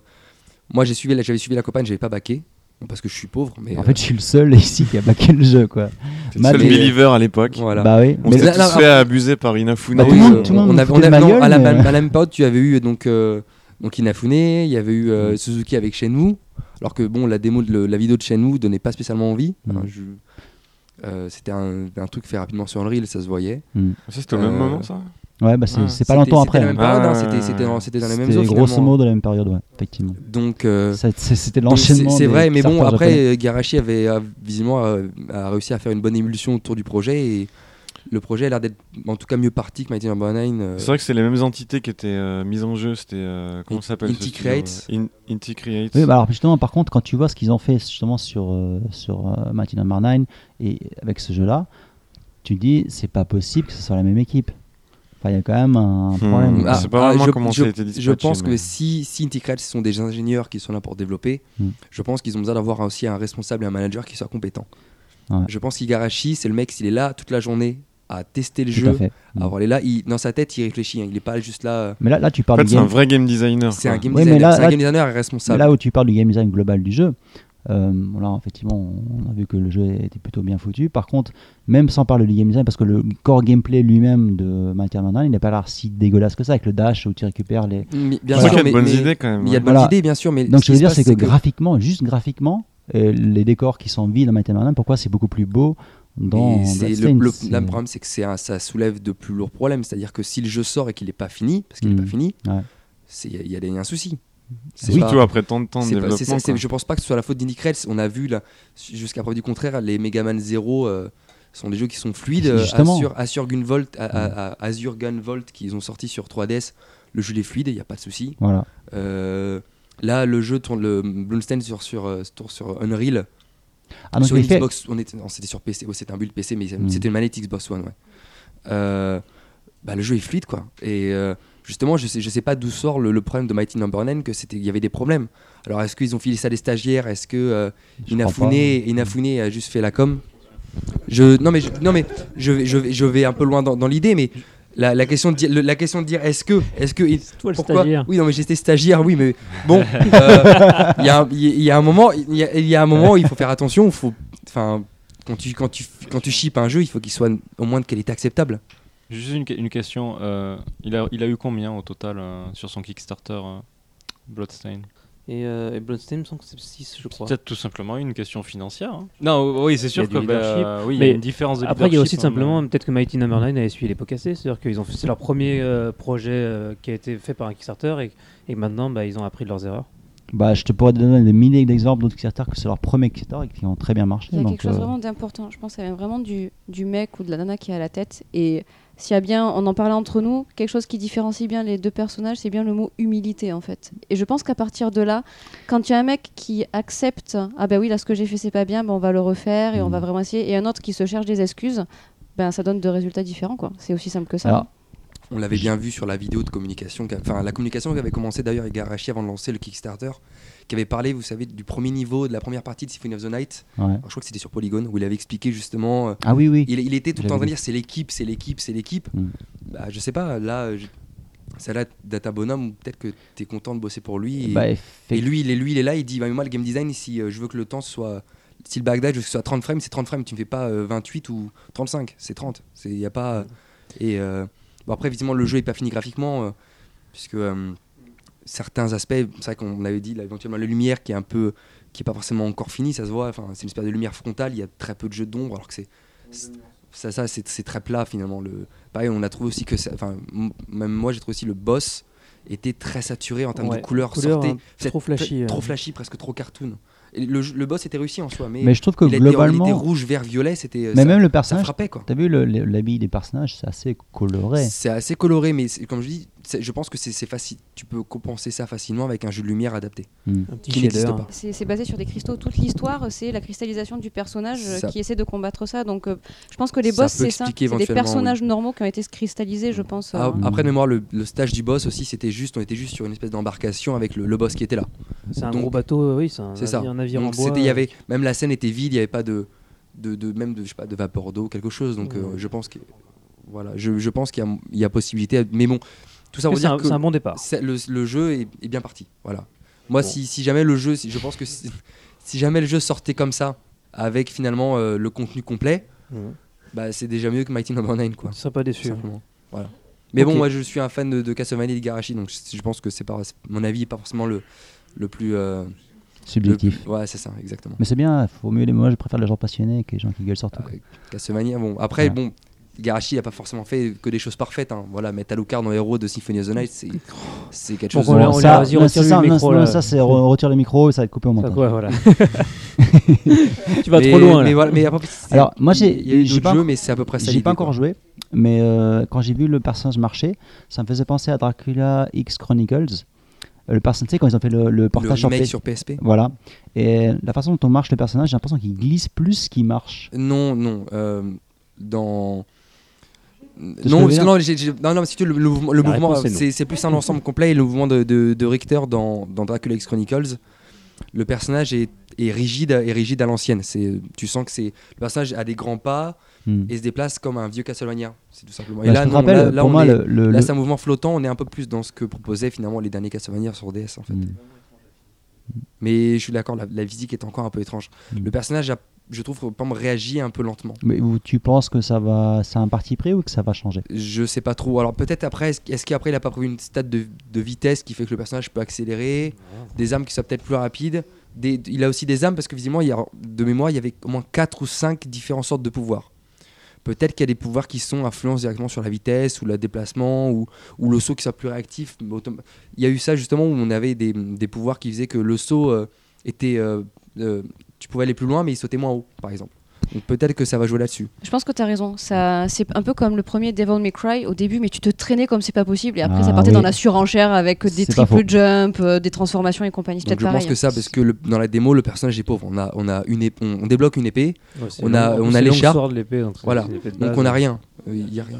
Speaker 5: moi, j'ai suivi la- j'avais suivi la campagne, j'avais pas baqué. Parce que je suis pauvre, mais. euh,
Speaker 1: En fait, je suis le seul ici qui a baqué le jeu, quoi.
Speaker 7: T'es le
Speaker 1: Matt
Speaker 7: seul
Speaker 5: est-
Speaker 7: believer à l'époque.
Speaker 5: euh, voilà.
Speaker 1: Bah oui.
Speaker 7: On
Speaker 1: Mais-
Speaker 7: s'est
Speaker 5: là,
Speaker 7: tous
Speaker 5: là,
Speaker 7: fait abuser par Inafune.
Speaker 1: Bah, tout
Speaker 5: oui,
Speaker 1: le monde-
Speaker 5: euh,
Speaker 1: tout le monde
Speaker 5: on
Speaker 1: nous
Speaker 5: avait-
Speaker 1: foutait de
Speaker 5: on
Speaker 1: ma
Speaker 5: avait- non,
Speaker 1: gueule,
Speaker 5: à, la
Speaker 1: mais-
Speaker 5: même, à la même période, tu avais eu donc, euh, donc Inafune, il y avait eu
Speaker 1: Mm.
Speaker 5: euh, Suzuki avec Shenmue, alors que bon, la démo, de le- la vidéo de Shenmue donnait pas spécialement envie.
Speaker 1: Mm.
Speaker 5: Enfin, je- euh, c'était un, un truc fait rapidement sur Unreal, ça se voyait.
Speaker 1: Mm.
Speaker 7: Ça, c'était au même
Speaker 5: Euh,
Speaker 7: moment, ça
Speaker 1: Ouais, bah c'est
Speaker 7: Ouais,
Speaker 1: c'est pas
Speaker 5: C'était-
Speaker 1: longtemps
Speaker 5: c'était
Speaker 1: après.
Speaker 5: la
Speaker 1: hein.
Speaker 5: même période,
Speaker 7: Ah,
Speaker 5: hein,
Speaker 7: ouais,
Speaker 5: C'était
Speaker 7: ouais,
Speaker 5: c'était dans, c'était dans les mêmes eaux
Speaker 1: C'était grosso
Speaker 5: finalement.
Speaker 1: modo la même période, ouais, effectivement.
Speaker 5: Donc, euh,
Speaker 1: Ça- c'est- C'était
Speaker 5: donc c'est
Speaker 1: l'enchaînement.
Speaker 5: c'est
Speaker 1: des
Speaker 5: vrai, mais bon,
Speaker 1: surfeurs
Speaker 5: après,
Speaker 1: japonais.
Speaker 5: euh, Garashi avait euh, visiblement euh, a réussi à faire une bonne émulsion autour du projet et le projet a l'air d'être en tout cas mieux parti que Mighty Number 9. euh,
Speaker 7: C'est vrai que c'est les mêmes entités qui étaient euh, mises en jeu. C'était. euh, comment ça s'appelle ce
Speaker 5: Inti
Speaker 7: studio,
Speaker 5: Creates.
Speaker 7: euh, In- Inti Creates.
Speaker 1: Oui, bah alors justement, par contre, quand tu vois ce qu'ils ont fait justement sur, euh, sur euh, Mighty Number 9 et avec ce jeu-là, tu te dis, c'est pas possible que ce soit la même équipe. Enfin, il y a quand même un
Speaker 7: Hmm.
Speaker 1: problème.
Speaker 7: Ah, c'est pas vraiment comment ça a été
Speaker 5: Je
Speaker 7: dispatché,
Speaker 5: pense
Speaker 7: mais-
Speaker 5: que si, si Integral, ce sont des ingénieurs qui sont là pour développer,
Speaker 1: Mm.
Speaker 5: je pense qu'ils ont besoin d'avoir aussi un responsable et un manager qui soit compétent.
Speaker 1: Ouais.
Speaker 5: Je pense qu'Igarashi, c'est le mec, s'il est là toute la journée à tester le
Speaker 1: Tout à
Speaker 5: jeu,
Speaker 1: fait.
Speaker 5: à avoir les là, il- dans sa tête, il réfléchit, hein, il n'est pas juste là. euh,
Speaker 1: Mais là, là tu
Speaker 7: En
Speaker 1: parles
Speaker 7: fait,
Speaker 1: du
Speaker 7: c'est un
Speaker 1: game-
Speaker 7: vrai game designer.
Speaker 5: C'est
Speaker 7: quoi.
Speaker 5: un game
Speaker 1: Ouais, mais
Speaker 5: designer,
Speaker 1: là-
Speaker 5: c'est un
Speaker 1: là-
Speaker 5: game designer et
Speaker 1: Mais
Speaker 5: responsable.
Speaker 1: là où tu parles du game design global du jeu, euh, là effectivement on a vu que le jeu était plutôt bien foutu. Par contre, même sans parler du game design, parce que le core gameplay lui-même de Mighty Number 9, il n'a pas l'air si dégueulasse que ça, avec le dash où tu récupères
Speaker 5: Mm,
Speaker 1: les.
Speaker 5: bien
Speaker 7: C'est vrai
Speaker 5: sûr,
Speaker 7: qu'il y a de
Speaker 5: mais-
Speaker 7: bonnes
Speaker 5: mais-
Speaker 7: idées quand même.
Speaker 5: Il y a
Speaker 7: ouais.
Speaker 5: de bonnes
Speaker 1: Voilà.
Speaker 5: idées, bien sûr, mais
Speaker 1: Donc
Speaker 5: ce
Speaker 1: je
Speaker 5: qui
Speaker 1: veux
Speaker 5: se
Speaker 1: dire,
Speaker 5: passe,
Speaker 1: c'est que, graphiquement, juste graphiquement, euh, les décors qui sont vides dans Mighty Number 9, pourquoi c'est beaucoup plus beau dans.
Speaker 5: Et c'est le,
Speaker 1: Bloodstained,
Speaker 5: le-
Speaker 1: c'est-
Speaker 5: là, le problème, c'est que c'est un- ça soulève de plus lourds problèmes. C'est-à-dire que si le jeu sort et qu'il n'est pas fini, parce qu'il n'est
Speaker 1: Mm.
Speaker 5: pas fini,
Speaker 1: Ouais.
Speaker 5: c'est- il y a- il y, a des- un souci. C'est pas-
Speaker 7: Surtout après tant de temps de
Speaker 5: C'est pas- c'est ça,
Speaker 7: développement.
Speaker 5: c'est-
Speaker 7: quoi.
Speaker 5: je pense pas que ce soit la faute d'Indy Krell. On a vu là, jusqu'à preuve du contraire, les Megaman Zero euh, sont des jeux qui sont fluides. euh,
Speaker 1: Justement.
Speaker 5: Azure, Azure Gunvolt, à- à- à- Azure Gunvolt qu'ils ont sorti sur 3DS, le jeu il est fluide, il n'y a pas de souci.
Speaker 1: Voilà.
Speaker 5: Euh, là, le jeu tourne, le Bloomstein sur, sur, euh, tourne sur Unreal.
Speaker 1: Ah, donc
Speaker 5: sur
Speaker 1: il
Speaker 5: une
Speaker 1: fait-
Speaker 5: Xbox, on était, non, c'était sur PC, oh, c'était un build PC, mais
Speaker 1: Mm.
Speaker 5: c'était une manette Xbox One, ouais. Euh, bah, le jeu est fluide, quoi. Et euh, justement, je sais, je sais pas d'où sort le, le problème de Mighty Number 9, que c'était, il y avait des problèmes. Alors, est-ce qu'ils ont filé ça à des stagiaires Est-ce que euh,
Speaker 1: je crois
Speaker 5: Inafune,
Speaker 1: pas.
Speaker 5: Inafune a juste fait la com je, non mais je, non mais je vais, je vais, je vais un peu loin dans, dans l'idée, mais La, la question de dire, le- la question de dire est-ce que, est-ce que,
Speaker 4: C'est toi le
Speaker 5: pourquoi
Speaker 4: stagiaire.
Speaker 5: Oui, non, mais j'étais stagiaire, oui, mais bon, euh, il y, a un- il y a un moment, il y a, il y a un moment, où il faut faire attention, il faut, enfin, quand tu quand tu quand tu shippes un jeu, il faut qu'il soit au moins de qualité acceptable.
Speaker 9: Juste une, que- une question. euh, il, a, il a eu combien au total euh, sur son Kickstarter euh, Bloodstain
Speaker 4: Et, euh, et Bloodstain, il me semble que c'est 6, je crois.
Speaker 9: Peut-être tout simplement une question financière. hein. Non, oui, c'est
Speaker 4: Il y a
Speaker 9: sûr
Speaker 4: du
Speaker 9: que bah,
Speaker 5: euh,
Speaker 4: leadership,
Speaker 9: oui, il y a
Speaker 4: mais
Speaker 9: une différence de
Speaker 4: Après, il y a aussi
Speaker 9: leadership, hein,
Speaker 4: simplement, peut-être que Mighty Number 9 a essuyé les pots cassés. C'est-à-dire qu'ils ont fait, c'est leur premier euh, projet euh, qui a été fait par un Kickstarter et, et maintenant, bah, ils ont appris de leurs erreurs.
Speaker 1: Bah, je te pourrais te donner des milliers d'exemples d'autres Kickstarter que c'est leur premier Kickstarter et qui ont très bien marché.
Speaker 2: Il y a
Speaker 1: donc,
Speaker 2: quelque chose
Speaker 1: euh,
Speaker 2: vraiment d'important. Je pense que ça vient vraiment du, du mec ou de la nana qui est à la tête. Et s'il y a bien, on en parlait entre nous, quelque chose qui différencie bien les deux personnages, c'est bien le mot humilité en fait. Et je pense qu'à partir de là, quand il y a un mec qui accepte, ah ben oui, là ce que j'ai fait c'est pas bien, ben on va le refaire et on
Speaker 1: Mhm.
Speaker 2: va vraiment essayer, et un autre qui se cherche des excuses, ben ça donne deux résultats différents quoi. C'est aussi simple que ça.
Speaker 1: Alors,
Speaker 5: On l'avait bien vu sur la vidéo de communication, qu'a- enfin la communication qui avait commencé d'ailleurs avec Garachi avant de lancer le Kickstarter, qui avait parlé, vous savez, du premier niveau, de la première partie de Symphony of the Night.
Speaker 1: ouais.
Speaker 5: Alors, je crois que c'était sur Polygon où il avait expliqué justement. euh,
Speaker 1: Ah oui, oui.
Speaker 5: il, il était tout le
Speaker 1: J'avais
Speaker 5: temps en train de
Speaker 1: vu.
Speaker 5: dire c'est l'équipe, c'est l'équipe, c'est l'équipe.
Speaker 1: Mm.
Speaker 5: Bah, je sais pas, là, euh, je- ça là, Data Bonhomme, peut-être que t'es content de bosser pour lui. Et,
Speaker 1: Bah,
Speaker 5: et
Speaker 1: effectivement.
Speaker 5: lui, il est, lui, il est là, il dit bah, moi, le game design, si euh, je veux que le temps soit. Si le backdash soit 30 frames, c'est 30 frames, tu ne fais pas euh, 28 ou 35, c'est 30. Il n'y a pas. et euh, bon, après, évidemment, le jeu n'est pas fini graphiquement, euh, puisque euh, certains aspects, c'est vrai qu'on avait dit là, éventuellement la lumière qui est un peu. qui n'est pas forcément encore finie, ça se voit, enfin, c'est une espèce de lumière frontale, il y a très peu de jeux d'ombre, alors que c'est. c'est- Ça, ça c'est c'est très plat finalement. Le... Pareil, on a trouvé aussi que. ça- Enfin, m- même moi, j'ai trouvé aussi le boss était très saturé en termes
Speaker 4: Ouais,
Speaker 5: de couleurs
Speaker 4: couleurs,
Speaker 5: sortées.
Speaker 4: hein, trop flashy, euh.
Speaker 5: Trop flashy, presque trop cartoon. Et le, le boss était réussi en soi, mais,
Speaker 1: Mais je trouve que
Speaker 5: il, était, il était
Speaker 1: globalement,
Speaker 5: rouge, vert, violet, c'était. euh,
Speaker 1: mais
Speaker 5: ça-
Speaker 1: même le
Speaker 5: ça
Speaker 1: personnage,
Speaker 5: frappait quoi.
Speaker 1: t'as vu le- le- l'habit des personnages, c'est assez coloré.
Speaker 5: C'est assez coloré, mais c'est- comme je dis, c'est- je pense que c'est c'est facile. Tu peux compenser ça facilement avec un jeu de lumière adapté.
Speaker 4: Un petit
Speaker 5: Qui n'existe
Speaker 4: shader.
Speaker 5: pas.
Speaker 2: C'est c'est basé sur des cristaux. Toute l'histoire, c'est la cristallisation du personnage euh,
Speaker 5: Ça-
Speaker 2: qui essaie de combattre ça. Donc, euh, je pense que les
Speaker 5: Ça
Speaker 2: boss,
Speaker 5: peut
Speaker 2: c'est ça.
Speaker 5: expliquer
Speaker 2: C'est des
Speaker 5: éventuellement,
Speaker 2: personnages normaux qui ont été cristallisés, je pense. euh,
Speaker 5: Ah,
Speaker 4: hein.
Speaker 1: Mm.
Speaker 5: Après, de mémoire, le, le stage du boss aussi, c'était juste, on était juste sur une espèce d'embarcation avec le, le boss qui était là.
Speaker 4: C'est un
Speaker 5: Donc-
Speaker 4: gros bateau, euh, oui, c'est un,
Speaker 5: C'est ça.
Speaker 4: navi- un navire en
Speaker 5: Donc,
Speaker 4: bois. euh.
Speaker 5: c'était, il y avait même la scène était vide, il n'y avait pas de, de, de- même de, je sais pas, de vapeur d'eau, quelque chose. Donc, euh,
Speaker 4: Ouais.
Speaker 5: je pense que, voilà, je, je pense qu'il y a, il y a possibilité. Mais bon, tout ça
Speaker 4: Que
Speaker 5: pour
Speaker 4: C'est
Speaker 5: dire
Speaker 4: un,
Speaker 5: que
Speaker 4: c'est un bon départ.
Speaker 5: c'est- le, le jeu est, est bien parti. Voilà. Moi,
Speaker 4: Bon.
Speaker 5: si, si jamais le jeu, si- je pense que si, si jamais le jeu sortait comme ça, avec finalement euh, le contenu complet,
Speaker 4: Ouais.
Speaker 5: bah, c'est déjà mieux que Mighty Number 9 quoi.
Speaker 4: Je serais pas déçu.
Speaker 5: Simplement. Voilà. Mais
Speaker 4: Ok.
Speaker 5: bon, moi je suis un fan de, de Castlevania et de Garashi, donc je je pense que c'est pas c'est- mon avis, est pas forcément le le plus euh, le-
Speaker 1: Subjectif.
Speaker 5: ouais, c'est ça, exactement.
Speaker 1: Mais c'est bien, faut mieux les moi, je préfère les gens passionnés que les gens qui gueulent surtout.
Speaker 5: Euh, Castlevania, bon, après
Speaker 1: Ouais.
Speaker 5: bon, Garashi il a pas forcément fait que des choses parfaites. Hein. Voilà, mettre Alucard dans Héros de Symphony of the Night, c'est c'est quelque
Speaker 4: Bon,
Speaker 5: chose.
Speaker 4: on l'a- on l'a-
Speaker 1: ça,
Speaker 4: vas-y,
Speaker 1: non,
Speaker 4: retire
Speaker 1: c'est
Speaker 4: le
Speaker 1: ça, non,
Speaker 4: micro,
Speaker 1: non,
Speaker 4: là.
Speaker 1: ça, c'est re- retire le micro et ça va être coupé au
Speaker 4: Ça,
Speaker 1: montage.
Speaker 4: quoi, voilà. tu vas
Speaker 5: Mais-
Speaker 4: trop loin là.
Speaker 5: Mais voilà, mais après, c'est-
Speaker 1: Alors, moi, j'ai-
Speaker 5: il y a eu
Speaker 1: j'ai
Speaker 5: d'autres
Speaker 1: pas
Speaker 5: jeux,
Speaker 1: encore-
Speaker 5: mais c'est à peu près ça.
Speaker 1: J'ai
Speaker 5: l'idée,
Speaker 1: pas encore
Speaker 5: quoi.
Speaker 1: joué, mais euh, quand j'ai vu le personnage marcher, ça me faisait penser à Dracula X Chronicles. Euh, Le personnage, tu sais, quand ils ont fait le, le
Speaker 5: le
Speaker 1: portage
Speaker 5: remake
Speaker 1: P-
Speaker 5: sur PSP.
Speaker 1: Voilà. Et la façon dont on marche le personnage, j'ai l'impression qu'il glisse plus qu'il marche.
Speaker 5: Non, non. euh, dans.
Speaker 1: que
Speaker 5: Non,
Speaker 1: je veux
Speaker 5: parce que
Speaker 1: dire
Speaker 5: non, j'ai- j'ai- non, non, parce que le, le mouvement, le
Speaker 4: La
Speaker 5: mouvement,
Speaker 4: réponse est non.
Speaker 5: c'est c'est plus un ensemble complet. Et le mouvement de, de- de Richter dans, dans Dracula X Chronicles, le personnage est, est rigide, est rigide à l'ancienne. C'est, tu sens que c'est le personnage a des grands pas
Speaker 1: Hmm.
Speaker 5: et se déplace comme un vieux Castlevania. C'est tout simplement.
Speaker 1: Bah,
Speaker 5: et là,
Speaker 1: je te
Speaker 5: non,
Speaker 1: rappelle,
Speaker 5: là, là,
Speaker 1: pour
Speaker 5: on
Speaker 1: moi,
Speaker 5: est-
Speaker 1: le, le-
Speaker 5: là,
Speaker 1: le-
Speaker 5: c'est un mouvement flottant. On est un peu plus dans ce que proposaient finalement les derniers Castlevania sur DS. En fait.
Speaker 1: Mm.
Speaker 5: Mais je suis d'accord, la, la physique est encore un peu étrange.
Speaker 1: Mm.
Speaker 5: Le personnage, a- je trouve, par exemple, réagit un peu lentement.
Speaker 1: Mais où tu penses que ça va, c'est un parti pris ou que ça va changer
Speaker 5: Je sais pas trop. Alors peut-être après, est-ce est-ce qu'après il a pas prévu une stade de, de vitesse qui fait que le personnage peut accélérer, des armes qui soient peut-être plus rapides. Des, il a aussi des armes parce que visiblement, il y a, de mémoire, il y avait au moins 4 ou 5 différentes sortes de pouvoirs. Peut-être qu'il y a des pouvoirs qui sont influencés directement sur la vitesse ou le déplacement ou, ou le saut qui soit plus réactif. mais autom- Il y a eu ça justement où on avait des, des pouvoirs qui faisaient que le saut euh, était. euh, euh, tu pouvais aller plus loin mais il sautait moins haut par exemple. Donc peut-être que ça va jouer là-dessus.
Speaker 2: Je pense que tu as raison. Ça, c'est un peu comme le premier Devil May Cry au début, mais tu te traînais comme c'est pas possible, et après ça
Speaker 1: Ah
Speaker 2: partait
Speaker 1: oui.
Speaker 2: dans la surenchère avec des
Speaker 1: C'est pas
Speaker 2: triple jumps, euh, des transformations et compagnie. C'est
Speaker 5: Donc
Speaker 2: peut-être
Speaker 5: je pense
Speaker 2: pareil. hein.
Speaker 5: que ça, parce que le- dans la démo, le personnage est pauvre. On a, on a une ép- on, on débloque une épée,
Speaker 4: Ouais, c'est
Speaker 5: on
Speaker 4: long.
Speaker 5: a-
Speaker 4: En plus,
Speaker 5: on a
Speaker 4: c'est
Speaker 5: l'écharpe.
Speaker 4: long sort de l'épée, donc c'est-
Speaker 5: Voilà.
Speaker 4: c'est l'épée de
Speaker 5: donc
Speaker 4: base. hein.
Speaker 5: on a rien. Euh, Il y a rien.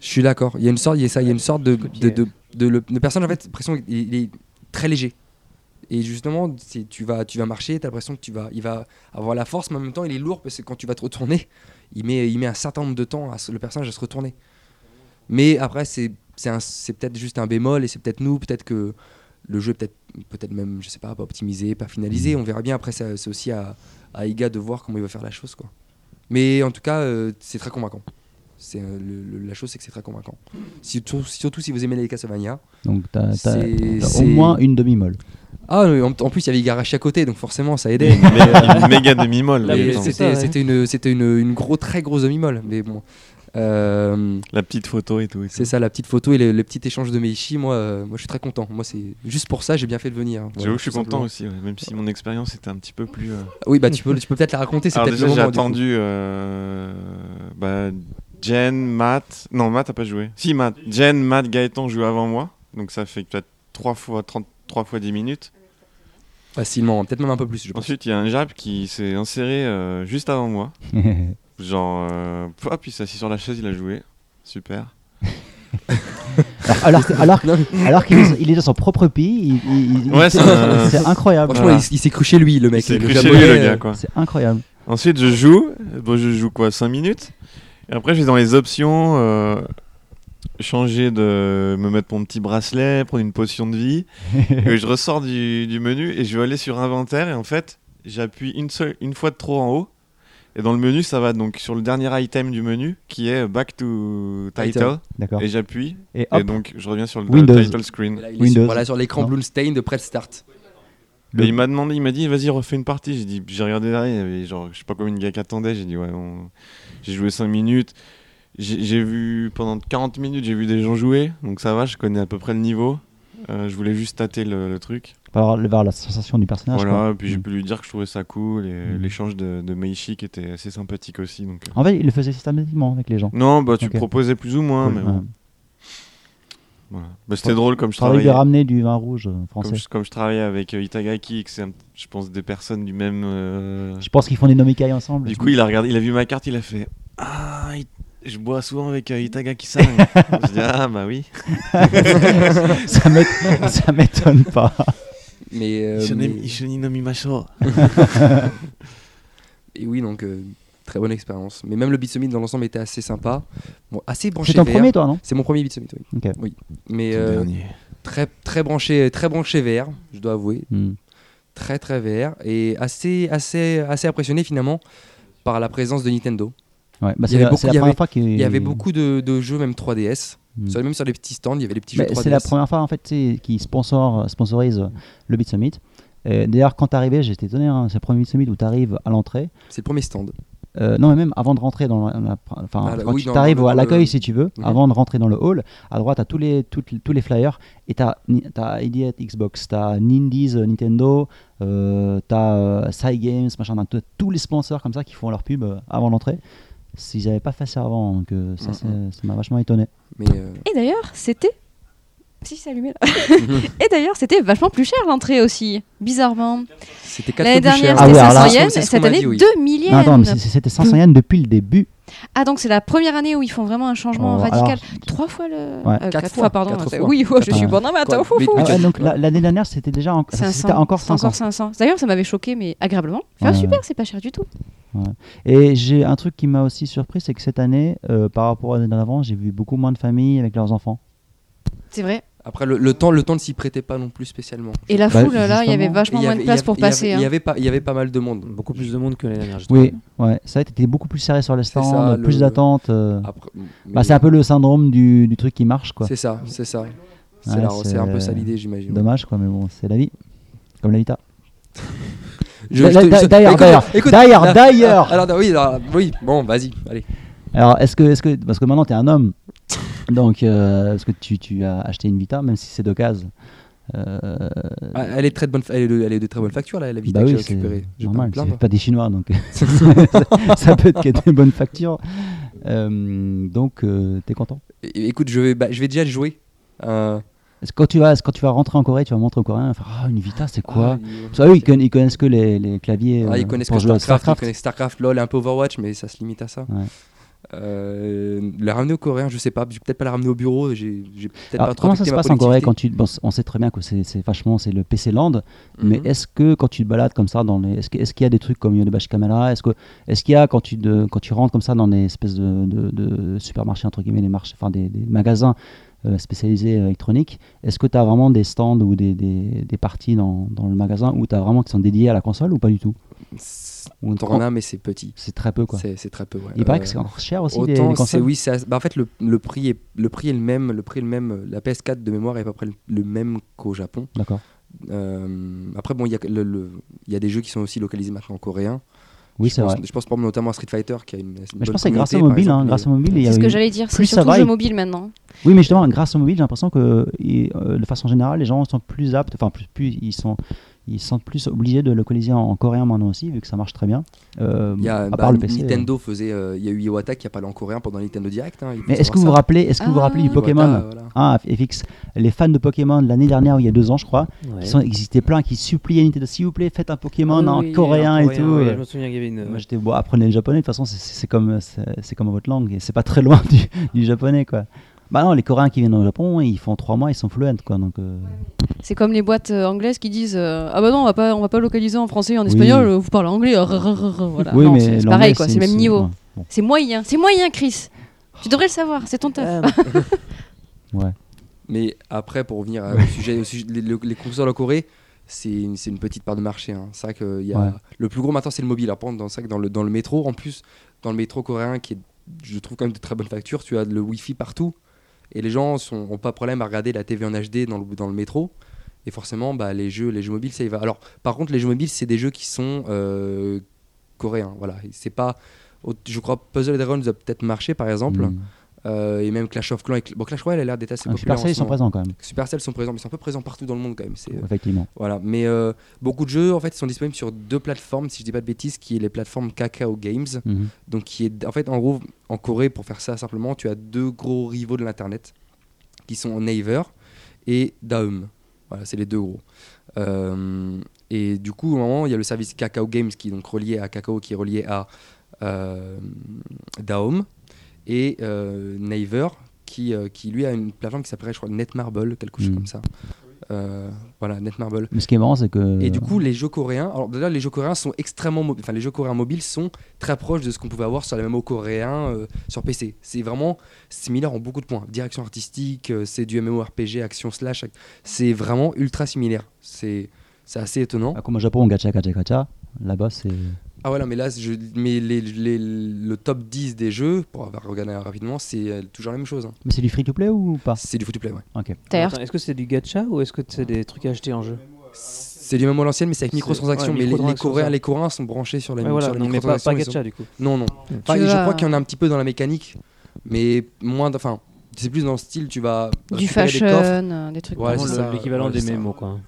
Speaker 5: Je suis d'accord. Il y a une sorte, il y a ça, il y a une sorte de, de, de- de- le, le personnage en fait, l'impression qu'il- il, est très léger. Et justement, si tu vas, tu vas marcher, t'as l'impression que tu vas, il va avoir la force, mais en même temps, il est lourd parce que quand tu vas te retourner, il met, il met un certain nombre de temps à se- le personnage à se retourner. Mais après, c'est c'est un- c'est peut-être juste un bémol et c'est peut-être nous, peut-être que le jeu est peut-être peut-être même, je sais pas, pas optimisé, pas
Speaker 1: Mm.
Speaker 5: finalisé. On verra bien. Après, ça- c'est aussi à, à Iga de voir comment il va faire la chose. Quoi. Mais en tout cas, euh, c'est très convaincant. C'est euh, le- le- la chose, c'est que c'est très convaincant. Surtout, surtout si vous aimez les Castlevania.
Speaker 1: Donc t'as t'as-
Speaker 5: C'est-
Speaker 1: t'as au
Speaker 5: c'est-
Speaker 1: moins une demi-molle.
Speaker 5: Ah, oui, en, en plus, il y avait Igarashi à côté, donc forcément, ça aidait.
Speaker 7: Une mé- une méga demi-molle.
Speaker 4: Là,
Speaker 7: mais
Speaker 4: mais
Speaker 7: attends.
Speaker 4: c'est-
Speaker 5: C'était
Speaker 4: ouais.
Speaker 5: c'était une, c'était une, une gros, très grosse demi-molle. Mais bon. Euh,
Speaker 7: La petite photo et tout. et tout.
Speaker 5: c'est ça, la petite photo et le, le petit échange de Meishi. Moi, euh, moi, je suis très content. Moi, c'est juste pour ça, j'ai bien fait de venir. Voilà,
Speaker 7: J'avoue que je suis
Speaker 5: hein, tout
Speaker 7: content
Speaker 5: simplement.
Speaker 7: aussi, ouais, même si mon expérience était un petit peu plus. euh,
Speaker 5: Oui, bah, tu peux, tu peux peut-être la raconter. C'est
Speaker 7: Alors
Speaker 5: peut-être
Speaker 7: déjà,
Speaker 5: le
Speaker 7: j'ai
Speaker 5: moment. du coup.
Speaker 7: attendu euh, bah, Jen, Matt. Non, Matt a pas joué. Si, Matt. Jen, Matt, Gaëtan jouent avant moi. Donc ça fait peut-être 3 fois, 30, 3 fois 10 minutes.
Speaker 5: Facilement, hein, peut-être même un peu plus, je pense.
Speaker 7: Ensuite, il y a un Jap qui s'est inséré euh, juste avant moi.
Speaker 1: T'as
Speaker 7: Genre, euh, hop, il s'est assis sur la chaise, il a joué. Super.
Speaker 1: Alors, alors, alors qu'il est, il est dans son propre pays, il- il- il-
Speaker 7: Ouais,
Speaker 1: c'est
Speaker 7: c'est un-
Speaker 1: c'est incroyable.
Speaker 5: Franchement,
Speaker 7: Voilà.
Speaker 5: il, il s'est cru chez lui, le mec.
Speaker 7: C'est
Speaker 5: le
Speaker 7: cru chez lui,
Speaker 5: Japonais,
Speaker 7: le
Speaker 5: euh,
Speaker 7: gars, quoi.
Speaker 1: C'est incroyable.
Speaker 7: Ensuite, je joue. Bon, je joue quoi 5 minutes. Et après, je vais dans les options. euh, changer de. me mettre mon petit bracelet, prendre une potion de vie. et je ressors du, du menu et je vais aller sur inventaire. Et en fait, j'appuie une, seule, une fois de trop en haut. Et dans le menu, ça va donc sur le dernier item du menu qui est Back to Title.
Speaker 1: D'accord.
Speaker 7: Et j'appuie.
Speaker 1: Et
Speaker 7: Et
Speaker 1: hop,
Speaker 7: donc, je reviens sur le
Speaker 1: Windows.
Speaker 7: title
Speaker 5: et
Speaker 7: screen.
Speaker 5: là, il est
Speaker 1: Windows.
Speaker 5: sur- voilà, sur l'écran
Speaker 1: Non.
Speaker 5: Bloomstein de Press Start.
Speaker 1: Le-
Speaker 7: Et il m'a demandé, il m'a dit, vas-y, refais une partie. J'ai dit, j'ai regardé derrière, il y avait genre, je sais pas combien de gars qui attendaient. J'ai dit, ouais, on- j'ai joué 5 minutes. J'ai j'ai vu, pendant 40 minutes, j'ai vu des gens jouer. Donc ça va, je connais à peu près le niveau. Euh, je voulais juste tâter le, le truc.
Speaker 1: par, vers la sensation du personnage.
Speaker 7: voilà,
Speaker 1: quoi.
Speaker 7: et puis j'ai pu lui dire que je trouvais ça cool. Et
Speaker 1: Mm.
Speaker 7: l'échange de, de Meishi qui était assez sympathique aussi. Donc... euh.
Speaker 1: En fait, il le faisait systématiquement avec les gens.
Speaker 7: Non, bah tu
Speaker 1: Ok.
Speaker 7: proposais plus ou moins,
Speaker 1: Ouais,
Speaker 7: mais
Speaker 1: ouais.
Speaker 7: bon, voilà. Bah, c'était
Speaker 1: Tra-
Speaker 7: drôle comme je
Speaker 1: Je travaille de
Speaker 7: travaillais.
Speaker 1: ramener du vin rouge euh, français.
Speaker 7: Comme je, comme je travaillais avec euh, Itagaki, et que c'est, un- je pense, des personnes du même. euh,
Speaker 1: Je pense qu'ils font des nomikai ensemble.
Speaker 7: Du coup, il a regardé, il a vu ma carte, il a fait Ah, It- je bois souvent avec euh, Itagaki-san. je dis Ah, bah oui.
Speaker 1: ça m'ét- ça m'étonne pas.
Speaker 5: Mais, euh, mais-
Speaker 7: Macho.
Speaker 5: Et oui, donc, euh, très bonne expérience. Mais même le Beat Summit dans l'ensemble était assez sympa. Bon, assez branché
Speaker 1: C'est ton
Speaker 5: VR.
Speaker 1: premier, toi, hein non
Speaker 5: C'est mon premier Beat Summit, oui.
Speaker 1: Ok.
Speaker 5: Oui. Mais euh, très, très, branché, très branché VR, je dois avouer.
Speaker 1: Hmm.
Speaker 5: Très, très VR. Et assez, assez, assez impressionné finalement par la présence de Nintendo.
Speaker 1: Ouais,
Speaker 5: Il
Speaker 1: bah,
Speaker 5: y
Speaker 1: c'est
Speaker 5: avait
Speaker 1: la,
Speaker 5: beaucoup-
Speaker 1: c'est la
Speaker 5: il y
Speaker 1: première
Speaker 5: avait-
Speaker 1: fois qu'il
Speaker 5: Il y avait beaucoup de, de jeux, même 3DS.
Speaker 1: Hmm.
Speaker 5: Sur, même sur les petits stands, il y avait les petits
Speaker 1: Bah,
Speaker 5: jeux 3DS.
Speaker 1: c'est la première fois en fait tu sais, qui sponsor, sponsorise euh, le Beat Summit. Euh, D'ailleurs, quand t'es arrivé, j'étais étonné, hein, c'est le premier Beat Summit où t'arrives à l'entrée.
Speaker 5: C'est le premier stand.
Speaker 1: Euh, non, mais même avant de rentrer dans la- la- enfin,
Speaker 5: Ah, là,
Speaker 1: quand
Speaker 5: oui,
Speaker 1: tu
Speaker 5: dans-
Speaker 1: t'arrives
Speaker 5: dans-
Speaker 1: à
Speaker 5: dans
Speaker 1: l'accueil
Speaker 5: le-
Speaker 1: si tu veux,
Speaker 5: Mhm.
Speaker 1: avant de rentrer dans le hall, à droite t'as tous les toutes- tous les flyers et t'as ni- t'as Idiot Xbox, t'as Nindies euh, Nintendo, euh, t'as euh, Cygames, machin, t'as tous les sponsors comme ça qui font leur pub euh, avant l'entrée. S'ils n'avaient pas fait ça avant, donc euh, ça
Speaker 5: Mhm.
Speaker 1: c'est- ça m'a vachement étonné.
Speaker 5: Mais euh,
Speaker 2: Et d'ailleurs, c'était. Si, c'est allumé là. Et d'ailleurs, c'était vachement plus cher l'entrée aussi, bizarrement.
Speaker 5: c'était 4
Speaker 2: L'année dernière,
Speaker 1: Ah
Speaker 2: c'était
Speaker 1: oui, alors là-
Speaker 2: 500
Speaker 1: Ah,
Speaker 2: yens, cette année, 2000
Speaker 1: Non, attends, mais
Speaker 2: yens.
Speaker 1: c'est- c'était 500 yens depuis le début.
Speaker 2: Ah, donc c'est la première année où ils font vraiment un changement
Speaker 1: Oh,
Speaker 2: radical.
Speaker 1: alors,
Speaker 2: Trois fois le.
Speaker 1: Ouais.
Speaker 2: euh,
Speaker 5: Quatre
Speaker 2: quatre
Speaker 5: fois,
Speaker 2: fois, pardon.
Speaker 5: quatre
Speaker 2: C'est-
Speaker 5: fois.
Speaker 2: Oui, ouais, je
Speaker 1: Quatre
Speaker 2: suis
Speaker 1: fois.
Speaker 2: bon. Non, mais attends,
Speaker 5: Quoi,
Speaker 2: fou,
Speaker 5: mais-
Speaker 2: fou.
Speaker 5: mais
Speaker 1: Ah
Speaker 5: tu-
Speaker 1: ouais, donc la- l'année dernière, c'était déjà en- ça-
Speaker 2: 500,
Speaker 1: c'était encore
Speaker 2: c'était
Speaker 1: 500.
Speaker 2: encore 500. D'ailleurs, ça m'avait choqué, mais agréablement. Fait, ah,
Speaker 1: Ouais.
Speaker 2: super, c'est pas cher du tout.
Speaker 1: Et j'ai un truc qui m'a aussi surpris, c'est que cette année, euh, par rapport à l'année d'avant, j'ai vu beaucoup moins de familles avec leurs enfants.
Speaker 2: C'est vrai.
Speaker 5: Après, le, le temps, le temps ne s'y prêtait pas non plus spécialement.
Speaker 2: Et la
Speaker 1: Bah,
Speaker 2: foule, là, il y avait
Speaker 1: justement.
Speaker 5: Et
Speaker 2: vachement
Speaker 5: il y
Speaker 2: moins
Speaker 5: avait-
Speaker 2: de
Speaker 5: il y
Speaker 2: place
Speaker 5: avait-
Speaker 2: pour
Speaker 5: il y avait-
Speaker 2: passer.
Speaker 5: Il y
Speaker 2: hein.
Speaker 5: avait pas, il y avait pas mal de monde.
Speaker 4: Beaucoup plus de monde que l'année dernière. je
Speaker 1: Oui,
Speaker 4: trouve.
Speaker 1: ouais, ça a été beaucoup plus serré sur les stands,
Speaker 5: ça,
Speaker 1: plus
Speaker 5: le-
Speaker 1: d'attentes. euh.
Speaker 5: Après,
Speaker 1: Bah, c'est un peu le syndrome du, du truc qui marche, quoi.
Speaker 5: C'est ça, c'est ça. C'est
Speaker 1: Ouais,
Speaker 5: la-
Speaker 1: c'est-
Speaker 5: c'est un peu ça l'idée, j'imagine.
Speaker 1: Dommage, quoi, mais bon, c'est la vie. Comme la vita.
Speaker 5: Je-
Speaker 1: D'a-
Speaker 5: je te-
Speaker 1: d'a-
Speaker 5: je-
Speaker 1: D'ailleurs,
Speaker 5: écoute,
Speaker 1: d'ailleurs,
Speaker 5: écoute,
Speaker 1: d'ailleurs,
Speaker 5: là-
Speaker 1: d'ailleurs.
Speaker 5: Alors, non, oui, alors, oui, bon, vas-y, allez.
Speaker 1: Alors, est-ce que, est que. Parce que maintenant, tu es un homme. Donc, euh, est-ce que tu, tu as acheté une Vita, même si c'est d'occasion euh,
Speaker 5: Ah, Elle est de très bonne, elle est de, elle est de très bonne facture là, la vie
Speaker 1: Bah
Speaker 5: que j'ai
Speaker 1: oui, c'est
Speaker 5: récupérée. Je vais pas me
Speaker 1: normal,
Speaker 5: plaindre.
Speaker 1: c'est pas des Chinois, donc ça- ça peut être qu'il y ait des bonnes factures. Euh, donc, euh, t'es content.
Speaker 5: É- Écoute, je vais, bah, je vais déjà jouer. Euh,
Speaker 1: Est-ce que Quand tu, vas, est-ce que quand tu vas rentrer en Corée, tu vas montrer aux Coréens, ils vont faire, ah, une Vita, c'est
Speaker 5: ah,
Speaker 1: quoi
Speaker 5: il-
Speaker 1: Parce que eux, ils, conna- ils connaissent que les, les claviers.
Speaker 5: Ah,
Speaker 1: euh,
Speaker 5: ils connaissent
Speaker 1: pour
Speaker 5: que
Speaker 1: jouer à
Speaker 5: Starcraft, ils connaissent Starcraft, LoL et un peu Overwatch, mais ça se limite à ça.
Speaker 1: Ouais.
Speaker 5: Euh, la ramener au coréen, je sais pas. J'ai peut-être pas la ramener au bureau. J'ai j'ai peut-être
Speaker 1: Alors,
Speaker 5: pas trop
Speaker 1: comment ça
Speaker 5: affecté
Speaker 1: se
Speaker 5: ma
Speaker 1: passe en Corée
Speaker 5: productivité.
Speaker 1: quand tu bon, c- on sait très bien que c'est c'est vachement c'est le PC Land
Speaker 5: Mhm.
Speaker 1: mais est-ce que quand tu te balades comme ça dans les est-ce que- est-ce qu'il y a des trucs comme Yonebash Camera est-ce que est-ce qu'il y a quand tu de- quand tu rentres comme ça dans les espèces de, de- de supermarchés entre guillemets les marchés enfin des, des magasins euh, spécialisés euh, électroniques est-ce que tu as vraiment des stands ou des, des, des parties dans, dans le magasin où tu as vraiment qui sont dédiées à la console ou pas du tout
Speaker 5: C'est-
Speaker 1: Ou-
Speaker 5: T'en as, mais c'est petit.
Speaker 1: Oh. c'est très peu quoi
Speaker 5: C'est c'est très peu. ouais.
Speaker 1: il paraît
Speaker 5: Euh,
Speaker 1: que c'est encore cher aussi les,
Speaker 5: Autant
Speaker 1: les
Speaker 5: c'est
Speaker 1: consoles
Speaker 5: oui, ça- bah, en fait le, le prix est le prix est le même, le prix est le même. La PS4 de mémoire est à peu près le, le même qu'au Japon.
Speaker 1: d'accord
Speaker 5: Euh, après bon, il y a le- le- il y a des jeux qui sont aussi localisés maintenant en coréen.
Speaker 1: oui
Speaker 5: Je
Speaker 1: c'est
Speaker 5: pense-
Speaker 1: vrai
Speaker 5: Je pense par exemple, notamment à Street Fighter qui a une. une
Speaker 1: mais je
Speaker 5: bonne
Speaker 1: pense que c'est grâce au
Speaker 5: communauté, par
Speaker 1: mobile hein,
Speaker 5: exemple, euh,
Speaker 1: grâce au mobile il y a
Speaker 2: C'est ce que
Speaker 1: eu-
Speaker 2: j'allais dire,
Speaker 1: plus
Speaker 2: c'est
Speaker 1: ça
Speaker 2: surtout
Speaker 1: va,
Speaker 2: le jeu
Speaker 1: il-
Speaker 2: mobile maintenant.
Speaker 1: Oui, mais justement, grâce au mobile, j'ai l'impression que et, euh, de façon générale, les gens sont plus aptes, enfin, plus, plus- ils sont ils sont plus obligés de localiser en, en coréen maintenant aussi, vu que ça marche très bien. Euh,
Speaker 5: Il y a,
Speaker 1: à
Speaker 5: bah,
Speaker 1: part le PC. euh.
Speaker 5: Nintendo faisait, euh, il y a eu Iwata qui a parlé en coréen pendant le Nintendo Direct. hein, il faut
Speaker 1: Mais est-ce que vous vous
Speaker 5: savoir
Speaker 1: rappelez, est-ce que vous vous rappelez du
Speaker 2: Ah.
Speaker 5: ça. Iwata,
Speaker 1: Pokémon
Speaker 5: voilà.
Speaker 1: Hein, FX, les fans de Pokémon de l'année dernière ou il y a deux ans, je crois,
Speaker 4: Ouais.
Speaker 1: qui sont existaient plein, qui suppliaient Nintendo, s'il vous plaît, faites un Pokémon
Speaker 4: Oui,
Speaker 1: en
Speaker 4: oui,
Speaker 1: coréen
Speaker 4: en
Speaker 1: et tout.
Speaker 4: oui,
Speaker 1: Euh,
Speaker 4: je me souviens qu'il y avait une.
Speaker 1: Moi j'étais bon, apprenez le japonais, de toute façon c'est- c'est c'est comme, euh, c'est c'est comme votre langue, et c'est pas très loin du, du japonais quoi. Bah non, les coréens qui viennent au Japon, ils font trois mois, ils sont fluents quoi, donc euh,
Speaker 2: C'est comme les boîtes euh, anglaises qui disent euh, Ah bah non, on va pas, on va pas localiser en français et en
Speaker 1: Oui.
Speaker 2: espagnol, euh, vous parlez anglais. euh, rrr, rrr, rrr, voilà.
Speaker 1: Oui,
Speaker 2: Non,
Speaker 1: mais
Speaker 2: c'est c'est
Speaker 1: l'anglais,
Speaker 2: pareil, quoi, c'est
Speaker 1: une-
Speaker 2: le même niveau.
Speaker 1: ouais, bon,
Speaker 2: C'est moyen, c'est moyen, Chris. Tu devrais le savoir, c'est ton taf.
Speaker 5: Mais après, pour revenir à- au sujet, au sujet- les, le- les consoles en Corée, c'est une, c'est une petite part de marché. hein. C'est vrai que il y a,
Speaker 1: Ouais.
Speaker 5: le plus gros maintenant, c'est le mobile. Alors, par exemple, dans, c'est vrai que dans, le, dans le métro, en plus, dans le métro coréen, qui est, je trouve quand même de très bonne facture, tu as le Wi-Fi partout. Et les gens n'ont pas de problème à regarder la TV en HD dans le, dans le métro. Et forcément, bah, les, jeux, les jeux mobiles, ça y va. Alors, par contre, les jeux mobiles, c'est des jeux qui sont euh, coréens. Voilà. Et C'est pas. au- Je crois Puzzle Dragons a peut-être marché, par exemple.
Speaker 1: hmm.
Speaker 5: Euh, et même Clash of Clans. et Cl- Bon, Clash Royale a l'air d'être assez
Speaker 1: Ah,
Speaker 5: populaire.
Speaker 1: Super
Speaker 5: en
Speaker 1: Saiyan, ils
Speaker 5: ce
Speaker 1: sont
Speaker 5: moment.
Speaker 1: présents quand même,
Speaker 5: Supercell sont présents, mais ils sont un peu présents partout dans le monde quand même. C'est,
Speaker 1: effectivement.
Speaker 5: voilà. Mais euh, beaucoup de jeux, en fait, sont disponibles sur deux plateformes, si je dis pas de bêtises, qui est les plateformes Kakao Games.
Speaker 1: Mhm.
Speaker 5: Mm-hmm. Donc, qui est, en fait, en gros, en Corée, pour faire ça simplement, tu as deux gros rivaux de l'Internet, qui sont Naver et Daum. Voilà, c'est les deux gros. Euh, et du coup, au moment, il y a le service Kakao Games qui est donc relié à Kakao, qui est relié à euh, Daum, et euh, Naver, qui, euh, qui lui a une plateforme qui s'appellerait, je crois, Netmarble, quelque chose
Speaker 1: Mhm.
Speaker 5: comme ça. Euh, voilà, Netmarble.
Speaker 1: Mais ce qui est marrant, c'est que.
Speaker 5: Et du coup, les jeux coréens, alors déjà, les jeux coréens sont extrêmement mobiles. Enfin, les jeux coréens mobiles sont très proches de ce qu'on pouvait avoir sur les MMO coréens euh, sur PC. C'est vraiment similaire en beaucoup de points. Direction artistique, euh, c'est du MMORPG, action slash. ac- C'est vraiment ultra similaire. C'est c'est assez étonnant.
Speaker 1: Ah, comme au Japon, on gacha, gacha, gacha. Là-bas, c'est.
Speaker 5: Ah voilà, mais là, je, mais les, les- le top 10 des jeux, pour avoir regardé rapidement, c'est euh, toujours la même chose. hein.
Speaker 1: Mais c'est du free to play ou pas
Speaker 5: C'est du free-to-play, ouais.
Speaker 2: Terre.
Speaker 4: Attends, Est-ce que c'est du gacha ou est-ce que c'est des trucs à acheter en jeu
Speaker 5: C'est du même à l'ancienne, mais c'est avec
Speaker 4: C'est-
Speaker 5: microtransactions.
Speaker 4: ouais,
Speaker 5: mais les- les,
Speaker 4: microtransactions,
Speaker 5: coréens,
Speaker 4: ça.
Speaker 5: les coréens sont branchés sur la
Speaker 4: Ouais, voilà,
Speaker 5: sur les
Speaker 4: non, mais pas, pas
Speaker 5: microtransactions, ils sont-
Speaker 4: gacha du coup.
Speaker 5: Non, non.
Speaker 4: Mm.
Speaker 5: Enfin,
Speaker 2: Tu
Speaker 5: je
Speaker 2: vas-
Speaker 5: crois qu'il y en a un petit peu dans la mécanique, mais moins. d'- Enfin, c'est plus dans le style, tu vas
Speaker 2: Du
Speaker 5: récupérer
Speaker 2: fashion,
Speaker 5: des coffres.
Speaker 2: euh, des trucs
Speaker 5: Ouais,
Speaker 2: comme
Speaker 5: c'est
Speaker 4: Vraiment
Speaker 2: ça.
Speaker 4: le-
Speaker 5: ça,
Speaker 4: l'équivalent
Speaker 5: ouais,
Speaker 4: des
Speaker 5: c'est ça.
Speaker 4: MMO quoi.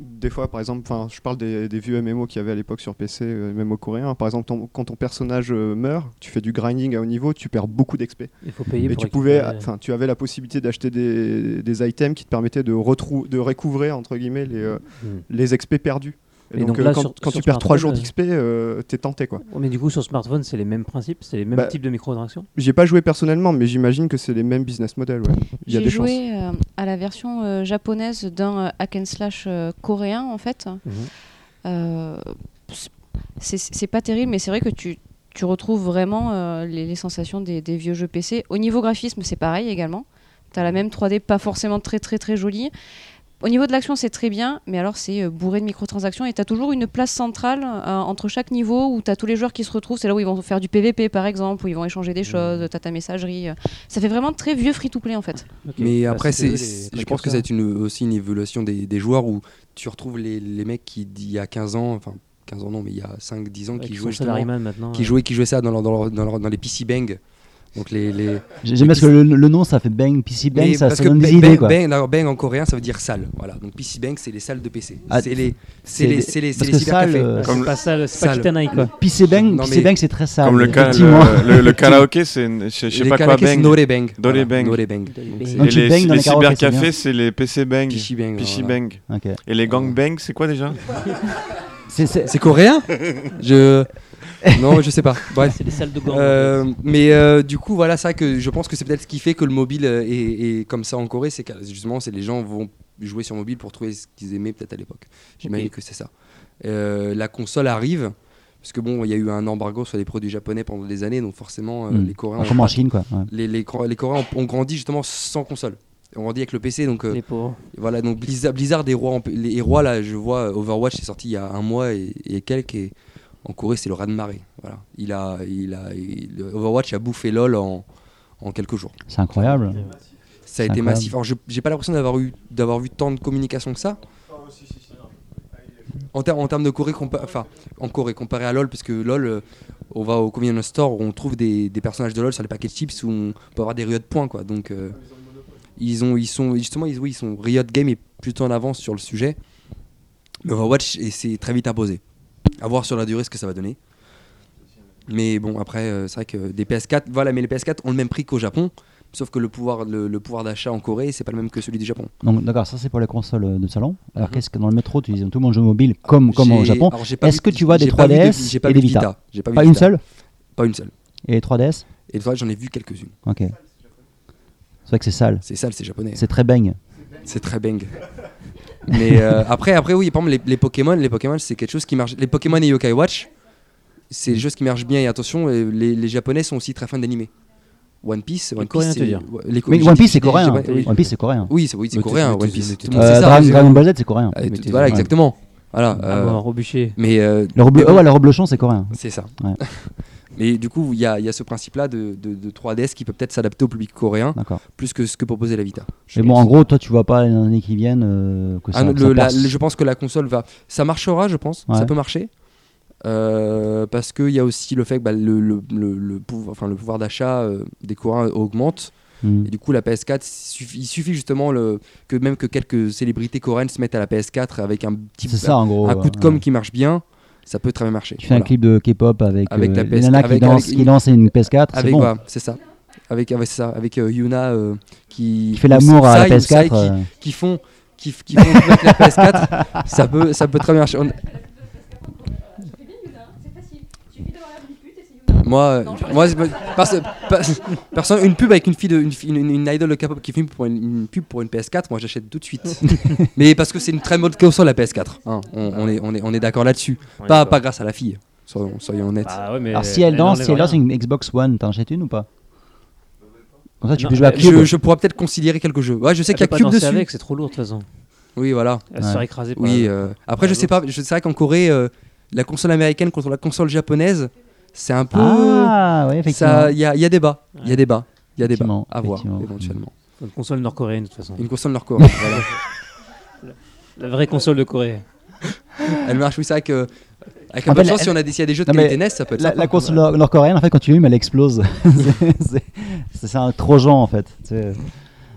Speaker 8: Des fois, par exemple, enfin, je parle des, des vieux MMO qu'il y avait à l'époque sur PC, euh, MMO coréen. Par exemple, ton- quand ton personnage euh, meurt, tu fais du grinding à haut niveau, tu perds beaucoup d'XP.
Speaker 4: Il faut payer
Speaker 8: Et
Speaker 4: pour
Speaker 8: tu pouvais,
Speaker 4: récupérer-
Speaker 8: enfin, tu avais la possibilité d'acheter des, des items qui te permettaient de, retrou- de recouvrer entre guillemets les, euh,
Speaker 4: Hmm.
Speaker 8: les XP perdus. Et,
Speaker 4: Et
Speaker 8: donc,
Speaker 4: donc
Speaker 8: euh,
Speaker 4: là,
Speaker 8: quand,
Speaker 4: sur-
Speaker 8: quand
Speaker 4: sur
Speaker 8: tu perds 3 jours
Speaker 4: smartphone,
Speaker 8: d'XP, euh, t'es tenté quoi.
Speaker 4: Ouais, mais du coup, sur smartphone, c'est les mêmes principes, c'est les mêmes
Speaker 8: Bah,
Speaker 4: types de microtransactions.
Speaker 8: J'y ai pas joué personnellement, mais j'imagine que c'est les mêmes business models. Ouais. Il y a
Speaker 2: J'ai
Speaker 8: des chances.
Speaker 2: joué euh, à la version euh, japonaise d'un euh, hack and slash euh, coréen en fait.
Speaker 4: Mhm.
Speaker 2: Euh, c'est- c'est pas terrible, mais c'est vrai que tu, tu retrouves vraiment euh, les, les sensations des, des vieux jeux PC. Au niveau graphisme, c'est pareil également. T'as la même 3D, pas forcément très très très jolie. Au niveau de l'action, c'est très bien, mais alors c'est euh, bourré de microtransactions et t'as toujours une place centrale euh, entre chaque niveau où t'as tous les joueurs qui se retrouvent. C'est là où ils vont faire du PVP par exemple, où ils vont échanger
Speaker 8: Mhm.
Speaker 2: des choses, t'as ta messagerie. euh. Ça fait vraiment très vieux free-to-play en fait.
Speaker 4: Ok.
Speaker 5: Mais
Speaker 4: Bah,
Speaker 5: après,
Speaker 4: eux,
Speaker 5: c'est,
Speaker 4: les
Speaker 5: c'est- je
Speaker 4: précurseurs.
Speaker 5: pense que c'est une, aussi une évolution des, des joueurs où tu retrouves les, les mecs qui, il y a 15 ans, enfin, 15 ans non, mais il y a 5-10 ans,
Speaker 4: Ouais,
Speaker 5: qui,
Speaker 4: qui
Speaker 5: jouaient
Speaker 4: jouent
Speaker 5: justement-
Speaker 4: salaryman maintenant.
Speaker 5: qui,
Speaker 4: euh.
Speaker 5: jouaient, qui jouaient ça dans, leur- dans, leur- dans, leur- dans les PC Bang. Donc les, les...
Speaker 1: J'ai- J'aime bien parce que le, le nom, ça fait bang, PC bang,
Speaker 5: Mais
Speaker 1: ça,
Speaker 5: parce
Speaker 1: ça
Speaker 5: que
Speaker 1: donne des
Speaker 5: bang,
Speaker 1: idées
Speaker 5: bang,
Speaker 1: quoi.
Speaker 5: bang, alors, bang en coréen, ça veut dire salle. Voilà. Donc PC Bang, c'est les salles de PC.
Speaker 1: Ah,
Speaker 5: c'est les,
Speaker 1: c'est
Speaker 5: c'est les,
Speaker 1: des-
Speaker 5: c'est les, euh, c'est
Speaker 1: parce
Speaker 5: les
Speaker 1: que
Speaker 5: cybercafés.
Speaker 1: euh, ça, le-
Speaker 4: C'est
Speaker 7: Comme-
Speaker 4: pas ça, c'est pas
Speaker 5: Sale.
Speaker 4: Kitanaï quoi.
Speaker 1: PC bang,
Speaker 5: Non,
Speaker 1: PC
Speaker 5: mais-
Speaker 1: bang, c'est très sale.
Speaker 7: Comme le, ca-
Speaker 1: effectivement.
Speaker 7: le, le- le karaoké, c'est une- je je sais
Speaker 5: Les
Speaker 7: pas quoi
Speaker 5: karaokés, c'est
Speaker 7: bang.
Speaker 5: Nore Bang.
Speaker 7: Nore
Speaker 5: Voilà,
Speaker 7: Bang.
Speaker 5: Nore Bang.
Speaker 4: Nore
Speaker 5: Donc, c'est-
Speaker 4: Bang.
Speaker 1: Donc, tu
Speaker 7: les
Speaker 1: bangs dans
Speaker 7: les
Speaker 1: les karaokés, c'est bien.
Speaker 7: cybercafés, c'est les PC bang.
Speaker 5: Pichi Bang.
Speaker 7: Pichi
Speaker 5: voilà.
Speaker 7: bang.
Speaker 1: Ok.
Speaker 7: Et les gang bang, c'est quoi déjà
Speaker 1: C'est- c'est-
Speaker 5: C'est coréen Je. Non, je sais pas. Bref.
Speaker 4: C'est les salles de gants.
Speaker 5: Euh, mais euh, du coup, voilà, ça que je pense que c'est peut-être ce qui fait que le mobile euh, est, est comme ça en Corée, c'est que justement, c'est les gens vont jouer sur mobile pour trouver ce qu'ils aimaient peut-être à l'époque. J'imagine
Speaker 4: Ok.
Speaker 5: que c'est ça. Euh, la console arrive. Parce que bon, il y a eu un embargo sur les produits japonais pendant des années, donc forcément euh,
Speaker 1: Mm.
Speaker 5: les Coréens,
Speaker 1: Comme
Speaker 5: ont,
Speaker 1: en Chine, quoi. ouais.
Speaker 5: les, les Cor- les Coréens ont, ont grandi justement sans console. On grandit avec le PC, donc euh,
Speaker 10: Les pauvres.
Speaker 5: voilà, donc Blizzard, Blizzard est roi en p- les rois, là, je vois euh, Overwatch est sorti il y a un mois et, et quelques, et en Corée, c'est le raz-de-marée. Voilà. Il a, il a, il- Overwatch a bouffé LoL en, en quelques jours.
Speaker 1: C'est incroyable.
Speaker 5: Ça a
Speaker 1: C'est
Speaker 5: été
Speaker 1: incroyable.
Speaker 5: massif. Alors, je- j'ai pas l'impression d'avoir eu, d'avoir vu tant de communication que ça. En, ter- en termes de Corée, compa- enfin, en Corée, comparé à LoL, parce que LoL, euh, on va au convenience store, on trouve des, des personnages de LoL sur les paquets de chips où on peut avoir des Riot points, quoi. Donc, euh, ils ont, ils sont, justement, ils, oui, ils sont Riot Game est plutôt en avance sur le sujet. Mais Overwatch, et c'est très vite imposé. À voir sur la durée ce que ça va donner. Mais bon, après, euh, c'est vrai que des PS4, voilà, mais les PS4 ont le même prix qu'au Japon, sauf que le pouvoir, le, le pouvoir d'achat en Corée, c'est pas le même que celui du Japon.
Speaker 1: Donc, d'accord, ça c'est pour les consoles euh, de salon. Alors,
Speaker 5: Mhm.
Speaker 1: qu'est-ce que dans le métro, tu disais tout le monde joue mobile comme, comme au
Speaker 5: J'ai-
Speaker 1: Japon
Speaker 5: alors, j'ai pas
Speaker 1: Est-ce
Speaker 5: vu-
Speaker 1: que tu vois des
Speaker 5: j'ai pas vu de-
Speaker 1: 3DS
Speaker 5: j'ai pas
Speaker 1: et
Speaker 5: vu
Speaker 1: des
Speaker 5: de
Speaker 1: Vita
Speaker 5: J'ai pas vu
Speaker 1: Pas
Speaker 5: de
Speaker 1: une
Speaker 5: Vita.
Speaker 1: seule
Speaker 5: Pas une seule.
Speaker 1: Et les 3DS
Speaker 5: Et toi, j'en ai vu quelques-unes.
Speaker 1: Ok. C'est vrai que c'est sale.
Speaker 5: C'est sale, c'est japonais.
Speaker 1: C'est très bang.
Speaker 5: C'est très bang. Mais euh, après, après, oui, par exemple, les, les Pokémon, les Pokémon, c'est quelque chose qui marche. Les Pokémon et Yokai Watch, c'est des choses qui marchent bien. Et attention, euh, les, les Japonais sont aussi très fans d'animé. One Piece, One
Speaker 4: Coréens,
Speaker 5: Piece,
Speaker 4: tu
Speaker 5: c'est-
Speaker 4: veux dire.
Speaker 5: ouais, les co-
Speaker 1: Mais
Speaker 5: j'ai-
Speaker 1: One Piece c'est
Speaker 5: j'ai- j'ai
Speaker 1: coréen.
Speaker 5: pas- oui.
Speaker 1: One Piece c'est coréen.
Speaker 5: Oui, c'est oui, c'est
Speaker 4: Mais t'es-
Speaker 5: coréen,
Speaker 4: mais
Speaker 5: One
Speaker 4: t'es-
Speaker 5: Piece.
Speaker 4: mais t'es-
Speaker 5: Tout le monde sait
Speaker 1: Euh,
Speaker 5: ça,
Speaker 1: Dragon,
Speaker 5: mais-
Speaker 1: Dragon Ball Z c'est coréen.
Speaker 5: Ah, et
Speaker 4: Mais
Speaker 5: tout-
Speaker 4: t'es-
Speaker 5: Voilà,
Speaker 4: ouais.
Speaker 5: exactement. Voilà.
Speaker 4: Ah,
Speaker 5: euh,
Speaker 4: bon, rebûcher.
Speaker 5: Mais euh,
Speaker 1: Le reblo- oh, ouais, le reblochon c'est coréen.
Speaker 5: c'est ça.
Speaker 1: Ouais.
Speaker 5: Mais du coup, il y, a il y a ce principe-là de, de- de 3DS qui peut peut-être s'adapter au public coréen
Speaker 1: D'accord.
Speaker 5: plus que ce que proposait la Vita. je
Speaker 1: Mais bon,
Speaker 5: pense.
Speaker 1: en gros, toi tu vois pas les années qui viennent euh, que ça,
Speaker 5: Ah,
Speaker 1: que
Speaker 5: non,
Speaker 1: ça
Speaker 5: le- la-
Speaker 1: perce.
Speaker 5: le- je pense que la console va. Ça marchera, je pense.
Speaker 1: Ouais.
Speaker 5: Ça peut marcher. Euh, parce qu'il y a aussi le fait que bah, le, le- le- le pouvoir, enfin, le pouvoir d'achat euh, des courants augmente.
Speaker 1: Mhm.
Speaker 5: Et du coup, la PS4, suffi- il suffit justement le, que même que quelques célébrités coréennes se mettent à la PS4 avec un petit
Speaker 1: C'est ça en gros.
Speaker 5: un coup
Speaker 1: ouais.
Speaker 5: de com qui marche bien, ça peut très bien marcher.
Speaker 1: Tu fais un
Speaker 5: Voilà.
Speaker 1: clip de K-pop avec,
Speaker 5: Avec
Speaker 1: euh,
Speaker 5: la
Speaker 1: les
Speaker 5: PS4,
Speaker 1: nanas qui
Speaker 5: avec-
Speaker 1: danse,
Speaker 5: avec
Speaker 1: qui
Speaker 5: une-
Speaker 1: danse une PS4. C'est
Speaker 5: Avec
Speaker 1: bon.
Speaker 5: voilà, c'est ça. Avec, avec ça, avec euh, Yuna euh, qui,
Speaker 1: Qui fait l'amour à la
Speaker 5: Sai- Sai
Speaker 1: PS4.
Speaker 5: qui-
Speaker 1: euh,
Speaker 5: qui font qui, f- qui font jouer avec la PS4, ça peut ça peut très bien marcher. On- Moi, euh, moi, c'est pas- parce- parce- personne, une pub avec une fille, de, une, fille- une, une idol de K-pop qui filme pour une, une pub pour une PS4, moi j'achète tout de suite. Mais parce que c'est une très bonne console la PS4. hein. On, on est, on est, on est d'accord là-dessus. Pas, pas grâce à la fille, soyons, soyons honnêtes.
Speaker 4: Bah ouais, mais
Speaker 1: Alors si elle danse,
Speaker 4: enlève
Speaker 1: si elle
Speaker 4: rien.
Speaker 1: danse une Xbox One, t'en achètes une ou pas Comme ça Ah, tu
Speaker 4: Non,
Speaker 1: peux jouer à
Speaker 4: elle-
Speaker 1: Cube.
Speaker 5: Euh, je, je pourrais peut-être considérer quelques jeux. Ouais, je sais
Speaker 4: Elle
Speaker 5: qu'il y a
Speaker 4: peut pas
Speaker 5: Cube
Speaker 4: danser
Speaker 5: dessus.
Speaker 4: avec, c'est trop lourd de toute façon.
Speaker 5: Oui, voilà.
Speaker 4: Elle se
Speaker 1: Ouais.
Speaker 4: fait écraser par
Speaker 5: Oui,
Speaker 4: la-
Speaker 5: euh, après, je sais pas, je- c'est vrai qu'en Corée, euh, la console américaine contre la console japonaise, c'est un peu.
Speaker 1: Ah ouais,
Speaker 5: ça-
Speaker 1: effectivement.
Speaker 5: Il y a, il y a débat. Il y a
Speaker 4: Ouais.
Speaker 5: débat. Il y a débat.
Speaker 1: Effectivement,
Speaker 5: À voir,
Speaker 1: effectivement.
Speaker 5: éventuellement.
Speaker 4: une console nord-coréenne de toute façon.
Speaker 5: Une console nord-coréenne. voilà.
Speaker 4: La vraie console de Corée.
Speaker 5: Elle marche, oui, c'est vrai que. Avec un
Speaker 1: En
Speaker 5: peu de
Speaker 1: fait,
Speaker 5: chance,
Speaker 1: la-
Speaker 5: si on a des, s'il y a des jeux de
Speaker 1: Non, mais
Speaker 5: qualité NES, ça peut être
Speaker 1: La,
Speaker 5: sympa.
Speaker 1: la console nord- nord-coréenne, en fait, quand tu l'allumes, elle explose. C'est- c'est- c'est un trojan, en fait. C'est-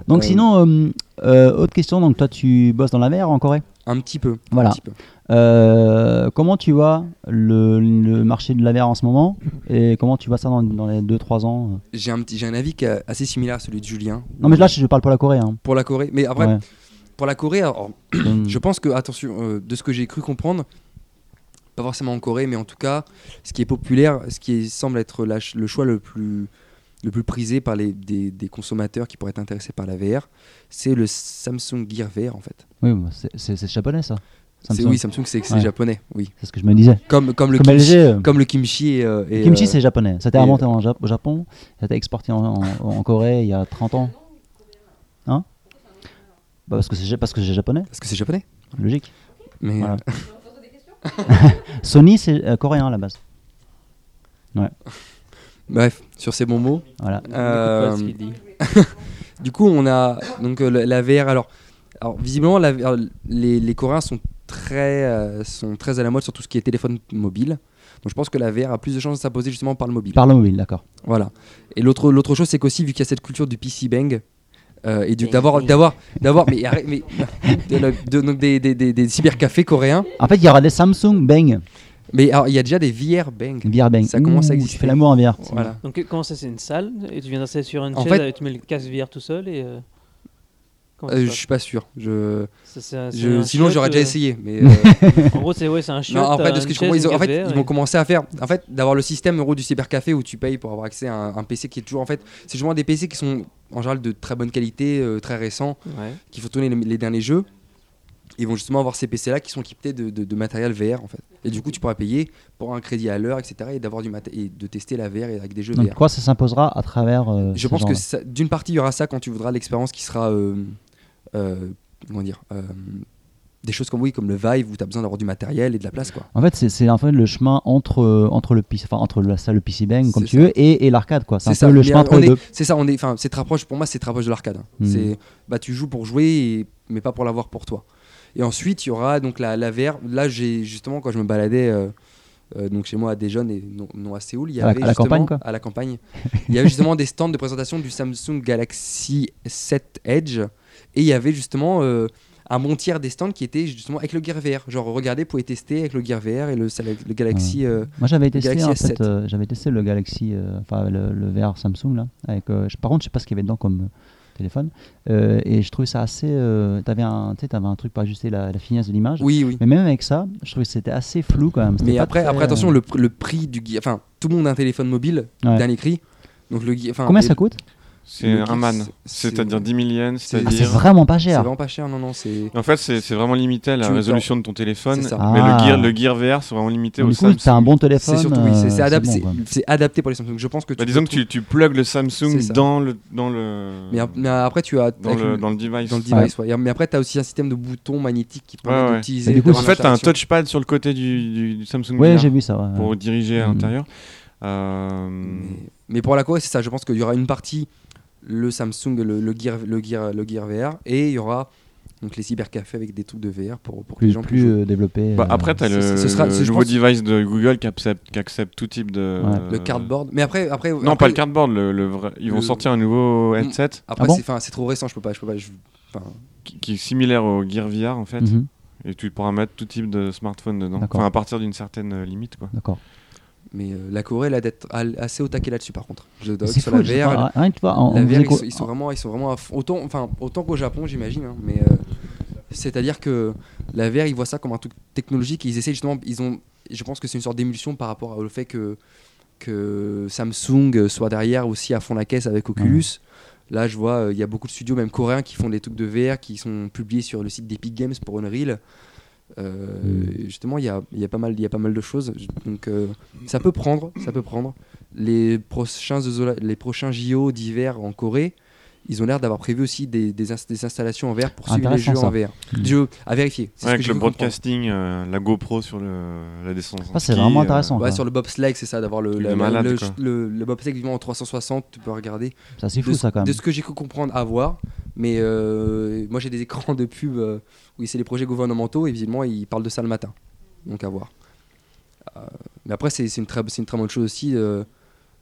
Speaker 1: Donc,
Speaker 5: Euh,
Speaker 1: sinon, euh, euh, autre question. Donc, toi, tu bosses dans la mer en Corée
Speaker 5: Un petit peu. un
Speaker 1: Voilà.
Speaker 5: petit peu.
Speaker 1: Euh, comment tu vois le, le marché de la mer en ce moment Et comment tu vois ça dans, dans les 2-3 ans
Speaker 5: J'ai un, petit- j'ai un avis qui est assez similaire à celui de Julien.
Speaker 1: Non, mais là, je, je parle pour la Corée. hein.
Speaker 5: Pour la Corée. Mais après,
Speaker 1: Ouais.
Speaker 5: pour la Corée, alors,
Speaker 1: Euh,
Speaker 5: Je pense que, attention, euh, de ce que j'ai cru comprendre, pas forcément en Corée, mais en tout cas, ce qui est populaire, ce qui est- semble être la ch- le choix le plus, le plus prisé par les, des, des consommateurs qui pourraient être intéressés par la VR, c'est le Samsung Gear VR en fait.
Speaker 1: Oui, bah, c'est- c'est c'est japonais, ça.
Speaker 5: C'est
Speaker 1: Samsung.
Speaker 5: oui, Samsung, c'est c'est
Speaker 1: Ouais.
Speaker 5: japonais, oui.
Speaker 1: C'est ce que je me disais.
Speaker 5: Comme, comme, le,
Speaker 1: Comme
Speaker 5: kimchi,
Speaker 1: LG. euh,
Speaker 5: comme le kimchi et, euh, et,
Speaker 1: Le kimchi,
Speaker 5: euh,
Speaker 1: c'est japonais. Ça a été
Speaker 5: et,
Speaker 1: inventé en Ja- au Japon, ça a été exporté en, en- en Corée il y a 30 ans. Hein Bah, parce que c'est ja- parce que c'est japonais,
Speaker 5: parce que c'est japonais.
Speaker 1: logique.
Speaker 5: Mais euh,
Speaker 1: Voilà. Sony, c'est euh, coréen à la base.
Speaker 5: bref, sur ces bons mots.
Speaker 1: Voilà.
Speaker 5: euh,
Speaker 4: On écoute pas ce qu'il dit.
Speaker 5: Du coup, on a donc euh, la- la VR. Alors, alors visiblement, la VR, les, les Coréens sont très, euh, sont très à la mode sur tout ce qui est téléphone mobile. Donc, je pense que la VR a plus de chances de s'imposer justement par le mobile.
Speaker 1: Par le mobile, d'accord.
Speaker 5: Voilà. Et l'autre, l'autre chose, c'est qu'aussi, vu qu'il y a cette culture du PC bang. euh, et du-
Speaker 10: Bang,
Speaker 5: d'avoir
Speaker 10: bang.
Speaker 5: d'avoir d'avoir mais, arrête, mais de la- de- donc des, des, des, des cybercafés coréens
Speaker 1: En fait, il y aura des Samsung Bang,
Speaker 5: mais alors, il y a déjà des VR bang
Speaker 1: VR Bang.
Speaker 5: Ça commence à
Speaker 1: Ouh,
Speaker 5: exister.
Speaker 1: Tu fais l'amour hein, en VR. c'est
Speaker 5: voilà
Speaker 10: Donc, comment ça, c'est une salle Et tu viens t'installer sur une
Speaker 5: En
Speaker 10: chaise
Speaker 5: fait-
Speaker 10: et tu mets le casque VR tout seul et. euh,
Speaker 4: Comment ça
Speaker 5: Euh,
Speaker 4: se
Speaker 5: je
Speaker 4: passe
Speaker 5: suis pas sûr. Je,
Speaker 4: C'est- c'est un-
Speaker 5: je-
Speaker 4: c'est un
Speaker 5: sinon,
Speaker 4: chiotte,
Speaker 5: j'aurais déjà
Speaker 4: euh,
Speaker 5: essayé. Mais euh,
Speaker 4: En gros, c'est ouais, c'est un chiotte.
Speaker 5: Non, en fait, de ce
Speaker 4: une
Speaker 5: que je
Speaker 4: chaise,
Speaker 5: comprends, ils, ont-
Speaker 4: une
Speaker 5: en fait,
Speaker 4: cafetière
Speaker 5: ils vont
Speaker 4: et-
Speaker 5: commencer à faire, en fait, d'avoir le système euro du cybercafé où tu payes pour avoir accès à un, un PC qui est toujours, en fait, c'est justement des PC qui sont en général de très bonne qualité, euh, très récents,
Speaker 4: Ouais.
Speaker 5: qui font tourner les, les derniers jeux. Ils vont justement avoir ces PC là qui sont équipés de, de- de matériel VR en fait. Et du coup, tu pourras payer pour un crédit à l'heure, etc. Et d'avoir du maté- et de tester la VR et avec des jeux
Speaker 1: Donc
Speaker 5: VR.
Speaker 1: quoi, ça s'imposera à travers. euh,
Speaker 5: Je
Speaker 1: ces
Speaker 5: pense que
Speaker 1: gens-là.
Speaker 5: ça- d'une partie, il y aura ça quand tu voudras l'expérience qui sera. euh, euh, comment dire euh, Des choses comme, oui, comme le Vive où tu as besoin d'avoir du matériel et de la place. quoi.
Speaker 1: En fait, c'est- c'est en fait le chemin entre euh, entre le PC, enfin entre la salle le PC Bang comme
Speaker 5: C'est
Speaker 1: tu
Speaker 5: ça.
Speaker 1: veux et, et l'arcade quoi. C'est un
Speaker 5: ça,
Speaker 1: peu le
Speaker 5: mais,
Speaker 1: chemin
Speaker 5: euh,
Speaker 1: entre
Speaker 5: on
Speaker 1: les
Speaker 5: est-
Speaker 1: deux.
Speaker 5: C'est ça, on est, enfin, c'est te rapproche- pour moi, c'est te rapproche de l'arcade. hein.
Speaker 1: Mhm.
Speaker 5: C'est, bah, tu joues pour jouer, et- mais pas pour l'avoir pour toi. Et ensuite, il y aura donc la, la VR. Là, j'ai justement quand je me baladais euh, euh, donc chez moi à Dijon et non, non à Séoul, il y
Speaker 1: À la-
Speaker 5: avait
Speaker 1: à la
Speaker 5: justement-
Speaker 1: campagne, quoi.
Speaker 5: à la campagne, il y avait justement des stands de présentation du Samsung Galaxy 7 Edge, et il y avait justement euh, un bon tiers des stands qui étaient justement avec le Gear VR. Genre, regardez, vous pouvez tester avec le Gear VR et le, le Galaxy. euh,
Speaker 1: Moi j'avais testé
Speaker 5: Galaxy
Speaker 1: en
Speaker 5: S7.
Speaker 1: fait, euh, j'avais testé le Galaxy, euh, enfin le, le VR Samsung là. Avec, euh, je- par contre, je sais pas ce qu'il y avait dedans comme euh, téléphone. Euh, et je trouvais ça assez. euh, t'avais un, tu sais, t'avais un truc pour ajuster la, la finesse de l'image.
Speaker 5: Oui, oui.
Speaker 1: Mais même avec ça, je trouvais que c'était assez flou quand même. C'était
Speaker 5: Mais
Speaker 1: pas
Speaker 5: après,
Speaker 1: très,
Speaker 5: après attention,
Speaker 1: euh,
Speaker 5: le, pr- le prix du gui- Enfin, tout le monde a un téléphone mobile,
Speaker 1: Ouais.
Speaker 5: dernier cri. Donc le gui- enfin,
Speaker 1: Combien
Speaker 5: et-
Speaker 1: ça coûte
Speaker 7: C'est
Speaker 5: Le
Speaker 7: un
Speaker 5: geek,
Speaker 7: man.
Speaker 5: c'est-
Speaker 7: C'est-à-dire 10 000 yens,
Speaker 5: c'est-
Speaker 1: Ah, C'est
Speaker 7: c'est-à-dire.
Speaker 1: vraiment pas
Speaker 5: C'est
Speaker 1: cher.
Speaker 5: vraiment pas cher, non, non, c'est.
Speaker 7: En fait, c'est c'est vraiment limité à la
Speaker 5: Tu-
Speaker 7: résolution de ton téléphone.
Speaker 5: C'est ça.
Speaker 7: Mais
Speaker 1: Ah.
Speaker 7: le, gear, le Gear VR, c'est vraiment limité
Speaker 1: Donc,
Speaker 7: au
Speaker 1: Du coup,
Speaker 7: Samsung.
Speaker 1: t'as un bon téléphone.
Speaker 5: C'est surtout, oui,
Speaker 1: euh,
Speaker 5: c'est- c'est adap-
Speaker 1: bon,
Speaker 5: c'est-
Speaker 1: quoi.
Speaker 5: c'est adapté pour les Samsung. Je pense que tu.
Speaker 7: Bah, disons que tu, tu plugues le Samsung
Speaker 5: C'est ça.
Speaker 7: dans le, dans le,
Speaker 5: Mais, ap- mais après, tu as.
Speaker 7: Euh, dans
Speaker 5: avec
Speaker 7: le,
Speaker 5: le-
Speaker 7: dans le device.
Speaker 5: dans le device, ouais. Mais après, tu as aussi un système de boutons magnétiques qui permet
Speaker 7: Ouais, ouais.
Speaker 5: d'utiliser.
Speaker 1: Et du coup,
Speaker 5: de
Speaker 7: en
Speaker 5: faire
Speaker 7: fait, t'as un
Speaker 5: l'interaction.
Speaker 7: touchpad sur le côté du, du- du Samsung
Speaker 1: Ouais,
Speaker 7: VR
Speaker 1: j'ai vu ça. ouais.
Speaker 7: pour diriger à
Speaker 1: Mhm.
Speaker 7: l'intérieur. Euh,
Speaker 5: Mais, mais pour la Corée, c'est ça. Je pense qu'il y aura une partie le Samsung, le, le Gear, le, Gear, le Gear VR, et il y aura donc les cybercafés avec des trucs de VR pour, pour que les
Speaker 1: Plus,
Speaker 5: gens puissent
Speaker 1: plus
Speaker 5: jouer.
Speaker 1: euh, développé.
Speaker 7: bah,
Speaker 1: euh,
Speaker 7: après, t'as
Speaker 5: c'est-
Speaker 7: le,
Speaker 5: ce sera-
Speaker 7: le
Speaker 5: c'est- je
Speaker 7: nouveau
Speaker 5: pense-
Speaker 7: device de Google qui accepte, qui accepte tout type de.
Speaker 1: Ouais.
Speaker 5: Le cardboard. Mais après, après
Speaker 7: Non,
Speaker 5: après-
Speaker 7: pas le cardboard. Le, le vrai- Ils vont
Speaker 5: Le- Hmm.
Speaker 7: sortir un nouveau headset
Speaker 5: Après,
Speaker 1: Ah bon
Speaker 5: c'est- enfin, c'est trop récent, je peux pas. Je peux pas je- enfin,
Speaker 7: qui, qui est similaire au Gear VR en fait.
Speaker 1: mhm,
Speaker 7: Et tu pourras mettre tout type de smartphone dedans.
Speaker 1: D'accord.
Speaker 7: Enfin, à partir d'une certaine euh, limite, quoi.
Speaker 1: D'accord.
Speaker 5: mais euh, la Corée, elle a d'être al- assez au taquet là-dessus, par contre. Je dois dire
Speaker 1: Mais C'est
Speaker 5: que
Speaker 1: fou.
Speaker 5: sur la
Speaker 1: je sais
Speaker 5: VR,
Speaker 1: pas, rien que tu vois, en-
Speaker 5: la
Speaker 1: en
Speaker 5: VR,
Speaker 1: faisait
Speaker 5: ils,
Speaker 1: quoi-
Speaker 5: sont, ils sont vraiment, ils sont vraiment à fond. autant, enfin, autant qu'au Japon, j'imagine. hein, mais euh, c'est-à-dire que la VR, ils voient ça comme un truc technologique. Et ils essaient justement, ils ont. Je pense que c'est une sorte d'émulsion par rapport au fait que que Samsung soit derrière aussi à fond la caisse avec Oculus. Là, je vois, euh, il y a beaucoup de studios, même coréens, qui font des trucs de VR qui sont publiés sur le site d'Epic Games pour Unreal. Euh,
Speaker 1: Mm.
Speaker 5: et Justement, il y a, il y a pas mal, il y a pas mal de choses. Je- Donc, euh, ça peut prendre, ça peut prendre. Les prochains, Zola- les prochains JO d'hiver en Corée, ils ont l'air d'avoir prévu aussi des, des, ins- des installations en VR pour suivre les
Speaker 1: Intéressant,
Speaker 5: jeux
Speaker 1: ça.
Speaker 5: en VR.
Speaker 1: Mm.
Speaker 5: Des jeux à vérifier. C'est ce que
Speaker 7: Avec
Speaker 5: j'ai
Speaker 7: le
Speaker 5: cru comprendre.
Speaker 7: broadcasting, euh, la GoPro sur le, la descente. en
Speaker 1: Ah, c'est
Speaker 7: ski,
Speaker 1: vraiment
Speaker 7: euh,
Speaker 1: intéressant.
Speaker 5: Ouais,
Speaker 1: quoi.
Speaker 5: sur le bobsleigh, c'est ça, d'avoir le,
Speaker 7: Truc
Speaker 5: la-
Speaker 7: de
Speaker 5: la-
Speaker 7: malade,
Speaker 5: le,
Speaker 7: quoi.
Speaker 5: le, le bobsleigh vivant en 360, tu peux regarder.
Speaker 1: Ça, c'est
Speaker 5: de,
Speaker 1: fou,
Speaker 5: ce-
Speaker 1: ça quand
Speaker 5: de
Speaker 1: même.
Speaker 5: ce que j'ai cru comprendre à voir. Mais euh, moi, j'ai des écrans de pub euh, où c'est les projets gouvernementaux et visiblement, ils parlent de ça le matin. Donc à voir. Euh, mais après, c'est c'est une, très- c'est une très bonne chose aussi euh,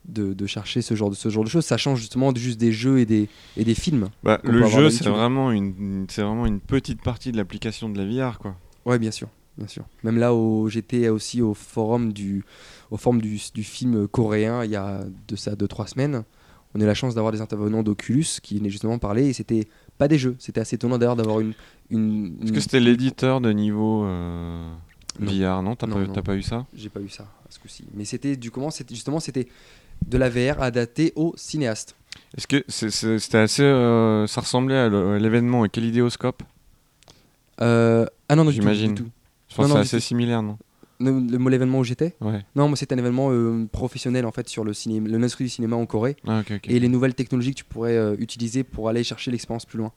Speaker 5: de, de chercher ce genre de, ce genre de choses. Ça change justement de- juste des jeux et des, et des films.
Speaker 7: Bah,
Speaker 5: qu'on
Speaker 7: le
Speaker 5: peut avoir
Speaker 7: jeu,
Speaker 5: d'habitude.
Speaker 7: c'est vraiment une, une- c'est vraiment une petite partie de l'application de la VR, quoi.
Speaker 5: Ouais, bien sûr. Bien sûr. Même là, au- j'étais aussi au forum du, au forum du, du film coréen il y a de ça deux trois semaines. On a eu la chance d'avoir des intervenants d'Oculus qui venaient justement parler et c'était pas des jeux. C'était assez étonnant d'ailleurs d'avoir une, une,
Speaker 7: Est-ce
Speaker 5: une-
Speaker 7: que c'était l'éditeur de niveau euh,
Speaker 5: Mm. Non.
Speaker 7: VR Non, t'as
Speaker 5: Non,
Speaker 7: pas,
Speaker 5: non.
Speaker 7: t'as pas eu ça
Speaker 5: J'ai pas eu ça à ce coup-ci. Mais c'était du comment c'était justement c'était de la VR adaptée aux cinéastes.
Speaker 7: Est-ce que c'est- c'est- c'était assez, euh, ça ressemblait à le- à l'événement avec l'idéoscope
Speaker 5: Euh, ah non non du tout,
Speaker 7: J'imagine.
Speaker 5: du tout.
Speaker 7: Je pense
Speaker 5: Non,
Speaker 7: que
Speaker 5: non,
Speaker 7: c'est
Speaker 5: du
Speaker 7: assez
Speaker 5: tout.
Speaker 7: similaire, non
Speaker 5: Le, le mot l'événement où j'étais
Speaker 7: Ouais.
Speaker 5: Non, moi c'était un événement euh, professionnel en fait sur le cinéma, le l'industrie du cinéma en Corée
Speaker 7: Ah, ok, ok.
Speaker 5: et les nouvelles technologies que tu pourrais euh, utiliser pour aller chercher l'expérience plus loin.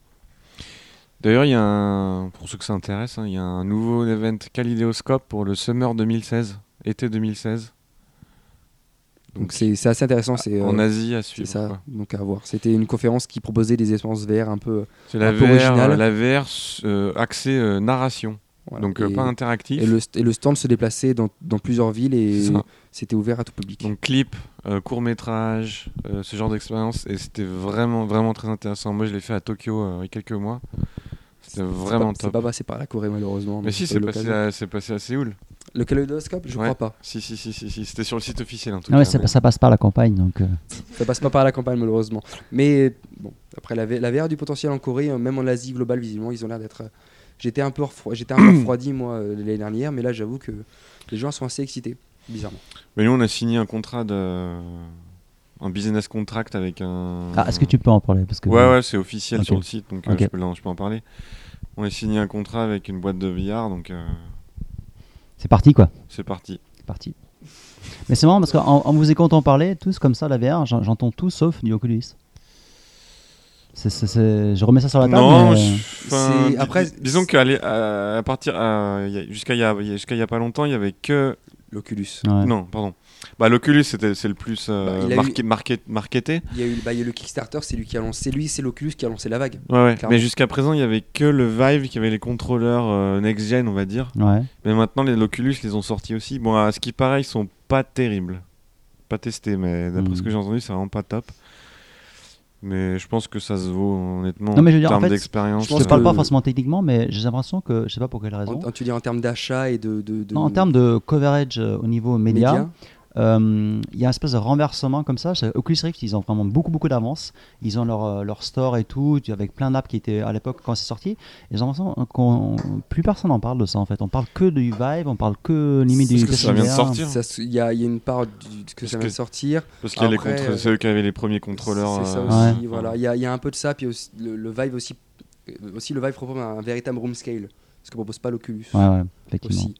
Speaker 7: D'ailleurs, il y a un, pour ceux que ça intéresse, hein, il y a un nouveau event Kalidéoscope pour le Summer 2016, été 2016,
Speaker 5: Donc c'est c'est assez intéressant. C'est euh,
Speaker 7: ah, en Asie à
Speaker 5: c'est
Speaker 7: suivre.
Speaker 5: ça.
Speaker 7: quoi.
Speaker 5: Donc à voir. C'était une conférence qui proposait des expériences VR un peu.
Speaker 7: C'est la
Speaker 5: Un peu
Speaker 7: VR,
Speaker 5: Ah, original.
Speaker 7: euh, la VR euh, axée euh, narration,
Speaker 5: voilà.
Speaker 7: donc euh,
Speaker 5: et,
Speaker 7: pas interactif.
Speaker 5: et le, st- et le stand se déplaçait dans, dans plusieurs villes et
Speaker 7: C'est ça.
Speaker 5: c'était ouvert à tout public.
Speaker 7: Donc clip, court métrage, ce genre d'expérience, et c'était vraiment vraiment très intéressant. Moi, je l'ai fait à Tokyo euh, il y a quelques mois. C'était
Speaker 5: C'est
Speaker 7: vraiment
Speaker 5: pas- C'est
Speaker 7: top.
Speaker 5: pas passé par la Corée malheureusement.
Speaker 7: Mais si,
Speaker 5: pas
Speaker 7: c'est
Speaker 5: eu
Speaker 7: passé,
Speaker 5: l'occasion.
Speaker 7: à, c'est passé à Séoul.
Speaker 5: Le kaléidoscope, je
Speaker 7: Ouais.
Speaker 5: crois pas.
Speaker 7: Si, si, si, si, si, c'était sur le site officiel en tout
Speaker 1: Non,
Speaker 7: cas.
Speaker 1: mais Ah ça,
Speaker 7: mais-
Speaker 1: ça passe par la campagne, donc. euh,
Speaker 5: Ça passe pas par la campagne malheureusement. Mais bon, après la, V- la VR a du potentiel en Corée, euh, même en Asie globale visiblement, ils ont l'air d'être. euh, J'étais un peu refro- j'étais un peu refroidi moi euh, l'année dernière, mais là j'avoue que les gens sont assez excités, bizarrement.
Speaker 7: Mais nous, on a signé un contrat de. euh, un business contract avec un.
Speaker 1: Ah, est-ce que tu peux en parler parce que
Speaker 7: Ouais, ouais, c'est officiel
Speaker 1: Ok.
Speaker 7: sur le site, donc euh,
Speaker 1: Ok.
Speaker 7: je, peux, l'en- je peux en parler. On a signé un contrat avec une boîte de billard, donc euh,
Speaker 1: c'est parti quoi.
Speaker 7: c'est parti.
Speaker 1: C'est parti. Mais c'est marrant parce qu'en en vous écoutant parler, tous comme ça, la VR, j'en- j'entends tout sauf du Oculus. C'est- c'est- c'est- Je remets ça sur la table.
Speaker 7: Ah non,
Speaker 1: mais,
Speaker 7: je-
Speaker 1: euh,
Speaker 7: enfin,
Speaker 5: c'est-
Speaker 7: dis-
Speaker 5: après,
Speaker 7: dis- disons qu'à à, à partir à- il y a- jusqu'à il y a, il y a- jusqu'à il y a pas longtemps, il y avait que
Speaker 5: L'Oculus.
Speaker 1: ouais.
Speaker 7: non, pardon. Bah l'Oculus c'était c'est le plus euh,
Speaker 5: Bah, il a
Speaker 7: marqué, marqué- marketé.
Speaker 5: Il y a eu bah, il y a eu le Kickstarter, c'est lui qui a lancé, lui c'est l'Oculus qui a lancé la vague.
Speaker 7: Ouais, ouais.
Speaker 5: Clairement.
Speaker 7: Mais jusqu'à présent, il y avait que le Vive qui avait les contrôleurs euh, next gen, on va dire.
Speaker 1: Ouais.
Speaker 7: Mais maintenant, les l'Oculus les ont sortis aussi. Bon, à ce qui paraît, ils sont pas terribles. Pas testés, mais d'après
Speaker 1: Hmm.
Speaker 7: ce que j'ai entendu, c'est vraiment pas top. Mais je pense que ça se vaut, honnêtement,
Speaker 1: Non, mais je veux
Speaker 7: en
Speaker 1: dire, en
Speaker 7: termes
Speaker 1: fait,
Speaker 7: d'expérience.
Speaker 5: je
Speaker 1: Je
Speaker 5: pense
Speaker 1: ne
Speaker 7: euh,
Speaker 1: parle pas
Speaker 5: que-
Speaker 1: forcément techniquement, mais j'ai l'impression que, je sais pas pour quelle raison,
Speaker 5: En, en- tu dis en termes d'achat et de, de, de-
Speaker 1: Non, en termes de coverage euh, au niveau média,
Speaker 5: médias.
Speaker 1: Euh, il y a un espèce de renversement comme ça. C'est- Oculus Rift, ils ont vraiment beaucoup, beaucoup d'avance. Ils ont leur, euh, leur store et tout, tu- avec plein d'apps qui étaient à l'époque quand c'est sorti. Et j'ai l'impression qu'on plus personne n'en parle de ça en fait. On parle que du Vive, on parle que limite
Speaker 7: C'est
Speaker 1: du.
Speaker 7: parce que ça vient de
Speaker 1: PSVR.
Speaker 7: sortir.
Speaker 5: Ça se- Il y, a il y a une part du- que
Speaker 7: Parce
Speaker 5: ça vient de
Speaker 7: que-
Speaker 5: sortir.
Speaker 7: Parce qu'il y a les
Speaker 5: Après,
Speaker 7: contrôleurs,
Speaker 5: euh,
Speaker 7: c'est eux qui avaient les premiers contrôleurs.
Speaker 5: C'est ça
Speaker 7: euh,
Speaker 5: aussi,
Speaker 7: enfin,
Speaker 5: voilà. Il y, a- il y a un peu de ça, puis aussi, le, le Vive aussi, euh, aussi le Vive propose un, un véritable room scale, ce que propose pas l'Oculus
Speaker 1: Ouais, ouais, effectivement.
Speaker 5: aussi.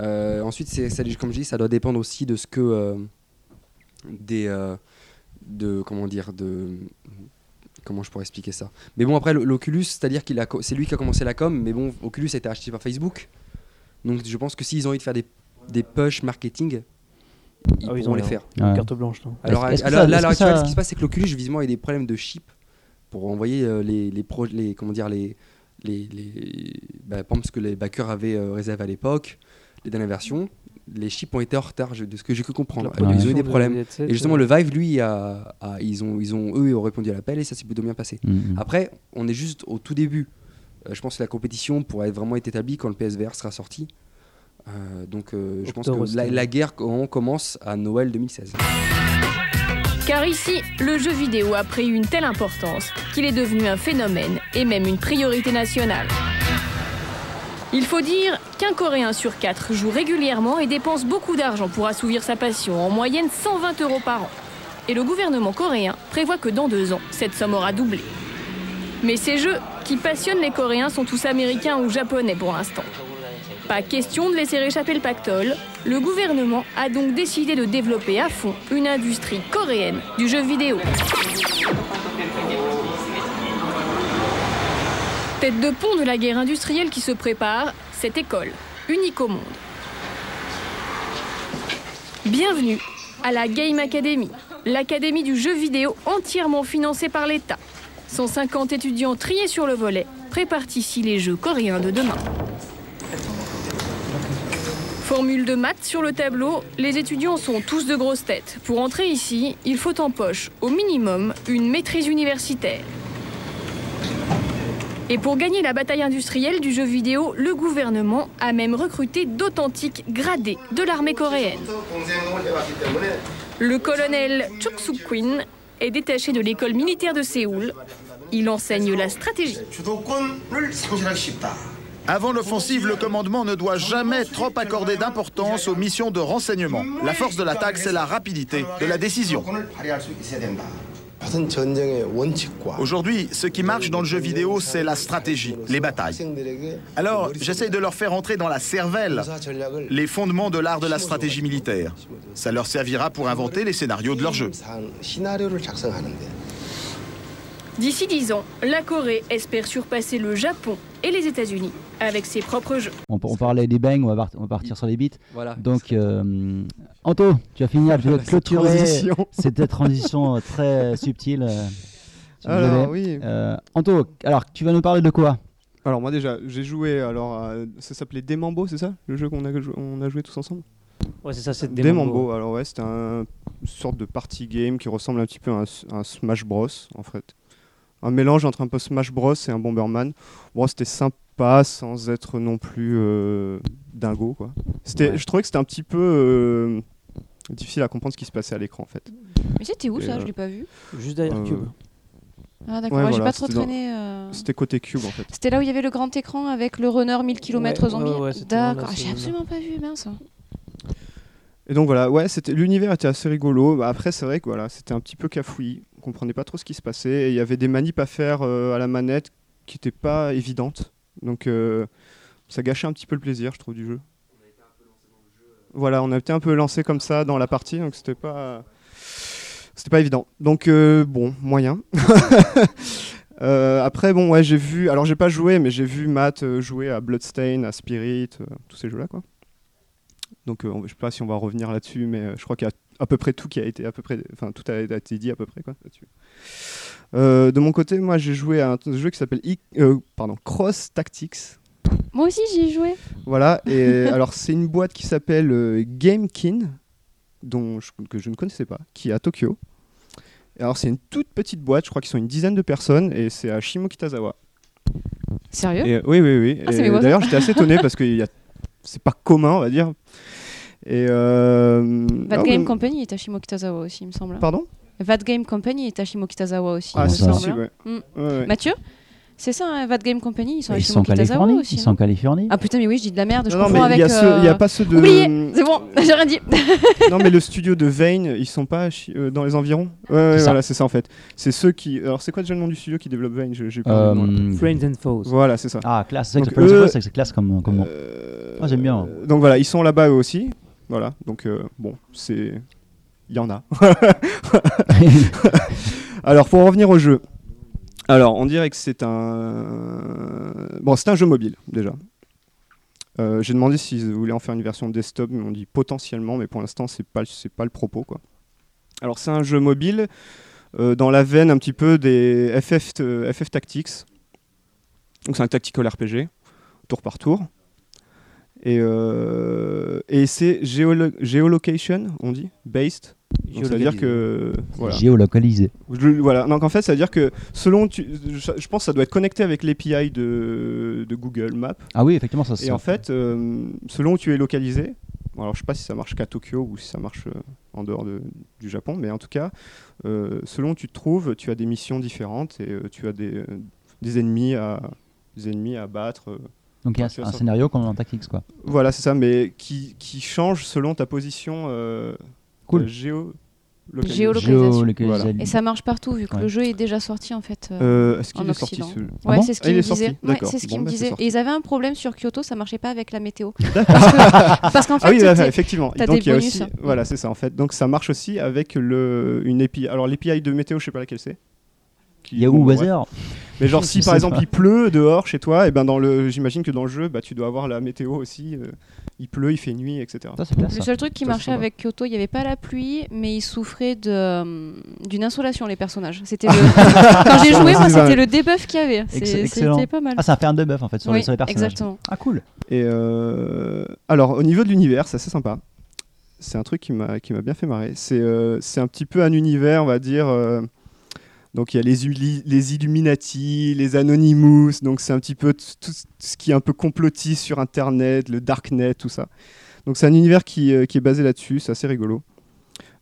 Speaker 5: Euh, ensuite, c'est ça, comme je dis, ça doit dépendre aussi de ce que euh, des euh, de comment dire de comment je pourrais expliquer ça. Mais bon, après l'O- l'Oculus, c'est-à-dire qu'il a co- c'est lui qui a commencé la com, mais bon, Oculus a été acheté par Facebook, donc je pense que s'ils ont envie de faire des des push marketing, ils
Speaker 4: Ah oui, ils
Speaker 5: pourront
Speaker 4: ont
Speaker 5: les
Speaker 4: l'air.
Speaker 5: faire.
Speaker 1: Ouais.
Speaker 4: Carte blanche, là.
Speaker 5: Alors,
Speaker 1: Est-ce- est-ce que
Speaker 5: alors,
Speaker 1: ça-
Speaker 5: là, à
Speaker 1: est-ce
Speaker 5: l'heure
Speaker 1: que
Speaker 5: actuelle,
Speaker 1: ça-
Speaker 5: ce qui se passe, c'est que l'Oculus, visiblement, a des problèmes de chip pour envoyer euh, les, les, pro- les- comment dire, les, les, les- bah, par exemple, ce que les backers avaient euh, réservé à l'époque, les dernières versions. Les chips ont été en retard, je- de ce que j'ai pu comprendre.
Speaker 1: production
Speaker 5: Ils ont eu des problèmes.
Speaker 4: Et
Speaker 5: Et
Speaker 1: euh.
Speaker 5: justement, le Vive, lui, a, a- ils ont, ils ont, eux, ils ont répondu à l'appel et ça s'est plutôt bien passé.
Speaker 1: Mm, mm.
Speaker 5: Après, on est juste au tout début. Euh, je pense que la compétition pourra être vraiment être établie quand le PSVR sera sorti. Euh, donc, euh, je pense
Speaker 4: Octobre,
Speaker 5: que la,
Speaker 4: octobre.
Speaker 5: la guerre, on commence à Noël 2016.
Speaker 10: Car ici, le jeu vidéo a pris une telle importance qu'il est devenu un phénomène et même une priorité nationale. Il faut dire qu'un Coréen sur quatre joue régulièrement et dépense beaucoup d'argent pour assouvir sa passion, en moyenne 120 euros par an. Et le gouvernement coréen prévoit que dans deux ans, cette somme aura doublé. Mais ces jeux qui passionnent les Coréens sont tous américains ou japonais pour l'instant. Pas question de laisser échapper le pactole, le gouvernement a donc décidé de développer à fond une industrie coréenne du jeu vidéo. Tête de pont de la guerre industrielle qui se prépare, cette école, unique au monde. Bienvenue à la Game Academy, l'académie du jeu vidéo entièrement financée par l'État. 150 étudiants triés sur le volet préparent ici les jeux coréens de demain. Formule de maths sur le tableau, les étudiants sont tous de grosses têtes. Pour entrer ici, il faut en poche, au minimum, une maîtrise universitaire. Et pour gagner la bataille industrielle du jeu vidéo, le gouvernement a même recruté d'authentiques gradés de l'armée coréenne. Le colonel Chuk Suk-kwin est détaché de l'école militaire de Séoul. Il enseigne la stratégie.
Speaker 11: Avant l'offensive, le commandement ne doit jamais trop accorder d'importance aux missions de renseignement. La force de l'attaque, c'est la rapidité de la décision. Aujourd'hui, ce qui marche dans le jeu vidéo, c'est la stratégie, les batailles. Alors, j'essaye de leur faire entrer dans la cervelle les fondements de l'art de la stratégie militaire. Ça leur servira pour inventer les scénarios de leur jeu.
Speaker 10: D'ici 10 ans, la Corée espère surpasser le Japon et les États-Unis avec ses propres jeux.
Speaker 1: On, on parlait des bangs, on va, part- on va partir sur les bits.
Speaker 5: Voilà.
Speaker 1: Donc, euh, Anto, tu as fini, tu as clôturé
Speaker 8: transition.
Speaker 1: cette transition euh, très subtile. euh, si vous
Speaker 8: Alors,
Speaker 1: avez.
Speaker 8: oui.
Speaker 1: Euh, Anto, alors tu vas nous parler de quoi
Speaker 8: Alors moi déjà, j'ai joué, alors à- ça s'appelait Demambo, c'est ça Le jeu qu'on a, jou- on a joué tous ensemble
Speaker 4: Ouais, c'est ça, c'est des
Speaker 8: Demambo, alors ouais, c'était un- une sorte de party game qui ressemble un petit peu à un, s- un Smash Bros, en fait. Un mélange entre un peu Smash Bros et un Bomberman. Bon, c'était sympa pas sans être non plus euh, dingo. Quoi. C'était,
Speaker 2: Ouais.
Speaker 8: Je trouvais que c'était un petit peu euh, difficile à comprendre ce qui se passait à l'écran en fait.
Speaker 2: Mais c'était où
Speaker 8: Et,
Speaker 2: ça
Speaker 8: euh,
Speaker 2: Je l'ai pas vu.
Speaker 4: Juste derrière
Speaker 8: Euh,
Speaker 4: Cube.
Speaker 2: Ah d'accord,
Speaker 8: ouais,
Speaker 2: moi j'ai
Speaker 8: voilà,
Speaker 2: pas trop
Speaker 8: c'était dans-
Speaker 2: traîné. euh.
Speaker 8: C'était côté cube en fait.
Speaker 2: C'était là où il y avait le grand écran avec le runner 1000 km
Speaker 4: Ouais,
Speaker 2: zombie.
Speaker 4: ouais, ouais, c'était dans
Speaker 2: d'accord,
Speaker 4: la
Speaker 2: Ah, j'ai
Speaker 4: zone-là.
Speaker 2: absolument pas vu, mince.
Speaker 8: Et donc voilà, ouais, c'était l'univers était assez rigolo. Bah, après, c'est vrai que voilà, c'était un petit peu cafouillis. On comprenait pas trop ce qui se passait. Et il y avait des manips à faire euh, à la manette qui n'étaient pas évidentes. Donc euh, ça gâchait un petit peu le plaisir, je trouve, du jeu. Voilà, on a été un peu lancé comme ça dans la partie, donc c'était pas, c'était pas évident. Donc euh, bon, moyen. Euh, après, bon, ouais, j'ai vu. Alors, j'ai pas joué, mais j'ai vu Matt euh, jouer à Bloodstain, à Spirit, euh, tous ces jeux-là, quoi. Donc euh, on- je sais pas si on va revenir là-dessus, mais euh, je crois qu'il y a à peu près tout qui a été à peu près, enfin tout a été dit à peu près quoi. là-dessus. Euh, de mon côté, moi j'ai joué à un t- jeu qui s'appelle I- euh, pardon Cross Tactics.
Speaker 2: Moi aussi j'y ai joué.
Speaker 8: Voilà. Et alors c'est une boîte qui s'appelle euh, Gamekin, dont je- que je ne connaissais pas, qui est à Tokyo. Et Alors c'est une toute petite boîte, je crois qu'ils sont une dizaine de personnes, et c'est à Shimokitazawa.
Speaker 2: Sérieux
Speaker 8: Et- euh, oui, oui, oui.
Speaker 2: Ah, c'est
Speaker 8: Et
Speaker 2: mes voisins.
Speaker 8: D'ailleurs, j'étais assez étonné parce que il y a- c'est pas commun, on va dire. Et euh,
Speaker 2: Bad
Speaker 8: non,
Speaker 2: Game
Speaker 8: mais-
Speaker 2: Company est à Shimokitazawa aussi, il me semble.
Speaker 8: Pardon
Speaker 2: Bad Game Company est à Shimokitazawa aussi,
Speaker 8: Ah,
Speaker 2: il me
Speaker 8: si,
Speaker 2: semble.
Speaker 8: si, ouais.
Speaker 2: Mm.
Speaker 8: Ouais, ouais.
Speaker 2: Mathieu C'est ça, hein, Bad Game Company, ils sont à
Speaker 1: Ils sont en
Speaker 2: Shimokitazawa
Speaker 1: Californie.
Speaker 2: aussi.
Speaker 1: Ils sont en
Speaker 2: non
Speaker 1: Californie.
Speaker 2: Ah putain, mais oui, je dis de la merde, je
Speaker 8: Non,
Speaker 2: confonds
Speaker 8: mais
Speaker 2: avec.
Speaker 8: il y a ceux- il y a
Speaker 2: euh,
Speaker 8: pas ceux de-
Speaker 2: Oubliez C'est bon, j'ai rien dit
Speaker 8: non, mais le studio de Vane, ils sont pas à Chi- euh, dans les environs Ouais, ouais,
Speaker 1: C'est ça.
Speaker 8: voilà, c'est ça en fait. C'est ceux qui. Alors, c'est quoi déjà le nom du studio qui développe Vane J'ai j'ai pas le nom, là.
Speaker 1: Euh,
Speaker 4: Friends and Foes.
Speaker 8: Voilà, c'est ça.
Speaker 1: Ah, classe. C'est vrai que
Speaker 8: Donc,
Speaker 1: Friends
Speaker 8: eux-
Speaker 1: of Us, c'est que c'est classe comme. comme nom.
Speaker 8: Euh,
Speaker 1: Ah, j'aime bien.
Speaker 8: euh, Donc voilà, ils sont là-bas eux aussi. Voilà, donc euh, bon, c'est. Il y en a. Alors, pour en revenir au jeu. Alors, on dirait que c'est un. Bon, c'est un jeu mobile, déjà. Euh, J'ai demandé s'ils voulaient en faire une version desktop, mais on dit potentiellement, mais pour l'instant, c'est pas, c'est pas le propos, quoi. Alors, c'est un jeu mobile euh, dans la veine un petit peu des FF, euh, FF Tactics. Donc, c'est un tactical RPG, tour par tour. Et, euh, et c'est géolo- géolocation, on dit, based. Donc, ça veut dire que. Voilà.
Speaker 1: Géolocalisé.
Speaker 8: Je- voilà, donc en fait, ça veut dire que selon. tu- je, je pense que ça doit être connecté avec l'API de, de Google Maps.
Speaker 1: Ah oui, effectivement, ça se
Speaker 8: Et en fait, euh, selon où tu es localisé, bon, alors je sais pas si ça marche qu'à Tokyo ou si ça marche euh, en dehors de- du Japon, mais en tout cas, euh, selon où tu te trouves, tu as des missions différentes et euh, tu as des, des ennemis à des ennemis à battre. euh.
Speaker 1: Donc il y a
Speaker 8: tu
Speaker 1: un
Speaker 8: vois ça.
Speaker 1: scénario comme dans Tactics, quoi.
Speaker 8: Voilà, c'est ça, mais qui, qui change selon ta position euh,
Speaker 1: Cool.
Speaker 8: euh, géo.
Speaker 2: Géolocalisation.
Speaker 1: Géolocalisé.
Speaker 8: Voilà.
Speaker 2: Et ça marche partout, vu que
Speaker 1: Ouais.
Speaker 2: le jeu est déjà sorti en fait. euh,
Speaker 8: Euh, Est-ce qu'il
Speaker 2: En
Speaker 8: est sorti
Speaker 2: Occident.
Speaker 8: ce jeu
Speaker 1: Ah
Speaker 2: ouais,
Speaker 1: bon
Speaker 2: c'est ce
Speaker 8: Ah, il
Speaker 2: qu'il me
Speaker 8: est sorti,
Speaker 2: disait. Ouais,
Speaker 8: d'accord.
Speaker 2: c'est ce qu'il
Speaker 8: Bon,
Speaker 2: me
Speaker 8: bah, c'est
Speaker 2: disait.
Speaker 8: sorti.
Speaker 2: Et ils avaient un problème sur Kyoto, ça marchait pas avec la météo. Parce que- parce qu'en fait,
Speaker 8: Ah oui,
Speaker 2: t'es-
Speaker 8: ouais, ouais, effectivement.
Speaker 2: t'as
Speaker 8: Donc
Speaker 2: des
Speaker 8: il y a
Speaker 2: bonus,
Speaker 8: aussi,
Speaker 2: hein.
Speaker 8: voilà, c'est ça en fait. Donc ça marche aussi avec le une API. Alors l'API de météo, je sais pas laquelle c'est. Qui-
Speaker 1: Yahoo
Speaker 8: bon, ouais.
Speaker 1: Weather.
Speaker 8: Mais genre si
Speaker 1: Je
Speaker 8: par
Speaker 1: sais
Speaker 8: exemple
Speaker 1: pas.
Speaker 8: il pleut dehors chez toi, et ben dans le, j'imagine que dans le jeu, bah tu dois avoir la météo aussi. euh, il pleut, il fait nuit, etc.
Speaker 1: Ça, c'est classe.
Speaker 2: Le
Speaker 1: ça.
Speaker 2: seul truc qui
Speaker 8: Ça, c'est
Speaker 2: marchait
Speaker 8: sympa.
Speaker 2: avec Kyoto, il n'y avait pas la pluie, mais ils souffraient de, euh, d'une insolation, les personnages. C'était le- Quand j'ai joué, moi,
Speaker 8: C'est ça.
Speaker 2: c'était le debuff qu'il y avait. C'est-
Speaker 1: Ex- bah, excellent.
Speaker 2: C'était pas mal.
Speaker 1: Ah, ça fait un debuff en fait sur,
Speaker 2: Oui,
Speaker 1: les, sur les personnages.
Speaker 2: Exactement.
Speaker 1: Ah, cool.
Speaker 8: Et euh, alors au niveau de l'univers, c'est assez sympa. C'est un truc qui m'a qui m'a bien fait marrer. C'est euh, c'est un petit peu un univers, on va dire. euh, donc il y a les, Uli- les Illuminati, les Anonymous, donc c'est un petit peu t- tout ce qui est un peu complotiste sur Internet, le Darknet, tout ça. Donc c'est un univers qui, euh, qui est basé là-dessus, c'est assez rigolo.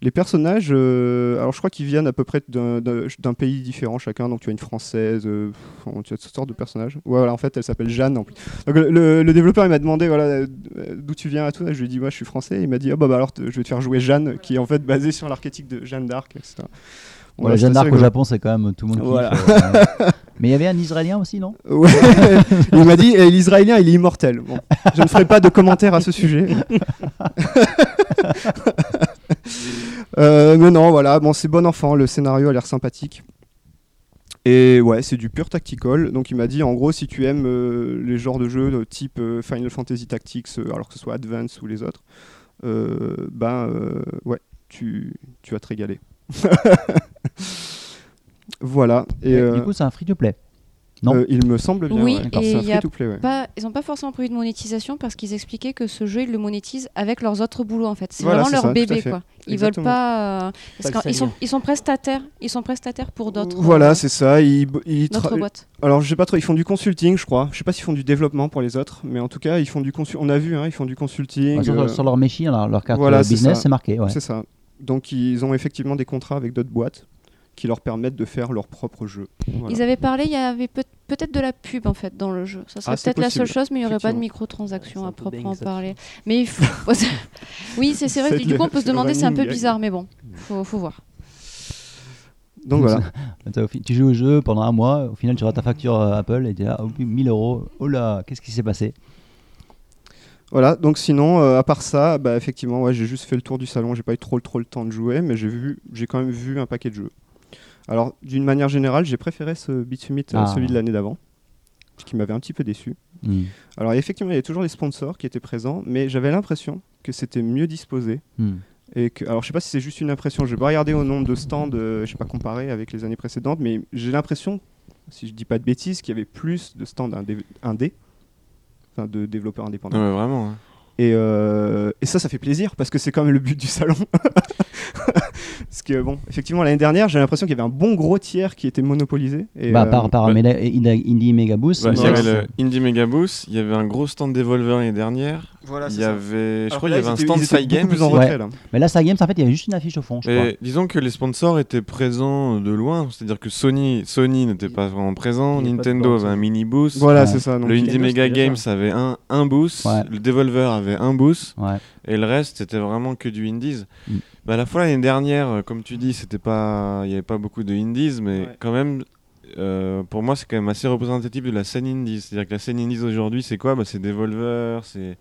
Speaker 8: Les personnages, euh, alors je crois qu'ils viennent à peu près d'un- d'un d'un pays différent chacun, donc tu as une française, euh, pff, tu as toutes sortes de personnages. Ouais, voilà, en fait elle s'appelle Jeanne en plus. Donc le- le, le développeur il m'a demandé voilà, euh, d'où tu viens et tout, je lui ai dit moi je suis français, il m'a dit ah bah, bah, alors te- je vais te faire jouer Jeanne, qui est en fait basée sur l'archétype de Jeanne d'Arc, etc.
Speaker 1: Voilà,
Speaker 8: Voilà, c'est
Speaker 1: Jeanne
Speaker 8: assez
Speaker 1: d'Arc au
Speaker 8: rigolo.
Speaker 1: Japon, c'est quand même tout le monde
Speaker 8: Voilà.
Speaker 1: kiffe. euh, ouais. Mais il y avait un Israélien aussi, non
Speaker 8: Ouais. il m'a dit eh, l'Israélien, il est immortel. Bon, je ne ferai pas de commentaires à ce sujet. Euh, mais non, voilà, bon, c'est bon enfant. Le scénario a l'air sympathique. Et ouais, c'est du pur tactical. Donc il m'a dit en gros, si tu aimes euh, les genres de jeux de type euh, Final Fantasy Tactics, euh, alors que ce soit Advance ou les autres, euh, ben euh, ouais, tu, tu vas te régaler. voilà. Et,
Speaker 1: Ouais,
Speaker 8: euh,
Speaker 1: Du coup, c'est un free to play. Non.
Speaker 8: Euh, il me semble bien.
Speaker 2: Oui,
Speaker 8: ouais.
Speaker 2: et
Speaker 8: C'est un
Speaker 2: il y a
Speaker 8: free-to-play, ouais.
Speaker 2: pas- ils n'ont pas forcément prévu de monétisation parce qu'ils expliquaient que ce jeu, ils le monétisent avec leurs autres boulots en fait. C'est
Speaker 8: Voilà,
Speaker 2: vraiment
Speaker 8: c'est
Speaker 2: leur
Speaker 8: ça, tout à
Speaker 2: bébé
Speaker 8: fait.
Speaker 2: quoi. Ils
Speaker 8: Exactement.
Speaker 2: veulent pas. euh, parce
Speaker 8: Pas le
Speaker 2: qu'ils sont,
Speaker 8: salir.
Speaker 2: ils sont prestataires. Ils sont prestataires pour d'autres.
Speaker 8: Voilà,
Speaker 2: euh,
Speaker 8: c'est ça. Ils, bo- ils
Speaker 2: Notre
Speaker 8: tra-
Speaker 2: boîte.
Speaker 8: Alors, je sais pas trop. Ils font du consulting, je crois. Je sais pas s'ils font du développement pour les autres, mais en tout cas, ils font du consul. On a vu, hein, ils font du consulting.
Speaker 1: Bah, sur,
Speaker 8: euh,
Speaker 1: sur leur méchi, leur, leur carte
Speaker 8: voilà,
Speaker 1: euh,
Speaker 8: c'est
Speaker 1: business,
Speaker 8: ça.
Speaker 1: c'est marqué. Ouais.
Speaker 8: C'est ça. Donc, ils ont effectivement des contrats avec d'autres boîtes qui leur permettent de faire leur propre jeu. Voilà.
Speaker 2: Ils avaient parlé, il y avait peut- peut-être de la pub en fait dans le jeu. Ça serait
Speaker 8: Ah, c'est
Speaker 2: peut-être la seule
Speaker 8: possible,
Speaker 2: chose, mais il n'y aurait pas de
Speaker 8: effectivement.
Speaker 2: microtransactions à proprement
Speaker 4: dingue, ça.
Speaker 2: parler. Mais il faut. oui, c'est c'est vrai.
Speaker 8: C'est
Speaker 2: que Du
Speaker 8: le-
Speaker 2: coup, on peut se
Speaker 8: c'est le
Speaker 2: demander, c'est un peu
Speaker 8: running gag.
Speaker 2: bizarre, mais bon,
Speaker 4: Mm.
Speaker 2: faut, faut voir.
Speaker 8: Donc voilà.
Speaker 1: Attends, au fi- tu joues au jeu pendant un mois, au final tu auras ta facture euh, Apple et tu es là, oh, puis 1000 euros, oh là, qu'est-ce qui s'est passé
Speaker 8: Voilà, donc sinon, euh, à part ça, bah, effectivement, ouais, j'ai juste fait le tour du salon, j'ai pas eu trop, trop le temps de jouer, mais j'ai vu, j'ai quand même vu un paquet de jeux. Alors, d'une manière générale, j'ai préféré ce Beat Summit à
Speaker 1: Ah.
Speaker 8: celui de l'année d'avant, ce qui m'avait un petit peu déçu.
Speaker 1: Hmm.
Speaker 8: Alors, effectivement, il y avait toujours les sponsors qui étaient présents, mais j'avais l'impression que c'était mieux disposé.
Speaker 1: Hmm.
Speaker 8: Et que, alors, je sais pas si c'est juste une impression, je vais pas regarder au nombre de stands, euh, je sais pas comparer avec les années précédentes, mais j'ai l'impression, si je dis pas de bêtises, qu'il y avait plus de stands indé, indé, enfin de développeurs indépendants.
Speaker 7: Non, mais vraiment. hein.
Speaker 8: Et, euh, et ça, ça fait plaisir parce que c'est quand même le but du salon. parce que, bon, effectivement, l'année dernière, j'ai l'impression qu'il y avait un bon gros tiers qui était monopolisé. Et,
Speaker 1: Bah,
Speaker 8: euh,
Speaker 1: par, par
Speaker 7: ouais.
Speaker 1: Meda- Ida- Indie Mega Boost,
Speaker 7: Bah,
Speaker 1: mais
Speaker 7: il y
Speaker 8: voilà,
Speaker 7: avait
Speaker 1: c'est-
Speaker 7: le Indie Mega Boost, il y avait un gros stand Devolver l'année dernière.
Speaker 8: voilà,
Speaker 7: il
Speaker 8: c'est
Speaker 7: y
Speaker 8: ça.
Speaker 7: avait, je
Speaker 8: Alors
Speaker 7: crois,
Speaker 8: que
Speaker 7: il y
Speaker 8: là,
Speaker 7: avait un
Speaker 8: ils étaient-
Speaker 7: stand
Speaker 8: ils étaient
Speaker 7: Side Game.
Speaker 8: beaucoup plus en
Speaker 7: aussi.
Speaker 1: Ouais.
Speaker 8: retrait,
Speaker 9: hein.
Speaker 8: là.
Speaker 1: mais là, ça Games, en fait, il y avait juste une affiche au fond, je crois.
Speaker 7: Et disons que les sponsors étaient présents de loin, c'est-à-dire que Sony, Sony n'était pas vraiment présent,
Speaker 4: Il y a pas de
Speaker 7: Nintendo
Speaker 4: bord,
Speaker 7: avait
Speaker 4: ça.
Speaker 7: un mini boost,
Speaker 8: Voilà,
Speaker 1: Ouais.
Speaker 8: c'est ça. donc-
Speaker 7: le Indie
Speaker 4: Nintendo,
Speaker 7: Mega
Speaker 4: c'était bien
Speaker 7: Games avait un, un boost,
Speaker 1: Ouais.
Speaker 7: le Devolver avait un boost,
Speaker 1: Ouais.
Speaker 7: et le reste c'était vraiment que du indies.
Speaker 1: Mm.
Speaker 7: Bah, à la fois l'année dernière, euh, comme tu dis, c'était pas, il y avait pas beaucoup de indies, mais
Speaker 8: Ouais.
Speaker 7: quand même, euh, pour moi c'est quand même assez représentatif de la scène indies. C'est-à-dire que la scène indies aujourd'hui, c'est quoi bah, c'est Devolver, c'est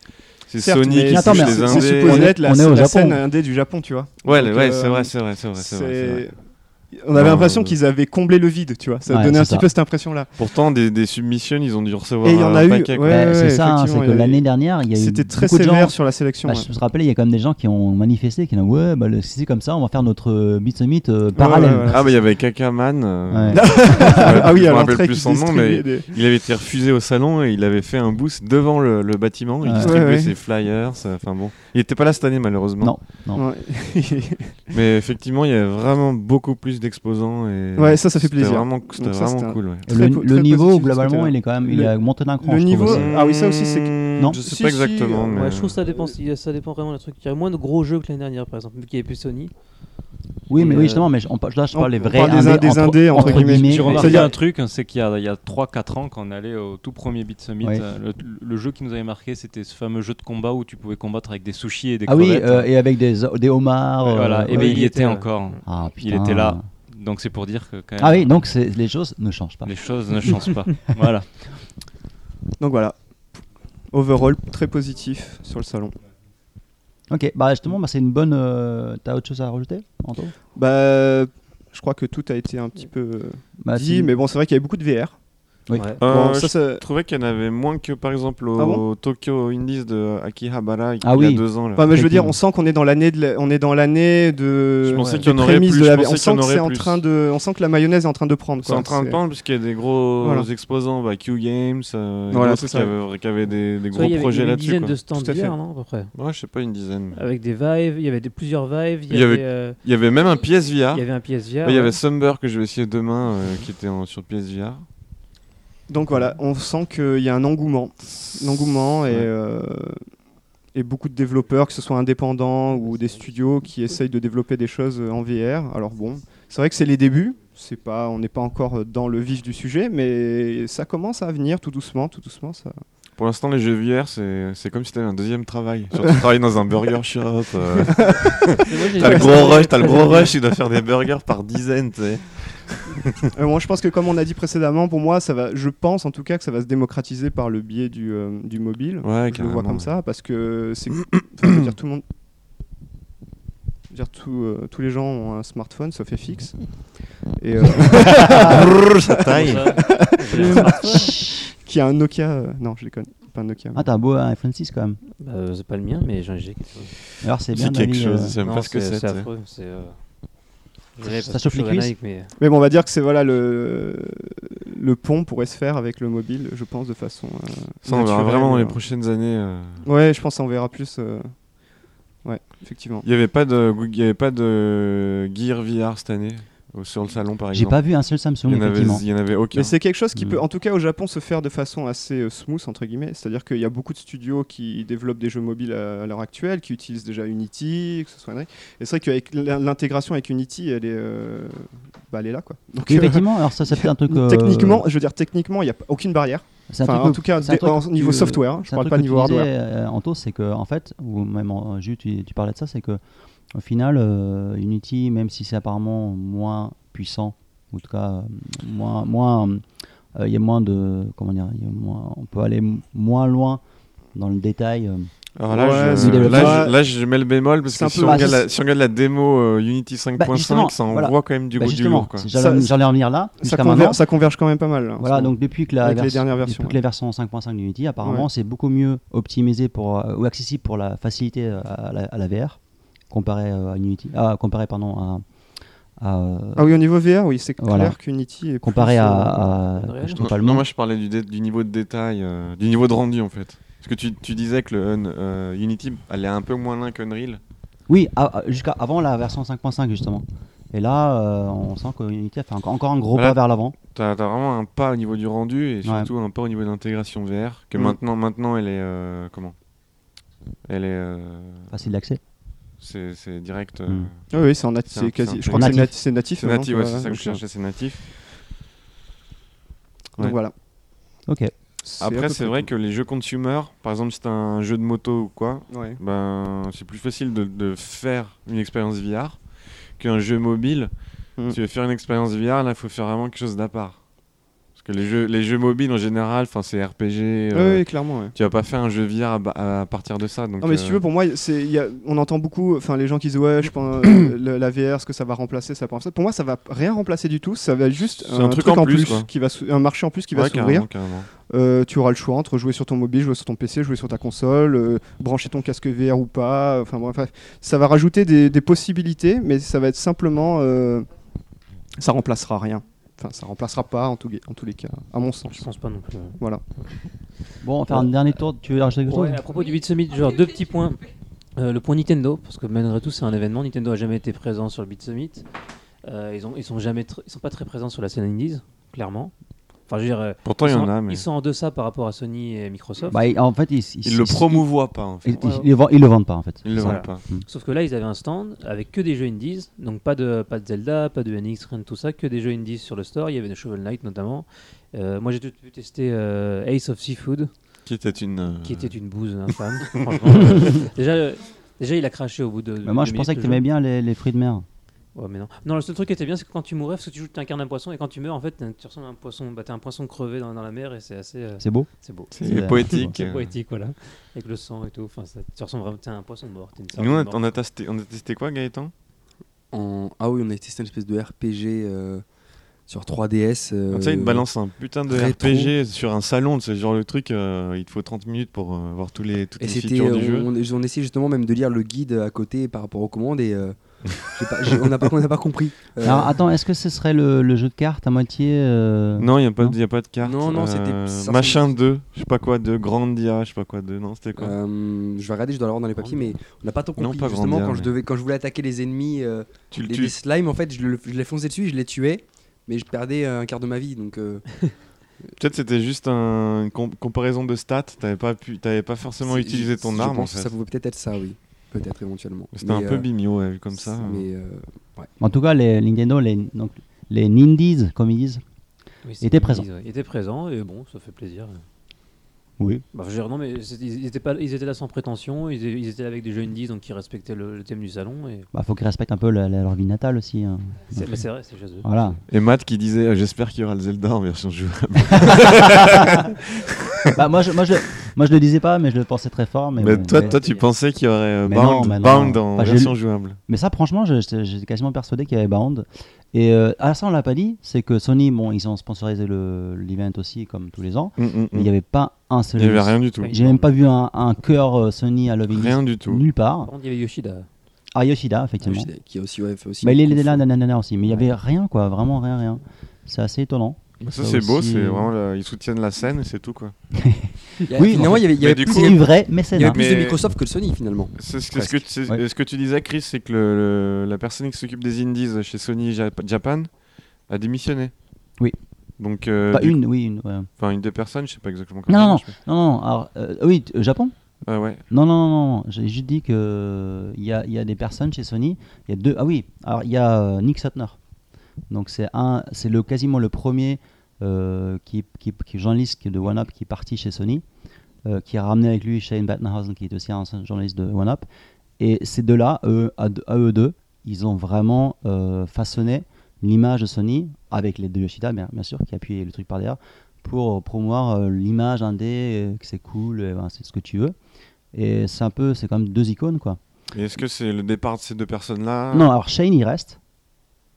Speaker 7: c'est
Speaker 8: Certes,
Speaker 7: Sony
Speaker 8: mais
Speaker 7: qui
Speaker 1: Attends,
Speaker 7: touche
Speaker 1: mais
Speaker 7: les
Speaker 8: c'est- c'est
Speaker 7: indés.
Speaker 8: supposé
Speaker 1: On est-
Speaker 8: être la,
Speaker 1: on est au
Speaker 8: la
Speaker 1: Japon.
Speaker 8: scène indé du Japon, tu vois.
Speaker 7: Ouais,
Speaker 8: Donc,
Speaker 7: ouais,
Speaker 8: euh,
Speaker 7: c'est vrai, c'est vrai, c'est vrai, c'est vrai, c'est vrai.
Speaker 8: c'est- On avait
Speaker 7: Non,
Speaker 8: l'impression
Speaker 7: euh,
Speaker 8: qu'ils avaient comblé le vide, tu vois. Ça
Speaker 1: Ouais,
Speaker 8: donnait un
Speaker 1: c'est
Speaker 8: petit
Speaker 1: ça.
Speaker 8: peu cette impression-là.
Speaker 7: Pourtant, des, des submissions, ils ont dû recevoir
Speaker 8: Et il y en
Speaker 7: un
Speaker 8: a eu,
Speaker 7: paquet. quoi.
Speaker 8: ouais,
Speaker 1: Ouais, c'est ça, hein,
Speaker 8: effectivement,
Speaker 1: c'est
Speaker 8: il y
Speaker 1: que
Speaker 8: a eu-
Speaker 1: l'année dernière, il y a eu
Speaker 8: C'était très
Speaker 1: beaucoup de gens
Speaker 8: sévère sur la sélection.
Speaker 1: Bah,
Speaker 8: ouais.
Speaker 1: Je me rappelle, il y a quand même des gens qui ont manifesté, qui ont dit ouais, bah, le- si c'est comme ça, on va faire notre euh, Beat Summit euh, parallèle.
Speaker 8: ouais, ouais.
Speaker 7: Ah, bah, il y avait Kakaman.
Speaker 1: Ouais.
Speaker 7: euh,
Speaker 8: Ah oui,
Speaker 7: je
Speaker 8: à
Speaker 7: me rappelle
Speaker 8: l'entrée,
Speaker 7: plus
Speaker 8: qui
Speaker 7: son nom,
Speaker 8: distribuait
Speaker 7: mais
Speaker 8: des-
Speaker 7: il avait été refusé au salon et il avait fait un boost devant le, le bâtiment. Il
Speaker 1: Ouais.
Speaker 7: distribuait
Speaker 8: Ouais, ouais.
Speaker 7: ses flyers. euh, Enfin bon, il était pas là cette année malheureusement.
Speaker 1: Non. Non.
Speaker 8: Ouais.
Speaker 7: Mais effectivement, il y avait vraiment beaucoup plus d'exposants et.
Speaker 8: Ouais, ça, ça fait
Speaker 7: c'était
Speaker 8: plaisir.
Speaker 7: Vraiment, c'était
Speaker 8: Donc ça,
Speaker 7: vraiment
Speaker 8: c'était un-
Speaker 7: cool. ouais.
Speaker 8: Très
Speaker 1: Le,
Speaker 8: po-
Speaker 1: le
Speaker 8: très
Speaker 1: niveau,
Speaker 8: positif de ce
Speaker 1: globalement,
Speaker 8: côté-là.
Speaker 1: il est quand même il
Speaker 8: Le-
Speaker 1: a monté d'un cran. je
Speaker 8: le
Speaker 1: trouve
Speaker 8: niveau-
Speaker 1: aussi.
Speaker 8: Ah oui, ça aussi, c'est
Speaker 1: Non.
Speaker 7: Hmm, Je sais
Speaker 8: Si,
Speaker 7: pas
Speaker 8: si,
Speaker 7: exactement.
Speaker 8: euh,
Speaker 7: mais...
Speaker 4: Ouais, je trouve que ça dépend, si- ça dépend vraiment d'un truc. Il y a moins de gros jeux que l'année dernière, par exemple, vu qu'il n'y avait plus Sony.
Speaker 1: Oui, mais
Speaker 4: Et,
Speaker 1: oui,
Speaker 4: euh,
Speaker 1: justement, mais je- on, pa- là, je
Speaker 8: on-
Speaker 1: parle des
Speaker 8: on
Speaker 1: vrais
Speaker 8: parle des
Speaker 1: indés,
Speaker 8: indés, indés, entre guillemets.
Speaker 9: J'ai remarqué
Speaker 8: C'est-à-dire-
Speaker 9: un truc, hein, c'est qu'il y a, il y a 3-4 ans, quand on allait au tout premier Beat Summit,
Speaker 1: Ouais.
Speaker 9: euh, le, le jeu qui nous avait marqué, c'était ce fameux jeu de combat où tu pouvais combattre avec des sushis et des
Speaker 1: Ah oui,
Speaker 9: crevettes.
Speaker 1: euh, et avec des, des homards. euh,
Speaker 9: voilà. et
Speaker 1: ouais.
Speaker 9: ben, il y était
Speaker 4: là.
Speaker 9: encore.
Speaker 1: Ah,
Speaker 9: Il
Speaker 1: putain.
Speaker 9: était là. Donc c'est pour dire que quand même,
Speaker 1: Ah oui, donc c'est- les choses ne changent pas.
Speaker 9: les choses ne changent pas. voilà.
Speaker 8: Donc voilà. Overall, très positif sur le salon.
Speaker 1: Ok, bah justement, bah, c'est une bonne. euh, T'as autre chose à rajouter, Anto
Speaker 8: Bah, je crois que tout a été un petit peu euh,
Speaker 1: Bah,
Speaker 8: dit,
Speaker 1: si.
Speaker 8: mais bon, c'est vrai qu'il y avait beaucoup de VR.
Speaker 1: Oui.
Speaker 4: Ouais.
Speaker 7: Euh,
Speaker 8: Bon,
Speaker 7: je
Speaker 8: ça, ça-
Speaker 7: Je trouvais qu'il y en avait moins que par exemple au
Speaker 8: Ah bon
Speaker 7: Tokyo Indies de Akihabara il
Speaker 1: Ah
Speaker 7: il y a
Speaker 1: oui.
Speaker 7: deux ans. Là.
Speaker 8: Enfin, mais je veux dire,
Speaker 1: Effectivement.
Speaker 8: on sent qu'on est dans l'année de, la- on est dans l'année de.
Speaker 7: Je pensais
Speaker 8: des
Speaker 7: qu'il y en aurait
Speaker 8: prémices
Speaker 7: plus,
Speaker 8: de la-
Speaker 7: je pensais
Speaker 8: On
Speaker 7: qu'il y
Speaker 8: sent
Speaker 7: en
Speaker 8: que c'est
Speaker 7: aurait
Speaker 8: en
Speaker 7: plus.
Speaker 8: train de, on sent que la mayonnaise est en train de prendre.
Speaker 7: C'est en
Speaker 8: quoi.
Speaker 7: train de
Speaker 8: C'est-
Speaker 7: prendre puisqu'il y a des gros
Speaker 8: Voilà.
Speaker 7: exposants, bah, Q Games, euh, et
Speaker 8: Voilà,
Speaker 7: d'autres
Speaker 8: c'est
Speaker 7: qui
Speaker 8: ça.
Speaker 7: avaient, qui avaient des,
Speaker 4: Ça,
Speaker 7: des
Speaker 4: il
Speaker 7: gros
Speaker 4: y avait- il y
Speaker 7: projets
Speaker 4: avait
Speaker 7: là-dessus.
Speaker 4: Une dizaine
Speaker 7: quoi.
Speaker 4: de stands
Speaker 8: Tout à fait.
Speaker 4: d'hier, non, à peu près.
Speaker 7: Ouais, je sais pas, une dizaine.
Speaker 4: Avec des Vive, il y avait des, plusieurs Vive, il
Speaker 7: Il
Speaker 4: y
Speaker 7: y avait-
Speaker 4: avait, euh,
Speaker 7: Il y avait même un PSVR.
Speaker 4: il y avait un PSVR.
Speaker 7: Ouais, il y
Speaker 4: ouais.
Speaker 7: avait Summer que je vais essayer demain euh, qui était en, sur PSVR.
Speaker 8: Donc voilà, on sent qu'il y a un engouement, un engouement et,
Speaker 7: Ouais.
Speaker 8: euh, et beaucoup de développeurs, que ce soit indépendants ou des studios, qui essayent de développer des choses euh, en VR. Alors bon, c'est vrai que c'est les débuts. C'est pas, on n'est pas encore euh, dans le vif du sujet, mais ça commence à venir tout doucement, tout doucement. Ça.
Speaker 7: Pour l'instant, les jeux VR, c'est c'est comme si t'avais un deuxième travail. Genre, tu travailles dans un burger shop. euh,
Speaker 4: Et moi, j'ai-
Speaker 7: t'as le gros rush, t'as le gros rush, tu dois faire des burgers par dizaines, tu sais.
Speaker 8: Euh, moi, je pense que comme on a dit précédemment, pour moi, ça va. Je pense en tout cas que ça va se démocratiser par le biais du, euh, du mobile.
Speaker 7: Ouais,
Speaker 8: je le vois
Speaker 7: carrément,
Speaker 8: comme
Speaker 7: ouais.
Speaker 8: ça parce que c'est enfin, je veux dire tout le monde je veux dire tout, euh, tous les gens ont un smartphone sauf FX et euh,
Speaker 7: Brrr, ça taille.
Speaker 8: qui a un Nokia euh, non je déconne pas un Nokia mais-
Speaker 1: Ah, t'as un beau iPhone 6 quand même.
Speaker 4: Bah, euh, c'est pas le mien, mais j'en ai quelque chose.
Speaker 1: Alors, c'est bien
Speaker 7: C'est quelque
Speaker 1: d'aller, euh,
Speaker 7: chose, je sais même
Speaker 4: Non,
Speaker 7: pas ce que c'est. tu sais.
Speaker 4: affreux. C'est euh, J'avais
Speaker 1: Ça
Speaker 4: pas
Speaker 1: chauffe les
Speaker 4: toujours la
Speaker 1: cuisses.
Speaker 4: Nike, mais- euh.
Speaker 8: Mais bon, on va dire que c'est voilà le le pont pourrait se faire avec le mobile, je pense, de façon. euh,
Speaker 7: Ça, on verra
Speaker 8: naturelle.
Speaker 7: vraiment dans les prochaines années. euh.
Speaker 8: Ouais, je pense qu'on verra plus. euh, Ouais, effectivement.
Speaker 7: Il n'y avait pas de, il y avait pas de Gear VR cette année au- sur le salon par exemple.
Speaker 1: J'ai pas vu un seul Samsung,
Speaker 7: Il y en avait,
Speaker 1: effectivement.
Speaker 7: il y en avait aucun.
Speaker 8: Mais c'est quelque chose qui
Speaker 1: Mm.
Speaker 8: peut, en tout cas au Japon, se faire de façon assez euh, smooth, entre guillemets. C'est-à-dire qu'il y a beaucoup de studios qui développent des jeux mobiles à, à l'heure actuelle, qui utilisent déjà Unity, que ce soit. un- Et c'est vrai qu'avec l'in- l'intégration avec Unity, elle est, euh, bah, elle est là, quoi. Donc,
Speaker 1: Oui,
Speaker 8: euh,
Speaker 1: effectivement, alors ça, ça fait un truc. euh,
Speaker 8: Techniquement, je veux dire, techniquement, il n'y a p- aucune barrière.
Speaker 1: c'est un
Speaker 8: enfin,
Speaker 1: truc
Speaker 8: en
Speaker 1: que-
Speaker 8: tout cas,
Speaker 1: c'est un
Speaker 8: dé-
Speaker 1: truc
Speaker 8: en-
Speaker 1: que
Speaker 8: niveau
Speaker 1: tu-
Speaker 8: software, hein, je
Speaker 1: c'est un
Speaker 8: parle
Speaker 1: truc
Speaker 8: pas
Speaker 1: que
Speaker 8: niveau
Speaker 1: tu disais,
Speaker 8: hardware.
Speaker 1: euh, Anto, c'est que, en fait, ou même en Ju, tu, tu parlais de ça, c'est que, au final, euh, Unity, même si c'est apparemment moins puissant, ou en tout cas, euh, moins. moins euh, il y a moins de. Comment dire il y a moins- On peut aller m- moins loin dans le détail. euh,
Speaker 7: Alors là,
Speaker 8: Ouais,
Speaker 7: je,
Speaker 1: c'est-
Speaker 7: là,
Speaker 8: Ouais.
Speaker 7: je- là, je mets le bémol parce
Speaker 8: C'est un
Speaker 7: que
Speaker 8: peu-
Speaker 7: si on,
Speaker 1: bah,
Speaker 7: regarde
Speaker 1: c'est-
Speaker 7: la, si on regarde la démo euh, Unity 5.5,
Speaker 1: Bah, justement,
Speaker 7: ça envoie
Speaker 1: voilà.
Speaker 7: quand même du,
Speaker 1: bah,
Speaker 7: goût du
Speaker 1: justement,
Speaker 7: lour. Quoi.
Speaker 1: c'est-
Speaker 8: Ça-
Speaker 1: j'allais j'allais en venir là.
Speaker 8: Ça,
Speaker 1: jusqu'à
Speaker 8: conver-
Speaker 1: maintenant.
Speaker 8: ça converge quand même pas mal. là, en
Speaker 1: Voilà,
Speaker 8: ce moment.
Speaker 1: donc depuis que la
Speaker 8: Avec les
Speaker 1: vers-
Speaker 8: dernières
Speaker 1: depuis
Speaker 8: versions,
Speaker 1: que
Speaker 8: ouais.
Speaker 1: la version 5.5 d'Unity, apparemment,
Speaker 8: Ouais.
Speaker 1: c'est beaucoup mieux optimisé pour, euh, ou accessible pour la facilité euh, à la, à la VR comparé euh, à Unity, ah, comparé pardon à, à, euh,
Speaker 8: Ah oui, au niveau VR, oui, c'est
Speaker 1: Voilà.
Speaker 8: clair qu'Unity est.
Speaker 1: comparé
Speaker 8: plus,
Speaker 1: à,
Speaker 8: euh,
Speaker 1: à-
Speaker 4: Unreal.
Speaker 1: je
Speaker 7: Non,
Speaker 1: trouve pas le
Speaker 7: non,
Speaker 1: nom.
Speaker 7: moi je parlais du, dé- du niveau de détail, euh, du niveau de rendu en fait. Parce que tu, tu disais que le Un- euh, Unity allait un peu moins loin qu'Unreal.
Speaker 1: Oui, à- à- jusqu'à avant la version 5.5 justement. Et là, euh, on sent que Unity a fait encore, encore un gros
Speaker 7: Voilà.
Speaker 1: pas vers l'avant.
Speaker 7: T'as as vraiment un pas au niveau du rendu et surtout un pas au niveau de l'intégration VR. Que
Speaker 8: Mm.
Speaker 7: maintenant, maintenant elle est. euh, comment Elle est. euh,
Speaker 1: Facile d'accès.
Speaker 7: c'est c'est direct. euh,
Speaker 1: Mm.
Speaker 8: Oui, Ah oui, c'est en nat-
Speaker 7: C'est
Speaker 8: c'est
Speaker 7: un-
Speaker 8: quasi.
Speaker 7: c'est un
Speaker 8: Je crois que
Speaker 1: truc
Speaker 8: c'est nati- c'est natif.
Speaker 7: C'est
Speaker 8: non
Speaker 7: natif, ouais,
Speaker 8: Ouais,
Speaker 7: c'est ça que
Speaker 8: donc,
Speaker 7: je cherchais, c'est natif.
Speaker 8: Donc
Speaker 7: Ouais.
Speaker 8: voilà.
Speaker 1: Ok.
Speaker 8: C'est à peu
Speaker 7: Après, c'est
Speaker 8: près
Speaker 7: vrai
Speaker 8: tout.
Speaker 7: que les jeux consumer, par exemple, si t'as un jeu de moto ou quoi,
Speaker 8: Ouais.
Speaker 7: ben, c'est plus facile de, de faire une expérience VR qu'un jeu mobile.
Speaker 8: Mm.
Speaker 7: Si tu veux faire une expérience VR, là, il faut faire vraiment quelque chose d'à part. Parce que les jeux, les jeux mobiles, en général, 'fin, c'est RPG.
Speaker 8: Ouais,
Speaker 7: euh,
Speaker 8: ouais, clairement. ouais.
Speaker 7: Tu vas pas faire un jeu VR à, ba- à partir de ça. Donc,
Speaker 8: Non mais si
Speaker 7: euh,
Speaker 8: tu veux, pour moi, c'est, il y a- on entend beaucoup, enfin les gens qui disent ouais, je pense euh, le- la VR, ce que ça va remplacer, ça va remplacer. Pour moi, ça va rien remplacer du tout. Ça va juste
Speaker 7: C'est un truc en plus, quoi.
Speaker 8: qui va, s'ou- un marché en plus qui va
Speaker 7: ouais,
Speaker 8: s'ouvrir.
Speaker 7: carrément, carrément.
Speaker 8: Euh, tu auras le choix entre jouer sur ton mobile, jouer sur ton PC, jouer sur ta console, euh, brancher ton casque VR ou pas. Enfin bon, bref, ça va rajouter des, des possibilités, mais ça va être simplement, euh, ça remplacera rien. Enfin, ça remplacera pas en, tout, en tous les cas, à mon sens.
Speaker 4: Je pense pas non plus.
Speaker 8: Voilà.
Speaker 1: Bon, on va faire un dernier tour. Tu veux rajouter quelque chose
Speaker 4: Ouais, à propos du 8 Summit, genre deux petits points. Euh, le point Nintendo, parce que malgré tout, c'est un événement. Nintendo a jamais été présent sur le Beat Summit. Euh, ils, ont, ils, sont jamais tr- ils sont pas très présents sur la scène indies, clairement. Enfin, je veux dire, euh,
Speaker 7: Pourtant, il y
Speaker 4: ils
Speaker 7: en
Speaker 4: sont-
Speaker 7: a, mais
Speaker 4: Ils sont en deçà par rapport à Sony et Microsoft.
Speaker 1: Bah, il- En fait, ils, ils-
Speaker 7: ils, le
Speaker 1: ils-
Speaker 7: promouvoient pas, en fait.
Speaker 1: ils- ils- ils le vendent- ils le vendent pas en fait. Mm.
Speaker 7: Ils le
Speaker 4: Voilà.
Speaker 7: vendent pas.
Speaker 4: Sauf que là, ils avaient un stand avec que des jeux indies, donc pas de, pas de Zelda, pas de NX, rien de tout ça, que des jeux indies sur le store. Il y avait de Shovel Knight notamment. Euh, moi, j'ai tout de suite testé euh, Ace of Seafood,
Speaker 7: Qui était une. euh,
Speaker 4: qui était une bouse infâme. franchement. Euh, déjà, euh, déjà, il a craché au bout de.
Speaker 1: Mais moi,
Speaker 4: de
Speaker 1: je
Speaker 4: deux
Speaker 1: pensais que
Speaker 4: minutes,
Speaker 1: tu
Speaker 4: le jeu.
Speaker 1: aimais bien les, les fruits de mer.
Speaker 4: Ouais, mais non. Non, le seul truc qui était bien, c'est que quand tu mourais, parce que tu joues, tu incarnes un poisson, et quand tu meurs, en fait, t'es un- tu ressembles à un poisson, bah, t'es un poisson crevé dans, dans la mer, et c'est assez. euh,
Speaker 1: C'est beau.
Speaker 4: c'est beau.
Speaker 7: C'est poétique.
Speaker 4: C'est poétique, voilà. Avec le sang et tout. Enfin, ça- tu ressembles vraiment. T'es un poisson mort. t'es une
Speaker 7: Nous, on a,
Speaker 4: sorte de
Speaker 7: on
Speaker 4: mort.
Speaker 7: a testé, on a testé quoi, Gaëtan
Speaker 5: En- Ah oui, on a testé une espèce de RPG euh, sur 3DS. euh,
Speaker 7: Comme ça, ils te balancent un putain de
Speaker 5: rétro.
Speaker 7: RPG sur un salon, c'est genre le truc, euh, il te faut 30 minutes pour euh, voir tous les, toutes
Speaker 5: Et
Speaker 7: les
Speaker 5: c'était,
Speaker 7: features
Speaker 5: on,
Speaker 7: du jeu.
Speaker 5: on, on essayait justement même de lire le guide à côté par rapport aux commandes et euh, j'ai pas- j'ai- on n'a pas, on n'a pas compris. Euh,
Speaker 1: Alors attends, est-ce que ce serait le, le jeu de cartes à moitié euh,
Speaker 7: Non, il n'y a, pas
Speaker 1: Non.
Speaker 7: de- y a pas de carte.
Speaker 5: Non, non, c'était-
Speaker 7: Euh,
Speaker 5: ça,
Speaker 7: Machin 2, je sais pas quoi 2, Grandia, je sais pas quoi 2, non, c'était quoi
Speaker 5: euh, je vais regarder, je dois l'avoir dans les papiers, mais on n'a pas tant
Speaker 7: Non,
Speaker 5: compris.
Speaker 7: pas
Speaker 5: justement,
Speaker 7: Grandia,
Speaker 5: quand, je
Speaker 7: mais-
Speaker 5: devais, quand je voulais attaquer les ennemis, euh,
Speaker 7: Tu le
Speaker 5: les,
Speaker 7: tues.
Speaker 5: les slimes, en fait, je, le- je les fonçais dessus, je les tuais, mais je perdais euh, un quart de ma vie. Donc, euh,
Speaker 7: Peut-être c'était juste un- une com- comparaison de stats, t'avais pas, pu- t'avais pas forcément
Speaker 5: c'est-
Speaker 7: utilisé
Speaker 5: je-
Speaker 7: ton
Speaker 5: je
Speaker 7: arme en
Speaker 5: pense que
Speaker 7: fait.
Speaker 5: Ça pouvait peut-être être ça, oui. Peut-être éventuellement.
Speaker 7: C'était un
Speaker 5: Mais,
Speaker 7: peu
Speaker 5: euh,
Speaker 7: bimio, ouais, vu comme ça. hein.
Speaker 5: Mais euh,
Speaker 1: En tout cas, les Nintendo, les, donc, les Nindies, comme ils disent.
Speaker 4: Oui, c'est
Speaker 1: était
Speaker 4: une
Speaker 1: présent.
Speaker 4: bise, ouais. Il était présent, et bon, ça fait plaisir.
Speaker 1: Oui.
Speaker 4: Bah, je veux dire, non, mais c'est- ils étaient, pas, ils étaient là sans prétention, ils, étaient- ils étaient là avec des jeux indies, donc qui respectaient le, le thème du salon. Et...
Speaker 1: Bah, faut qu'ils respectent un peu la- la- leur vie natale aussi. hein.
Speaker 4: C'est bah, c'est vrai, c'est chez eux.
Speaker 1: Voilà.
Speaker 7: Et Matt qui disait euh, J'espère qu'il y aura le Zelda en version jouable.
Speaker 1: bah, moi, je, moi, je, moi, je le disais pas, mais je le pensais très fort. Mais,
Speaker 7: Mais
Speaker 1: bon,
Speaker 7: toi,
Speaker 1: mais-
Speaker 7: toi, tu pensais qu'il y aurait euh,
Speaker 1: Mais non,
Speaker 7: Bound,
Speaker 1: mais non.
Speaker 7: Bound en
Speaker 1: Enfin, j'ai
Speaker 7: version
Speaker 1: lu-
Speaker 7: jouable.
Speaker 1: mais ça, franchement, je- j'étais j'étais quasiment persuadé qu'il y avait Bound. Et euh, ah, ça, on l'a pas dit, c'est que Sony, bon, ils ont sponsorisé le- l'event aussi, comme tous les ans.
Speaker 7: Mm, mm, mm.
Speaker 1: Mais il n'y avait pas un seul.
Speaker 7: Il y avait
Speaker 1: jeu.
Speaker 7: rien du tout.
Speaker 1: J'ai même pas vu un, un cœur euh, Sony à Love It
Speaker 7: Rien du tout.
Speaker 1: nulle part.
Speaker 4: Par contre, il y avait Yoshida.
Speaker 1: Ah, Yoshida, effectivement.
Speaker 5: Yoshida, qui a aussi, ouais, fait aussi
Speaker 1: Bah, il
Speaker 5: beaucoup
Speaker 1: est
Speaker 5: de
Speaker 1: là,
Speaker 5: choses.
Speaker 1: nanana aussi, mais il y avait rien, quoi, vraiment rien, rien. C'est assez étonnant.
Speaker 7: Bah, Ça, c'est beau,
Speaker 1: aussi,
Speaker 7: c'est
Speaker 1: euh,
Speaker 7: vraiment la- ils soutiennent la scène et c'est tout quoi.
Speaker 5: Il y a- Oui, finalement, il y avait- il y
Speaker 7: Mais
Speaker 5: avait
Speaker 7: du
Speaker 5: plus-
Speaker 7: coup-
Speaker 5: il y avait-
Speaker 1: vrai mécénat.
Speaker 5: Il y avait plus de
Speaker 7: Mais-
Speaker 5: Microsoft que de Sony finalement.
Speaker 7: C'est ce que, ce que tu- c'est-
Speaker 1: hein. Ouais.
Speaker 7: ce que tu disais, Chris, c'est que le- le- la personne qui s'occupe des indies chez Sony Jap- Japan a démissionné.
Speaker 1: Oui.
Speaker 7: Donc, euh,
Speaker 1: Pas
Speaker 7: du-
Speaker 1: une, oui, une. ouais.
Speaker 7: Enfin, une des personnes, je sais pas exactement
Speaker 1: Non,
Speaker 7: comment.
Speaker 1: non,
Speaker 7: ça
Speaker 1: non,
Speaker 7: marche,
Speaker 1: non, non, alors, euh, oui, t- euh, Japon
Speaker 7: mais- Ah ouais.
Speaker 1: Non, non, non, non, j'ai juste dit que euh, il y a, il y a des personnes chez Sony. Il y a deux. Ah oui, alors il y a euh, Nick Sutner. Donc c'est un, c'est le quasiment le premier euh, qui, qui, qui est journaliste qui est de One Up qui est parti chez Sony, euh, qui a ramené avec lui Shane Battenhausen qui est aussi un ancien journaliste de One Up. Et ces deux-là, eux, à, deux- à eux deux, ils ont vraiment euh, façonné l'image de Sony avec les deux Yoshida, bien, bien sûr, qui appuie le truc par derrière pour promouvoir euh, l'image indé, euh, que c'est cool, euh, ben, c'est ce que tu veux. Et c'est un peu, c'est quand même deux icônes, quoi.
Speaker 7: Et est-ce que c'est le départ de ces deux personnes-là
Speaker 1: Non, alors Shane, il reste.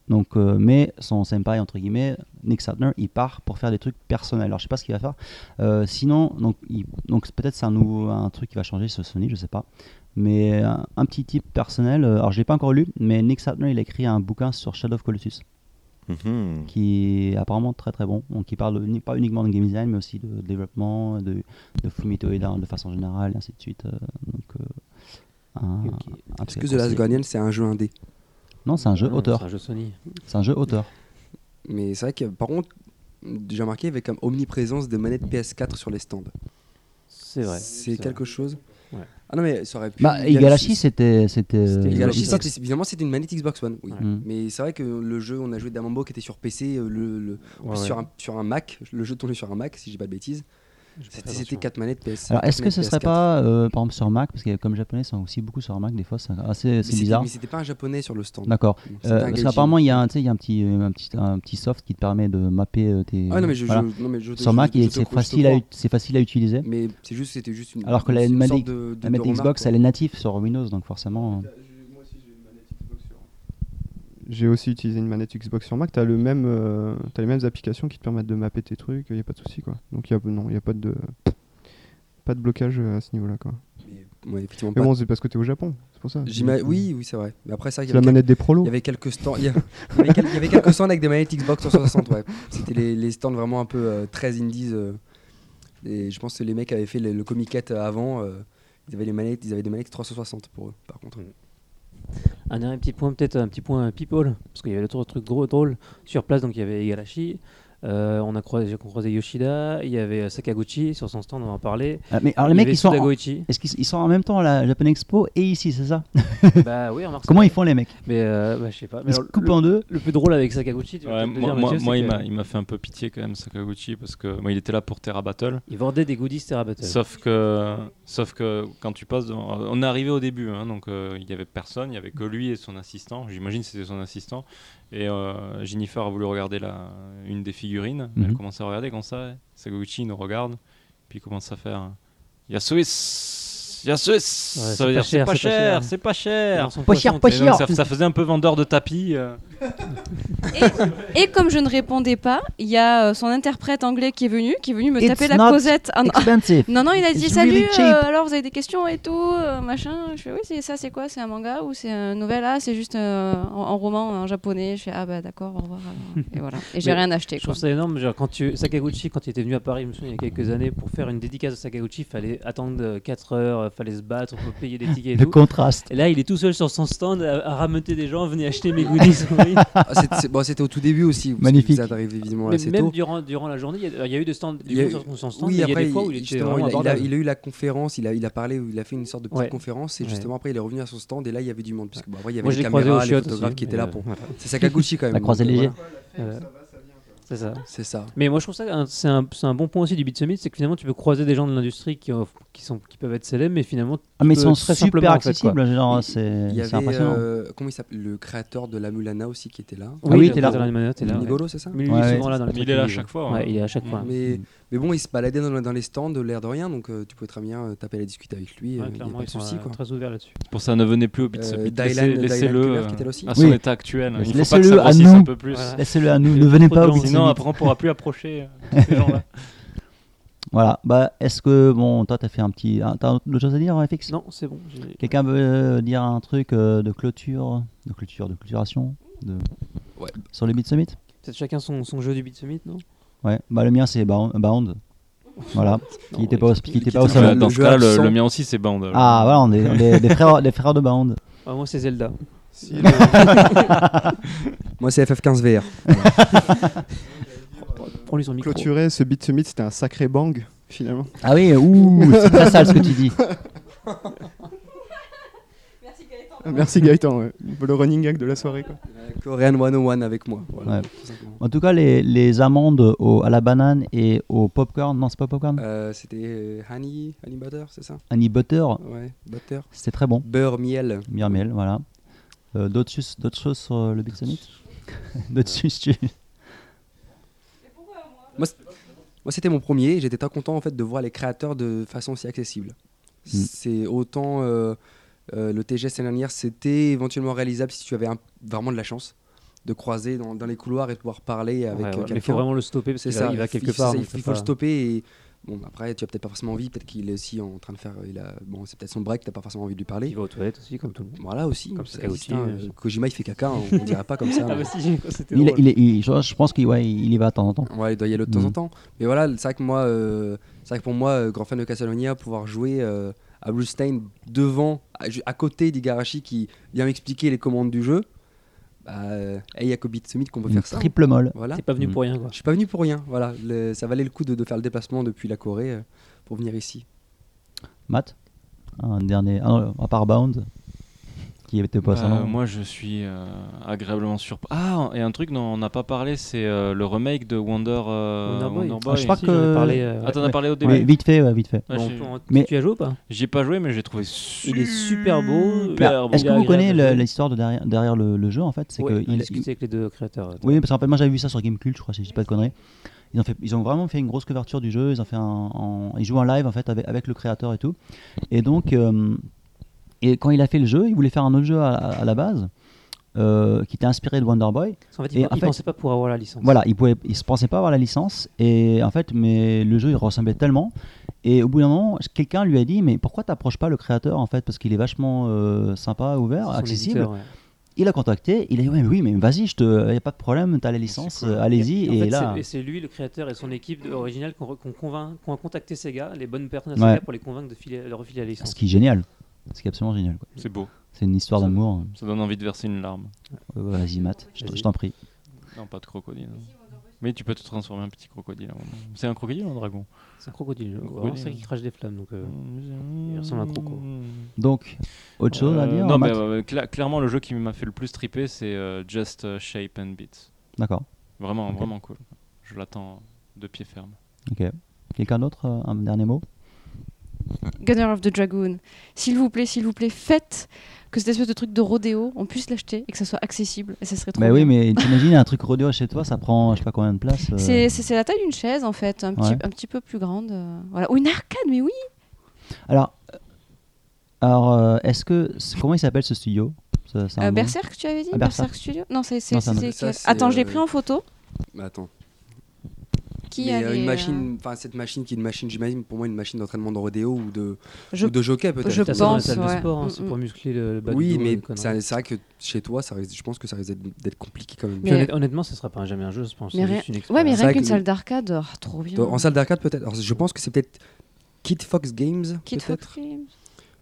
Speaker 1: Donc, euh, mais son senpai, entre guillemets, Nick Sutner, il part pour faire des trucs personnels. Alors, je sais pas ce qu'il va faire. Euh, sinon, donc, il- donc c'est peut-être c'est un nouveau un truc qui va changer sur Sony, je sais pas. Mais un, un petit type personnel, euh, alors je l'ai pas encore lu, mais Nick Sutner, il a écrit un bouquin sur Shadow of Colossus,
Speaker 7: Mhm.
Speaker 1: qui est apparemment très très bon. Donc, il parle de- pas uniquement de game design, mais aussi de développement, de, de Fumito Ueda de façon générale, et ainsi de suite. Euh, donc, euh, un- un
Speaker 5: Est-ce que The Last Guardian c'est un jeu indé
Speaker 1: Non, c'est un jeu
Speaker 4: Ah,
Speaker 1: auteur.
Speaker 4: C'est un jeu Sony.
Speaker 1: C'est un jeu auteur.
Speaker 5: Mais c'est vrai que par contre, j'ai remarqué avec comme omniprésence des manettes PS4 sur les stands.
Speaker 4: C'est vrai.
Speaker 5: C'est
Speaker 4: vrai.
Speaker 5: quelque chose.
Speaker 4: Ouais.
Speaker 5: Ah non mais ça aurait pu.
Speaker 1: Bah, Igarashi, c'était. c'était
Speaker 4: C'était
Speaker 1: euh,
Speaker 4: Igarashi,
Speaker 5: Galaxy,
Speaker 4: Galaxy
Speaker 5: ça, c'est- évidemment, c'était une manette Xbox One, oui.
Speaker 4: Ouais.
Speaker 1: Mm.
Speaker 5: Mais c'est vrai que le jeu, on a joué Damambo qui était sur PC, euh, le, le-
Speaker 4: Ouais,
Speaker 5: sur,
Speaker 4: ouais.
Speaker 5: Un, sur un Mac, le jeu tournait sur un Mac, si j'ai pas de bêtises.
Speaker 4: J'ai pas fait
Speaker 5: C'était- C'était
Speaker 4: attention.
Speaker 5: 4 manettes PS4.
Speaker 1: Alors, est-ce que ce serait pas, euh, par exemple, sur Mac Parce que comme les japonais sont aussi beaucoup sur Mac, des fois, c'est assez c'est bizarre.
Speaker 5: Mais c'était pas un japonais sur le stand.
Speaker 1: D'accord.
Speaker 5: C'était
Speaker 1: Euh,
Speaker 5: un
Speaker 1: parce
Speaker 5: gaijin.
Speaker 1: qu'apparemment, il y a, un, tu sais, il y a un, petit, euh, un, petit, un petit soft qui te permet de mapper euh, tes.
Speaker 5: Ah non, mais je,
Speaker 1: voilà.
Speaker 5: je- non, mais je-
Speaker 1: sur
Speaker 5: je-
Speaker 1: Mac,
Speaker 5: je
Speaker 1: il-
Speaker 5: te- je
Speaker 1: c'est
Speaker 5: te
Speaker 1: facile, à
Speaker 5: crois.
Speaker 1: ut- c'est facile à utiliser.
Speaker 5: Mais c'est juste, c'était juste une.
Speaker 1: Alors que la
Speaker 5: une
Speaker 1: manette-
Speaker 5: sorte de- de-
Speaker 1: La
Speaker 5: de
Speaker 1: manette
Speaker 5: remarque,
Speaker 1: Xbox,
Speaker 5: quoi.
Speaker 1: elle est native sur Windows, donc forcément. euh,
Speaker 8: J'ai aussi utilisé une manette Xbox sur Mac. T'as le même, euh, t'as les mêmes applications qui te permettent de mapper tes trucs. Il y a pas de souci quoi. Donc y a, non, il y a pas de, pas de blocage euh, à ce niveau-là quoi.
Speaker 5: Ouais, effectivement,
Speaker 8: Mais
Speaker 5: pas-
Speaker 8: bon, c'est parce que t'es au Japon, c'est pour ça. euh,
Speaker 5: J'ima- Oui, oui, c'est vrai. Mais après ça, il y
Speaker 8: C'est la
Speaker 5: avait
Speaker 8: manette des prolos.
Speaker 5: Il y avait quelques stands, il y a- il y avait, quel- il y avait quelques stands avec des manettes Xbox 360. Ouais. C'était les, les stands vraiment un peu euh, très indies. euh, et je pense que les mecs avaient fait le, le comiquette avant. euh, ils avaient les manettes, ils avaient des manettes 360 pour eux. Par contre,
Speaker 4: Un dernier petit point, peut-être un petit point people, parce qu'il y avait d'autres trucs gros drôles. Sur place, donc il y avait Igarashi. euh, on a croisé, j'ai croisé Yoshida, il y avait euh, Sakaguchi sur son stand, on en parlait.
Speaker 1: ah, mais alors, les
Speaker 4: Il y
Speaker 1: mecs,
Speaker 4: avait
Speaker 1: ils sont. en-
Speaker 4: Sudagoichi.
Speaker 1: Est-ce qu'ils ils sont en même temps à la Japan Expo et ici, c'est ça
Speaker 4: bah oui, remarque.
Speaker 1: Comment ils font les mecs
Speaker 4: Mais euh, bah, je sais pas. Mais
Speaker 1: Ils se
Speaker 4: alors,
Speaker 1: coupent
Speaker 4: le,
Speaker 1: en deux.
Speaker 4: le plus drôle avec Sakaguchi, tu vas
Speaker 9: Ouais,
Speaker 4: peut-être me
Speaker 9: moi,
Speaker 4: dire,
Speaker 9: moi-
Speaker 4: Mathieu,
Speaker 9: moi,
Speaker 4: c'est
Speaker 9: il
Speaker 4: que
Speaker 9: m'a- il m'a fait un peu pitié quand même, Sakaguchi, parce que moi, il était là pour Terra Battle.
Speaker 4: il vendait des goodies Terra Battle.
Speaker 9: Sauf que, sauf que quand tu passes dans- On est arrivé au début, hein, donc euh, il y n'y avait personne, il n'y avait que lui et son assistant. J'imagine que c'était son assistant. Et euh, Jennifer a voulu regarder la, une des figurines. Elle
Speaker 1: Mhm.
Speaker 9: commence à regarder comme ça. Saguchi nous regarde, puis commence à faire Yasuis Yasuis
Speaker 4: Ouais,
Speaker 9: Ça veut dire c'est pas cher, c'est pas
Speaker 4: Et
Speaker 9: cher
Speaker 4: dans son
Speaker 1: Pas
Speaker 4: poisson,
Speaker 1: cher, pas
Speaker 9: Et donc,
Speaker 1: cher
Speaker 9: ça, ça faisait un peu vendeur de tapis. euh.
Speaker 2: Et comme je ne répondais pas, il y a euh, son interprète anglais qui est venu, qui est venu me
Speaker 1: It's
Speaker 2: taper la
Speaker 1: not
Speaker 2: causette. Ah non,
Speaker 1: Expensive
Speaker 2: non, non, il a
Speaker 1: It's
Speaker 2: dit
Speaker 1: really
Speaker 2: salut,
Speaker 1: cheap.
Speaker 2: euh, alors vous avez des questions et tout, euh, machin. Je fais oui, c'est ça, c'est quoi C'est un manga ou c'est un novella C'est juste euh, en, en roman, en japonais. Je fais ah bah d'accord, au revoir. alors. Et voilà. Et j'ai
Speaker 4: Mais
Speaker 2: rien acheté.
Speaker 4: Je trouve
Speaker 2: Quoi.
Speaker 4: ça énorme. Genre, quand tu, Sakaguchi, quand il était venu à Paris, je me souviens, il y a quelques années, pour faire une dédicace de Sakaguchi, il fallait attendre 4 heures, il fallait se battre, il faut payer des tickets et
Speaker 1: Le
Speaker 4: tout.
Speaker 1: contraste.
Speaker 4: Et là, il est tout seul sur son stand à, à rameuter des gens, venez acheter mes goodies. oui.
Speaker 5: Ah, c'est- c'est- bon, c'était au tout début aussi. parce que
Speaker 1: Magnifique.
Speaker 5: Vous êtes arrivé évidemment
Speaker 4: Mais
Speaker 5: assez
Speaker 4: même
Speaker 5: tôt.
Speaker 4: durant, durant la journée, il y, a- il y a eu des stands du
Speaker 5: Il y a
Speaker 4: coup,
Speaker 5: eu-
Speaker 4: sur son stand, mais
Speaker 5: oui,
Speaker 4: il y a
Speaker 5: après,
Speaker 4: des fois où il était
Speaker 5: justement, il a,
Speaker 4: vraiment
Speaker 5: il a-
Speaker 4: abordable.
Speaker 5: il a eu la conférence, il a, il a parlé, il a fait une sorte de petite
Speaker 4: Ouais.
Speaker 5: conférence, et
Speaker 4: Ouais.
Speaker 5: justement après il est revenu à son stand, et là il y avait du monde. Parce que, bon, après, il y avait
Speaker 4: Moi, je
Speaker 5: les
Speaker 4: l'ai croisé au
Speaker 5: caméras, les
Speaker 4: chiottes
Speaker 5: photographes
Speaker 4: aussi,
Speaker 5: qui étaient
Speaker 4: mais,
Speaker 5: là
Speaker 4: euh,
Speaker 5: pour. C'est Sakaguchi quand même.
Speaker 1: La croisée
Speaker 5: donc,
Speaker 1: léger.
Speaker 5: voilà.
Speaker 4: Voilà. C'est ça.
Speaker 5: C'est ça.
Speaker 4: Mais moi je trouve ça un- c'est un, c'est un bon point aussi du Beat Summit, c'est que finalement tu peux croiser des gens de l'industrie qui, ont- qui, sont- qui peuvent être célèbres, mais finalement
Speaker 1: Ah, mais ils
Speaker 4: peux
Speaker 1: sont
Speaker 4: très
Speaker 1: super
Speaker 4: simplement, en fait, quoi.
Speaker 1: accessibles, genre,
Speaker 5: Il-
Speaker 1: c'est
Speaker 5: Il y
Speaker 1: c'est
Speaker 5: avait
Speaker 1: impressionnant.
Speaker 5: euh, comment il s'appelle le créateur de la Mulana aussi qui était là.
Speaker 1: Ah oui, t'es là.
Speaker 4: dans la manœuvre, t'es là, ouais.
Speaker 5: Nigolo, c'est ça
Speaker 4: Mais lui,
Speaker 1: Ouais,
Speaker 4: il est
Speaker 1: ouais.
Speaker 4: souvent là dans les
Speaker 9: Mais il
Speaker 4: trucs
Speaker 9: est là à
Speaker 4: qu'il
Speaker 9: chaque
Speaker 4: dit.
Speaker 9: fois, hein.
Speaker 4: Ouais, il est à chaque fois. Mm.
Speaker 5: mais, mais bon, il se baladait dans, dans les stands, l'air de rien, donc euh, tu pouvais très bien euh, taper la discuter avec lui. euh, il
Speaker 4: Ouais,
Speaker 5: y avait
Speaker 4: clairement,
Speaker 5: pas de
Speaker 4: ils sont
Speaker 5: souci,
Speaker 4: euh,
Speaker 5: quoi.
Speaker 4: très ouverts là-dessus.
Speaker 9: C'est pour ça, ne venez plus au Beat
Speaker 5: Euh,
Speaker 9: Summit.
Speaker 5: Dylan-
Speaker 9: Laissez-
Speaker 5: Dylan
Speaker 9: Laissez-le
Speaker 5: Kuller,
Speaker 9: euh,
Speaker 5: qui était là aussi.
Speaker 9: à son
Speaker 1: Oui.
Speaker 9: état actuel. Il ne faut pas que
Speaker 1: Laissez-le
Speaker 9: ça
Speaker 1: à
Speaker 9: grossisse
Speaker 1: nous.
Speaker 9: un peu plus.
Speaker 1: Bah,
Speaker 4: Voilà.
Speaker 1: Laissez-le à ah, nous, ne venez
Speaker 4: Trop
Speaker 1: pas
Speaker 4: de
Speaker 1: au
Speaker 4: gens,
Speaker 1: Beat
Speaker 9: Sinon,
Speaker 1: Summit.
Speaker 9: après, on pourra plus approcher euh, tous ces gens-là.
Speaker 1: Voilà. Bah, est-ce que bon, toi, t'as fait un petit, un- t'as d'autres choses à dire, FX
Speaker 4: Non, c'est bon. j'ai-
Speaker 1: Quelqu'un veut euh, dire un truc euh, de clôture, de clôture, de clôturation, de...
Speaker 5: Ouais.
Speaker 1: sur le Beat Summit
Speaker 4: Peut-être chacun son, son jeu du Beat Summit, non
Speaker 1: Ouais. Bah le mien c'est Bound. Bound. Voilà.
Speaker 4: Non,
Speaker 1: qui était
Speaker 4: ouais,
Speaker 1: pas, au-
Speaker 4: c'est-
Speaker 1: qui
Speaker 5: qui
Speaker 1: était pas au
Speaker 5: était pas
Speaker 1: salon.
Speaker 5: là.
Speaker 9: dans
Speaker 5: le
Speaker 9: ce
Speaker 5: jeu
Speaker 9: cas, le,
Speaker 5: absent.
Speaker 9: le mien aussi, c'est Band. alors.
Speaker 1: Ah voilà, on est, on est des frères, des frères de Bound.
Speaker 4: Ah, moi, c'est Zelda.
Speaker 7: Si, le-
Speaker 5: Moi, c'est FF15 VR.
Speaker 4: Prends-lui son micro.
Speaker 8: Clôturer ce Beat Summit, c'était un sacré bang, finalement.
Speaker 1: Ah oui, ouh, c'est très sale ce que tu dis.
Speaker 8: Merci Gaëtan, ouais. le running gag de la soirée. Quoi.
Speaker 5: Korean 101 avec moi.
Speaker 1: Ouais.
Speaker 5: Voilà, tout simplement.
Speaker 1: En tout cas, les, les amandes au- à la banane et au popcorn, non, c'est pas popcorn,
Speaker 5: Euh, C'était euh, honey, honey butter, c'est ça
Speaker 1: honey butter,
Speaker 5: Ouais, butter.
Speaker 1: c'était très bon.
Speaker 5: Beurre, miel.
Speaker 1: Mirmel, voilà. Euh, D'autres choses, d'autres choses sur euh, le Big Summit D'autres choses tu-
Speaker 5: Moi, c'était mon premier. et J'étais très content en fait de voir les créateurs de façon si accessible.
Speaker 4: Mm.
Speaker 5: C'est autant euh, euh, le TGS l'année dernière, c'était éventuellement réalisable si tu avais un- vraiment de la chance de croiser dans, dans les couloirs et de pouvoir parler avec
Speaker 4: Ouais,
Speaker 5: euh,
Speaker 4: ouais, mais il faut
Speaker 5: quelqu'un.
Speaker 4: vraiment le stopper parce
Speaker 5: C'est
Speaker 4: qu'il
Speaker 5: ça.
Speaker 4: va, il va quelque
Speaker 5: il,
Speaker 4: part.
Speaker 5: Il,
Speaker 4: donc c'est
Speaker 5: il faut le
Speaker 4: pas-
Speaker 5: stopper et bon après tu as peut-être pas forcément envie. Peut-être qu'il est aussi en train de faire. Il a bon c'est peut-être son break. T'as pas forcément envie de lui
Speaker 4: Il
Speaker 5: parler.
Speaker 4: va aux toilettes aussi, comme tout le monde.
Speaker 5: Voilà aussi.
Speaker 4: Comme
Speaker 5: ça
Speaker 4: Sakauchi,
Speaker 5: existe, hein,
Speaker 4: euh,
Speaker 5: euh, Kojima il fait caca. hein, on dirait pas comme ça.
Speaker 4: Ah,
Speaker 5: mais-
Speaker 4: bah si, c'était
Speaker 1: il,
Speaker 4: drôle.
Speaker 1: il, il- je, je pense qu'il ouais, il y va de temps en temps.
Speaker 5: Ouais, il doit y aller de temps
Speaker 1: Mhm.
Speaker 5: en temps. Mais voilà, c'est vrai que moi, euh, c'est vrai que pour moi, euh, grand fan de Castlevania, pouvoir jouer euh, à Bluestein devant, à, ju- à côté d'Igarashi qui vient m'expliquer les commandes du jeu, bah, euh, hey, Yakobi Summit qu'on peut
Speaker 1: Une
Speaker 5: faire ça.
Speaker 1: Mm. triple molle.
Speaker 5: Voilà.
Speaker 4: T'es pas venu
Speaker 1: Mm.
Speaker 4: pour rien, quoi.
Speaker 5: Je suis pas venu pour rien. Voilà, Le- ça valait le coup de, de faire le déplacement depuis la Corée euh, pour venir ici.
Speaker 1: Matt Un dernier. ah non, à part Bound, qui était pas
Speaker 9: Bah,
Speaker 1: ça.
Speaker 9: moi, je suis euh, agréablement surpris. Ah, et un truc dont on n'a pas parlé, c'est euh, le remake de Wonder, euh,
Speaker 4: Wonder Boy.
Speaker 9: Wonder
Speaker 1: Ah, je crois
Speaker 9: Boy.
Speaker 4: Si, j'en ai
Speaker 1: que-
Speaker 4: parlé, euh,
Speaker 9: Ah, t'en
Speaker 1: Ouais.
Speaker 9: as parlé au
Speaker 1: Oui,
Speaker 9: début
Speaker 1: vite fait, ouais, vite fait.
Speaker 9: Ouais,
Speaker 4: Bon,
Speaker 9: j'ai-
Speaker 4: on-
Speaker 1: Mais-
Speaker 4: Tu y as joué ou pas
Speaker 9: J'y ai pas joué, mais j'ai trouvé
Speaker 4: Il est super beau.
Speaker 1: Alors, Bah, Est-ce que vous connaissez le- l'histoire de derrière, derrière le, le jeu en fait C'est que
Speaker 4: il
Speaker 1: il-
Speaker 4: discuté avec les deux créateurs.
Speaker 1: Oui, parce qu'en fait, moi j'avais vu ça sur Gamecult, je crois, si je dis pas de conneries. Ils ont, fait, ils ont vraiment fait une grosse couverture du jeu, ils, ont fait un, en- ils jouent en live en fait avec, avec le créateur et tout. Et donc, euh, et quand il a fait le jeu, il voulait faire un autre jeu à, à- à la base, euh, qui était inspiré de Wonder Boy.
Speaker 4: En fait,
Speaker 1: Et
Speaker 4: il
Speaker 1: en
Speaker 4: il
Speaker 1: fait-
Speaker 4: pensait pas pour avoir la licence.
Speaker 1: Voilà, il pouvait, il se pensait pas avoir la licence, et en fait, mais le jeu il ressemblait tellement. Et au bout d'un moment, quelqu'un lui a dit, mais pourquoi t'approches pas le créateur en fait, parce qu'il est vachement euh, sympa, ouvert,
Speaker 4: Son
Speaker 1: accessible.
Speaker 4: éditeur, ouais.
Speaker 1: Il a contacté, il a dit ouais, mais oui, mais vas-y, je te, y a pas de problème, t'as les licences, euh, allez-y.
Speaker 4: Et en
Speaker 1: Et,
Speaker 4: fait,
Speaker 1: là,
Speaker 4: c'est- et c'est lui, le créateur, et son équipe de- originale qu'on re- qu'on convainc, qu'on a contacté Sega, les bonnes personnes à Sega,
Speaker 1: Ouais.
Speaker 4: pour les convaincre de, filer, de refiler la licence.
Speaker 1: ce qui est génial, ce qui est absolument génial. quoi.
Speaker 9: C'est beau.
Speaker 1: C'est une histoire
Speaker 9: Ça-
Speaker 1: d'amour.
Speaker 9: Ça donne envie de verser une larme.
Speaker 1: Euh, Vas-y, Matt, je t-
Speaker 4: Vas-y.
Speaker 1: je t'en prie.
Speaker 9: Non, pas de crocodile. hein. Mais tu peux te transformer en petit crocodile. à un moment. C'est un crocodile ou un dragon
Speaker 4: C'est un crocodile.
Speaker 9: Un
Speaker 4: vraiment,
Speaker 9: crocodile.
Speaker 4: C'est ça qui crache des flammes. Donc, euh, il ressemble à un croco.
Speaker 1: Donc, autre chose à
Speaker 9: Euh,
Speaker 1: dire
Speaker 9: non,
Speaker 1: Matt
Speaker 9: mais, euh, cla- clairement, le jeu qui m'a fait le plus triper, c'est euh, Just euh, Shape and Beats.
Speaker 1: D'accord.
Speaker 9: Vraiment,
Speaker 1: Ok.
Speaker 9: vraiment cool. Je l'attends de pied ferme.
Speaker 1: Ok. Quelqu'un d'autre euh, un dernier mot
Speaker 2: Gunner of the Dragoon. S'il vous plaît, s'il vous plaît, faites que cette espèce de truc de rodéo, on puisse l'acheter et que ça soit accessible. Et ça serait trop
Speaker 1: Bah oui,
Speaker 2: bien.
Speaker 1: mais t'imagines un truc rodeo chez toi, ça prend je sais pas combien de place. euh.
Speaker 2: C'est c'est- c'est la taille d'une chaise en fait, un petit,
Speaker 1: Ouais.
Speaker 2: un petit peu plus grande. euh, voilà. Ou une arcade, mais oui
Speaker 1: Alors, euh, alors, euh, est-ce que c- comment il s'appelle ce studio Ça- ça a
Speaker 2: Euh,
Speaker 1: un nom
Speaker 2: Berserk, tu avais dit
Speaker 1: Ah, Berserk.
Speaker 2: Berserk. Studio Non, c'est. c'est-
Speaker 1: Non, c'est un
Speaker 2: c'est-
Speaker 5: autre.
Speaker 2: c'est-
Speaker 5: Ça, c'est,
Speaker 2: Attends, je l'ai
Speaker 5: euh,
Speaker 2: pris en photo.
Speaker 5: Mais attends.
Speaker 2: Qui
Speaker 5: Mais,
Speaker 2: a
Speaker 5: euh,
Speaker 2: les,
Speaker 5: une
Speaker 2: euh,
Speaker 5: machine, enfin cette machine qui est une machine, j'imagine pour moi une machine d'entraînement de rodéo ou de,
Speaker 2: Je-
Speaker 5: ou de jockey peut-être.
Speaker 2: Je
Speaker 4: T'as ça dans la
Speaker 2: pense,
Speaker 4: salle de
Speaker 2: ouais.
Speaker 4: sport, hein,
Speaker 2: Mm,
Speaker 4: c'est
Speaker 2: mm.
Speaker 4: pour muscler le, le bas du
Speaker 5: Oui,
Speaker 4: dos,
Speaker 5: mais
Speaker 4: les conneries.
Speaker 5: ça- c'est vrai que chez toi, ça risque- je pense que ça risque d'être- d'être compliqué quand même.
Speaker 4: Puis
Speaker 2: Mais-
Speaker 4: honnête- honnêtement, ce sera pas jamais un jeu, je pense.
Speaker 2: Mais
Speaker 4: c'est
Speaker 2: rien-
Speaker 4: juste une
Speaker 2: Ouais, mais
Speaker 5: C'est
Speaker 4: expérience.
Speaker 2: rien
Speaker 5: vrai
Speaker 2: qu'une
Speaker 5: que-
Speaker 2: salle d'arcade, oh, trop bien.
Speaker 5: Dans- en salle d'arcade peut-être. Alors, Je pense que c'est peut-être Kid Fox Games.
Speaker 2: Kid Fox
Speaker 5: peut-être.
Speaker 2: Games.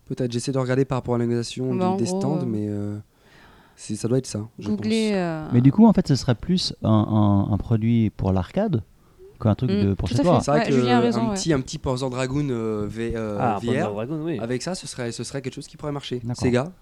Speaker 5: Peut-être. J'essaie de regarder par rapport à l'organisation
Speaker 2: Bah,
Speaker 5: du-
Speaker 2: en
Speaker 5: des
Speaker 2: gros,
Speaker 5: stands,
Speaker 2: euh,
Speaker 5: mais euh, c'est- ça doit être ça. Je
Speaker 2: Googlez. euh,
Speaker 1: Mais du coup, en fait, ce serait plus un, un- un produit pour l'arcade qu'un truc
Speaker 2: Mm,
Speaker 1: de pour
Speaker 2: tout
Speaker 1: chez
Speaker 2: à
Speaker 1: toi.
Speaker 5: pense. C'est vrai
Speaker 2: Ouais,
Speaker 5: que euh,
Speaker 2: Julien a raison,
Speaker 5: un
Speaker 2: ouais.
Speaker 5: petit, un petit Panzer Dragoon euh, V- euh,
Speaker 4: Ah, Panzer
Speaker 5: VR.
Speaker 4: Dragon, oui.
Speaker 5: Avec ça, ce serait, ce serait quelque chose qui pourrait marcher.
Speaker 1: D'accord.
Speaker 5: Sega,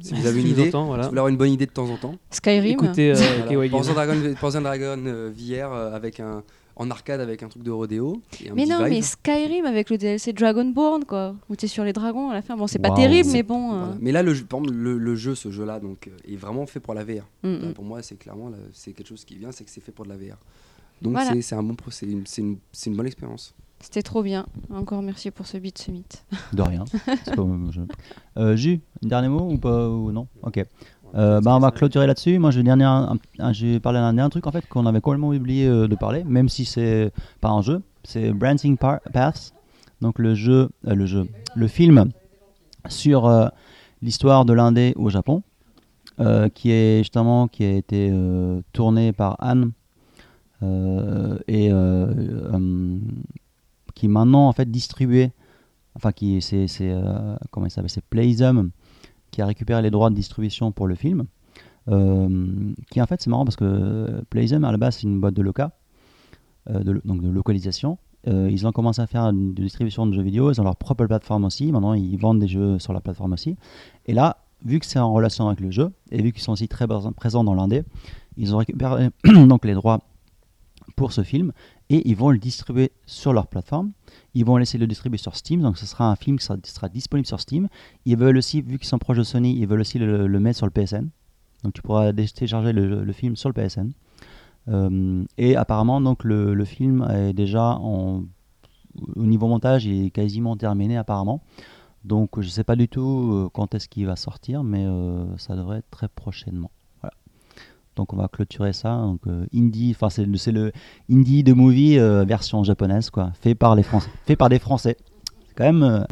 Speaker 5: si vous avez
Speaker 4: Qui
Speaker 5: une
Speaker 4: nous
Speaker 5: idée, si vous
Speaker 4: entend, voilà.
Speaker 5: voulez avoir une bonne idée de temps en temps.
Speaker 2: Skyrim.
Speaker 4: Écoutez, euh,
Speaker 5: Voilà.
Speaker 4: KY Games.
Speaker 5: Panzer Dragon, Panzer Dragon euh, VR euh, avec un en arcade avec un truc de rodéo. et un
Speaker 2: Mais
Speaker 5: petit
Speaker 2: non,
Speaker 5: vibe.
Speaker 2: mais Skyrim avec le DLC Dragonborn, quoi. Où t'es sur les dragons à la fin. Bon, c'est pas
Speaker 1: Waouh.
Speaker 2: terrible,
Speaker 5: C'est-
Speaker 2: mais bon.
Speaker 5: Voilà.
Speaker 2: euh,
Speaker 5: Mais là, le jeu, par exemple, le, le jeu, ce jeu-là, donc, euh, est vraiment fait pour la VR.
Speaker 2: mm,
Speaker 5: Là,
Speaker 2: mm.
Speaker 5: pour moi, c'est clairement là, c'est quelque chose qui vient, c'est que c'est fait pour de la VR. Donc
Speaker 2: Voilà.
Speaker 5: c'est- c'est un bon pro- c'est une, c'est une- c'est une bonne expérience.
Speaker 2: C'était trop bien. Encore merci pour ce beat summit.
Speaker 1: De rien. C'est pas mon jeu. Euh, Jus, un dernier mot ou pas ou non Ok. Euh, bah, on va clôturer là-dessus. Moi, je vais, dernier, un- un- je vais parler d'un dernier truc en fait qu'on avait complètement oublié euh, de parler, même si c'est pas un jeu. c'est Branching Par- Paths, donc le jeu, euh, le jeu, le film sur euh, l'histoire de l'Indé au Japon, euh, qui est justement qui a été euh, tourné par Anne euh, et euh, euh, qui est maintenant en fait distribué, enfin qui c'est c'est, euh, comment il s'appelle, c'est Playism qui a récupéré les droits de distribution pour le film. Euh, qui en fait c'est marrant parce que Playism à la base c'est une boîte de loca, euh, de lo- donc de localisation. Euh, ils ont commencé à faire une- de distribution de jeux vidéo, ils ont leur propre plateforme aussi, maintenant ils vendent des jeux sur la plateforme aussi. Et là, vu que c'est en relation avec le jeu, et vu qu'ils sont aussi très bas- présents dans l'indé, ils ont récupéré donc les droits pour ce film, et ils vont le distribuer sur leur plateforme. Ils vont laisser le distribuer sur Steam, donc ce sera un film qui sera, sera disponible sur Steam. Ils veulent aussi, vu qu'ils sont proches de Sony, ils veulent aussi le, le mettre sur le PSN. Donc tu pourras dé- télécharger le, le film sur le PSN. Euh, et apparemment, donc le, le film est déjà en, au niveau montage, il est quasiment terminé apparemment. Donc je ne sais pas du tout euh, quand est-ce qu'il va sortir, mais euh, ça devrait être très prochainement. Voilà. Donc on va clôturer ça. Donc, euh, indie, enfin c'est le, c'est le indie de movie euh, version japonaise quoi, fait par les Français, fait par des Français. C'est quand même euh,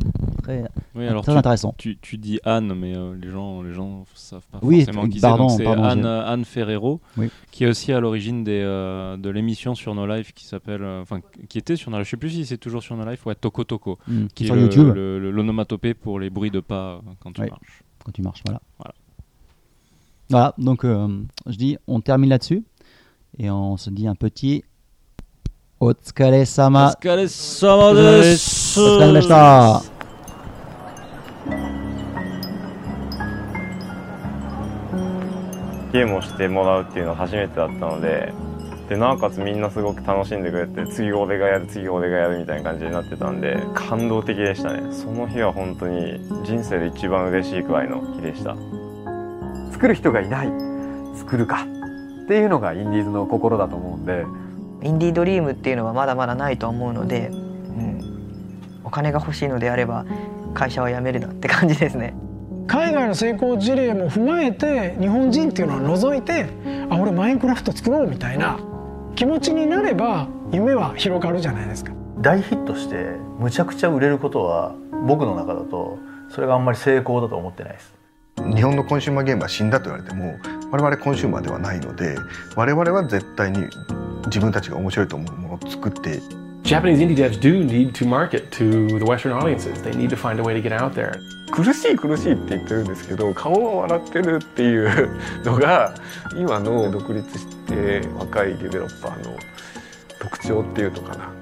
Speaker 1: très,
Speaker 9: Oui, alors
Speaker 1: Ah, très
Speaker 9: tu-
Speaker 1: intéressant.
Speaker 9: Tu, tu dis Anne, mais euh, les gens les gens savent pas
Speaker 1: Oui,
Speaker 9: forcément qui c'est.
Speaker 1: pardon,
Speaker 9: Donc, c'est.
Speaker 1: pardon,
Speaker 9: Anne,
Speaker 1: j'ai-
Speaker 9: euh, Anne Ferrero,
Speaker 1: Oui.
Speaker 9: qui est aussi à l'origine des, euh, de l'émission sur No Life qui s'appelle, euh, enfin, qui était sur No Life. Je sais plus si c'est toujours sur No Life ou à Toko Toko,
Speaker 1: Mm.
Speaker 9: qui
Speaker 1: sur
Speaker 9: est le-
Speaker 1: YouTube
Speaker 9: le- le- l'onomatopée pour les bruits de pas euh, quand tu
Speaker 1: Oui.
Speaker 9: marches.
Speaker 1: quand tu marches. Voilà.
Speaker 9: Voilà.
Speaker 1: Voilà, donc euh, je dis, on termine là-dessus et on se dit un petit Otsukare sama.
Speaker 12: ゲームをしてもらうっていうのは初めてだったのででなおかつみんなすごく楽しんでくれて次俺がやる次俺がやるみたいな感じになってたんで感動的でしたねその日は本当に人生で一番嬉しいくらいの日でした
Speaker 13: 作る人がいない作るかっていうのがインディーズの心だと思うんで
Speaker 14: インディードリームっていうのはまだまだないと思うので、うん、お金が欲しいのであれば会社は辞めるなって感じですね
Speaker 15: 海外の成功事例も踏まえて日本人っていうのは除いてあ俺マインクラフト作ろうみたいな気持ちになれば夢は広がるじゃないですか
Speaker 16: 大ヒットしてむちゃくちゃ売れることは僕の中だとそれがあんまり成功だと思ってないです
Speaker 17: 日本のコンシューマーゲームは死んだと言われても我々コンシューマーではないので我々は絶対に自分たちが面白いと思うものを作って
Speaker 18: Japanese indie devs do need to market to the Western audiences. They need to find a way to get out there.
Speaker 19: 苦しい苦しいって言ってるんですけど顔は笑ってるっていうのが今の独立して若いディベロッパーの特徴っていうのかな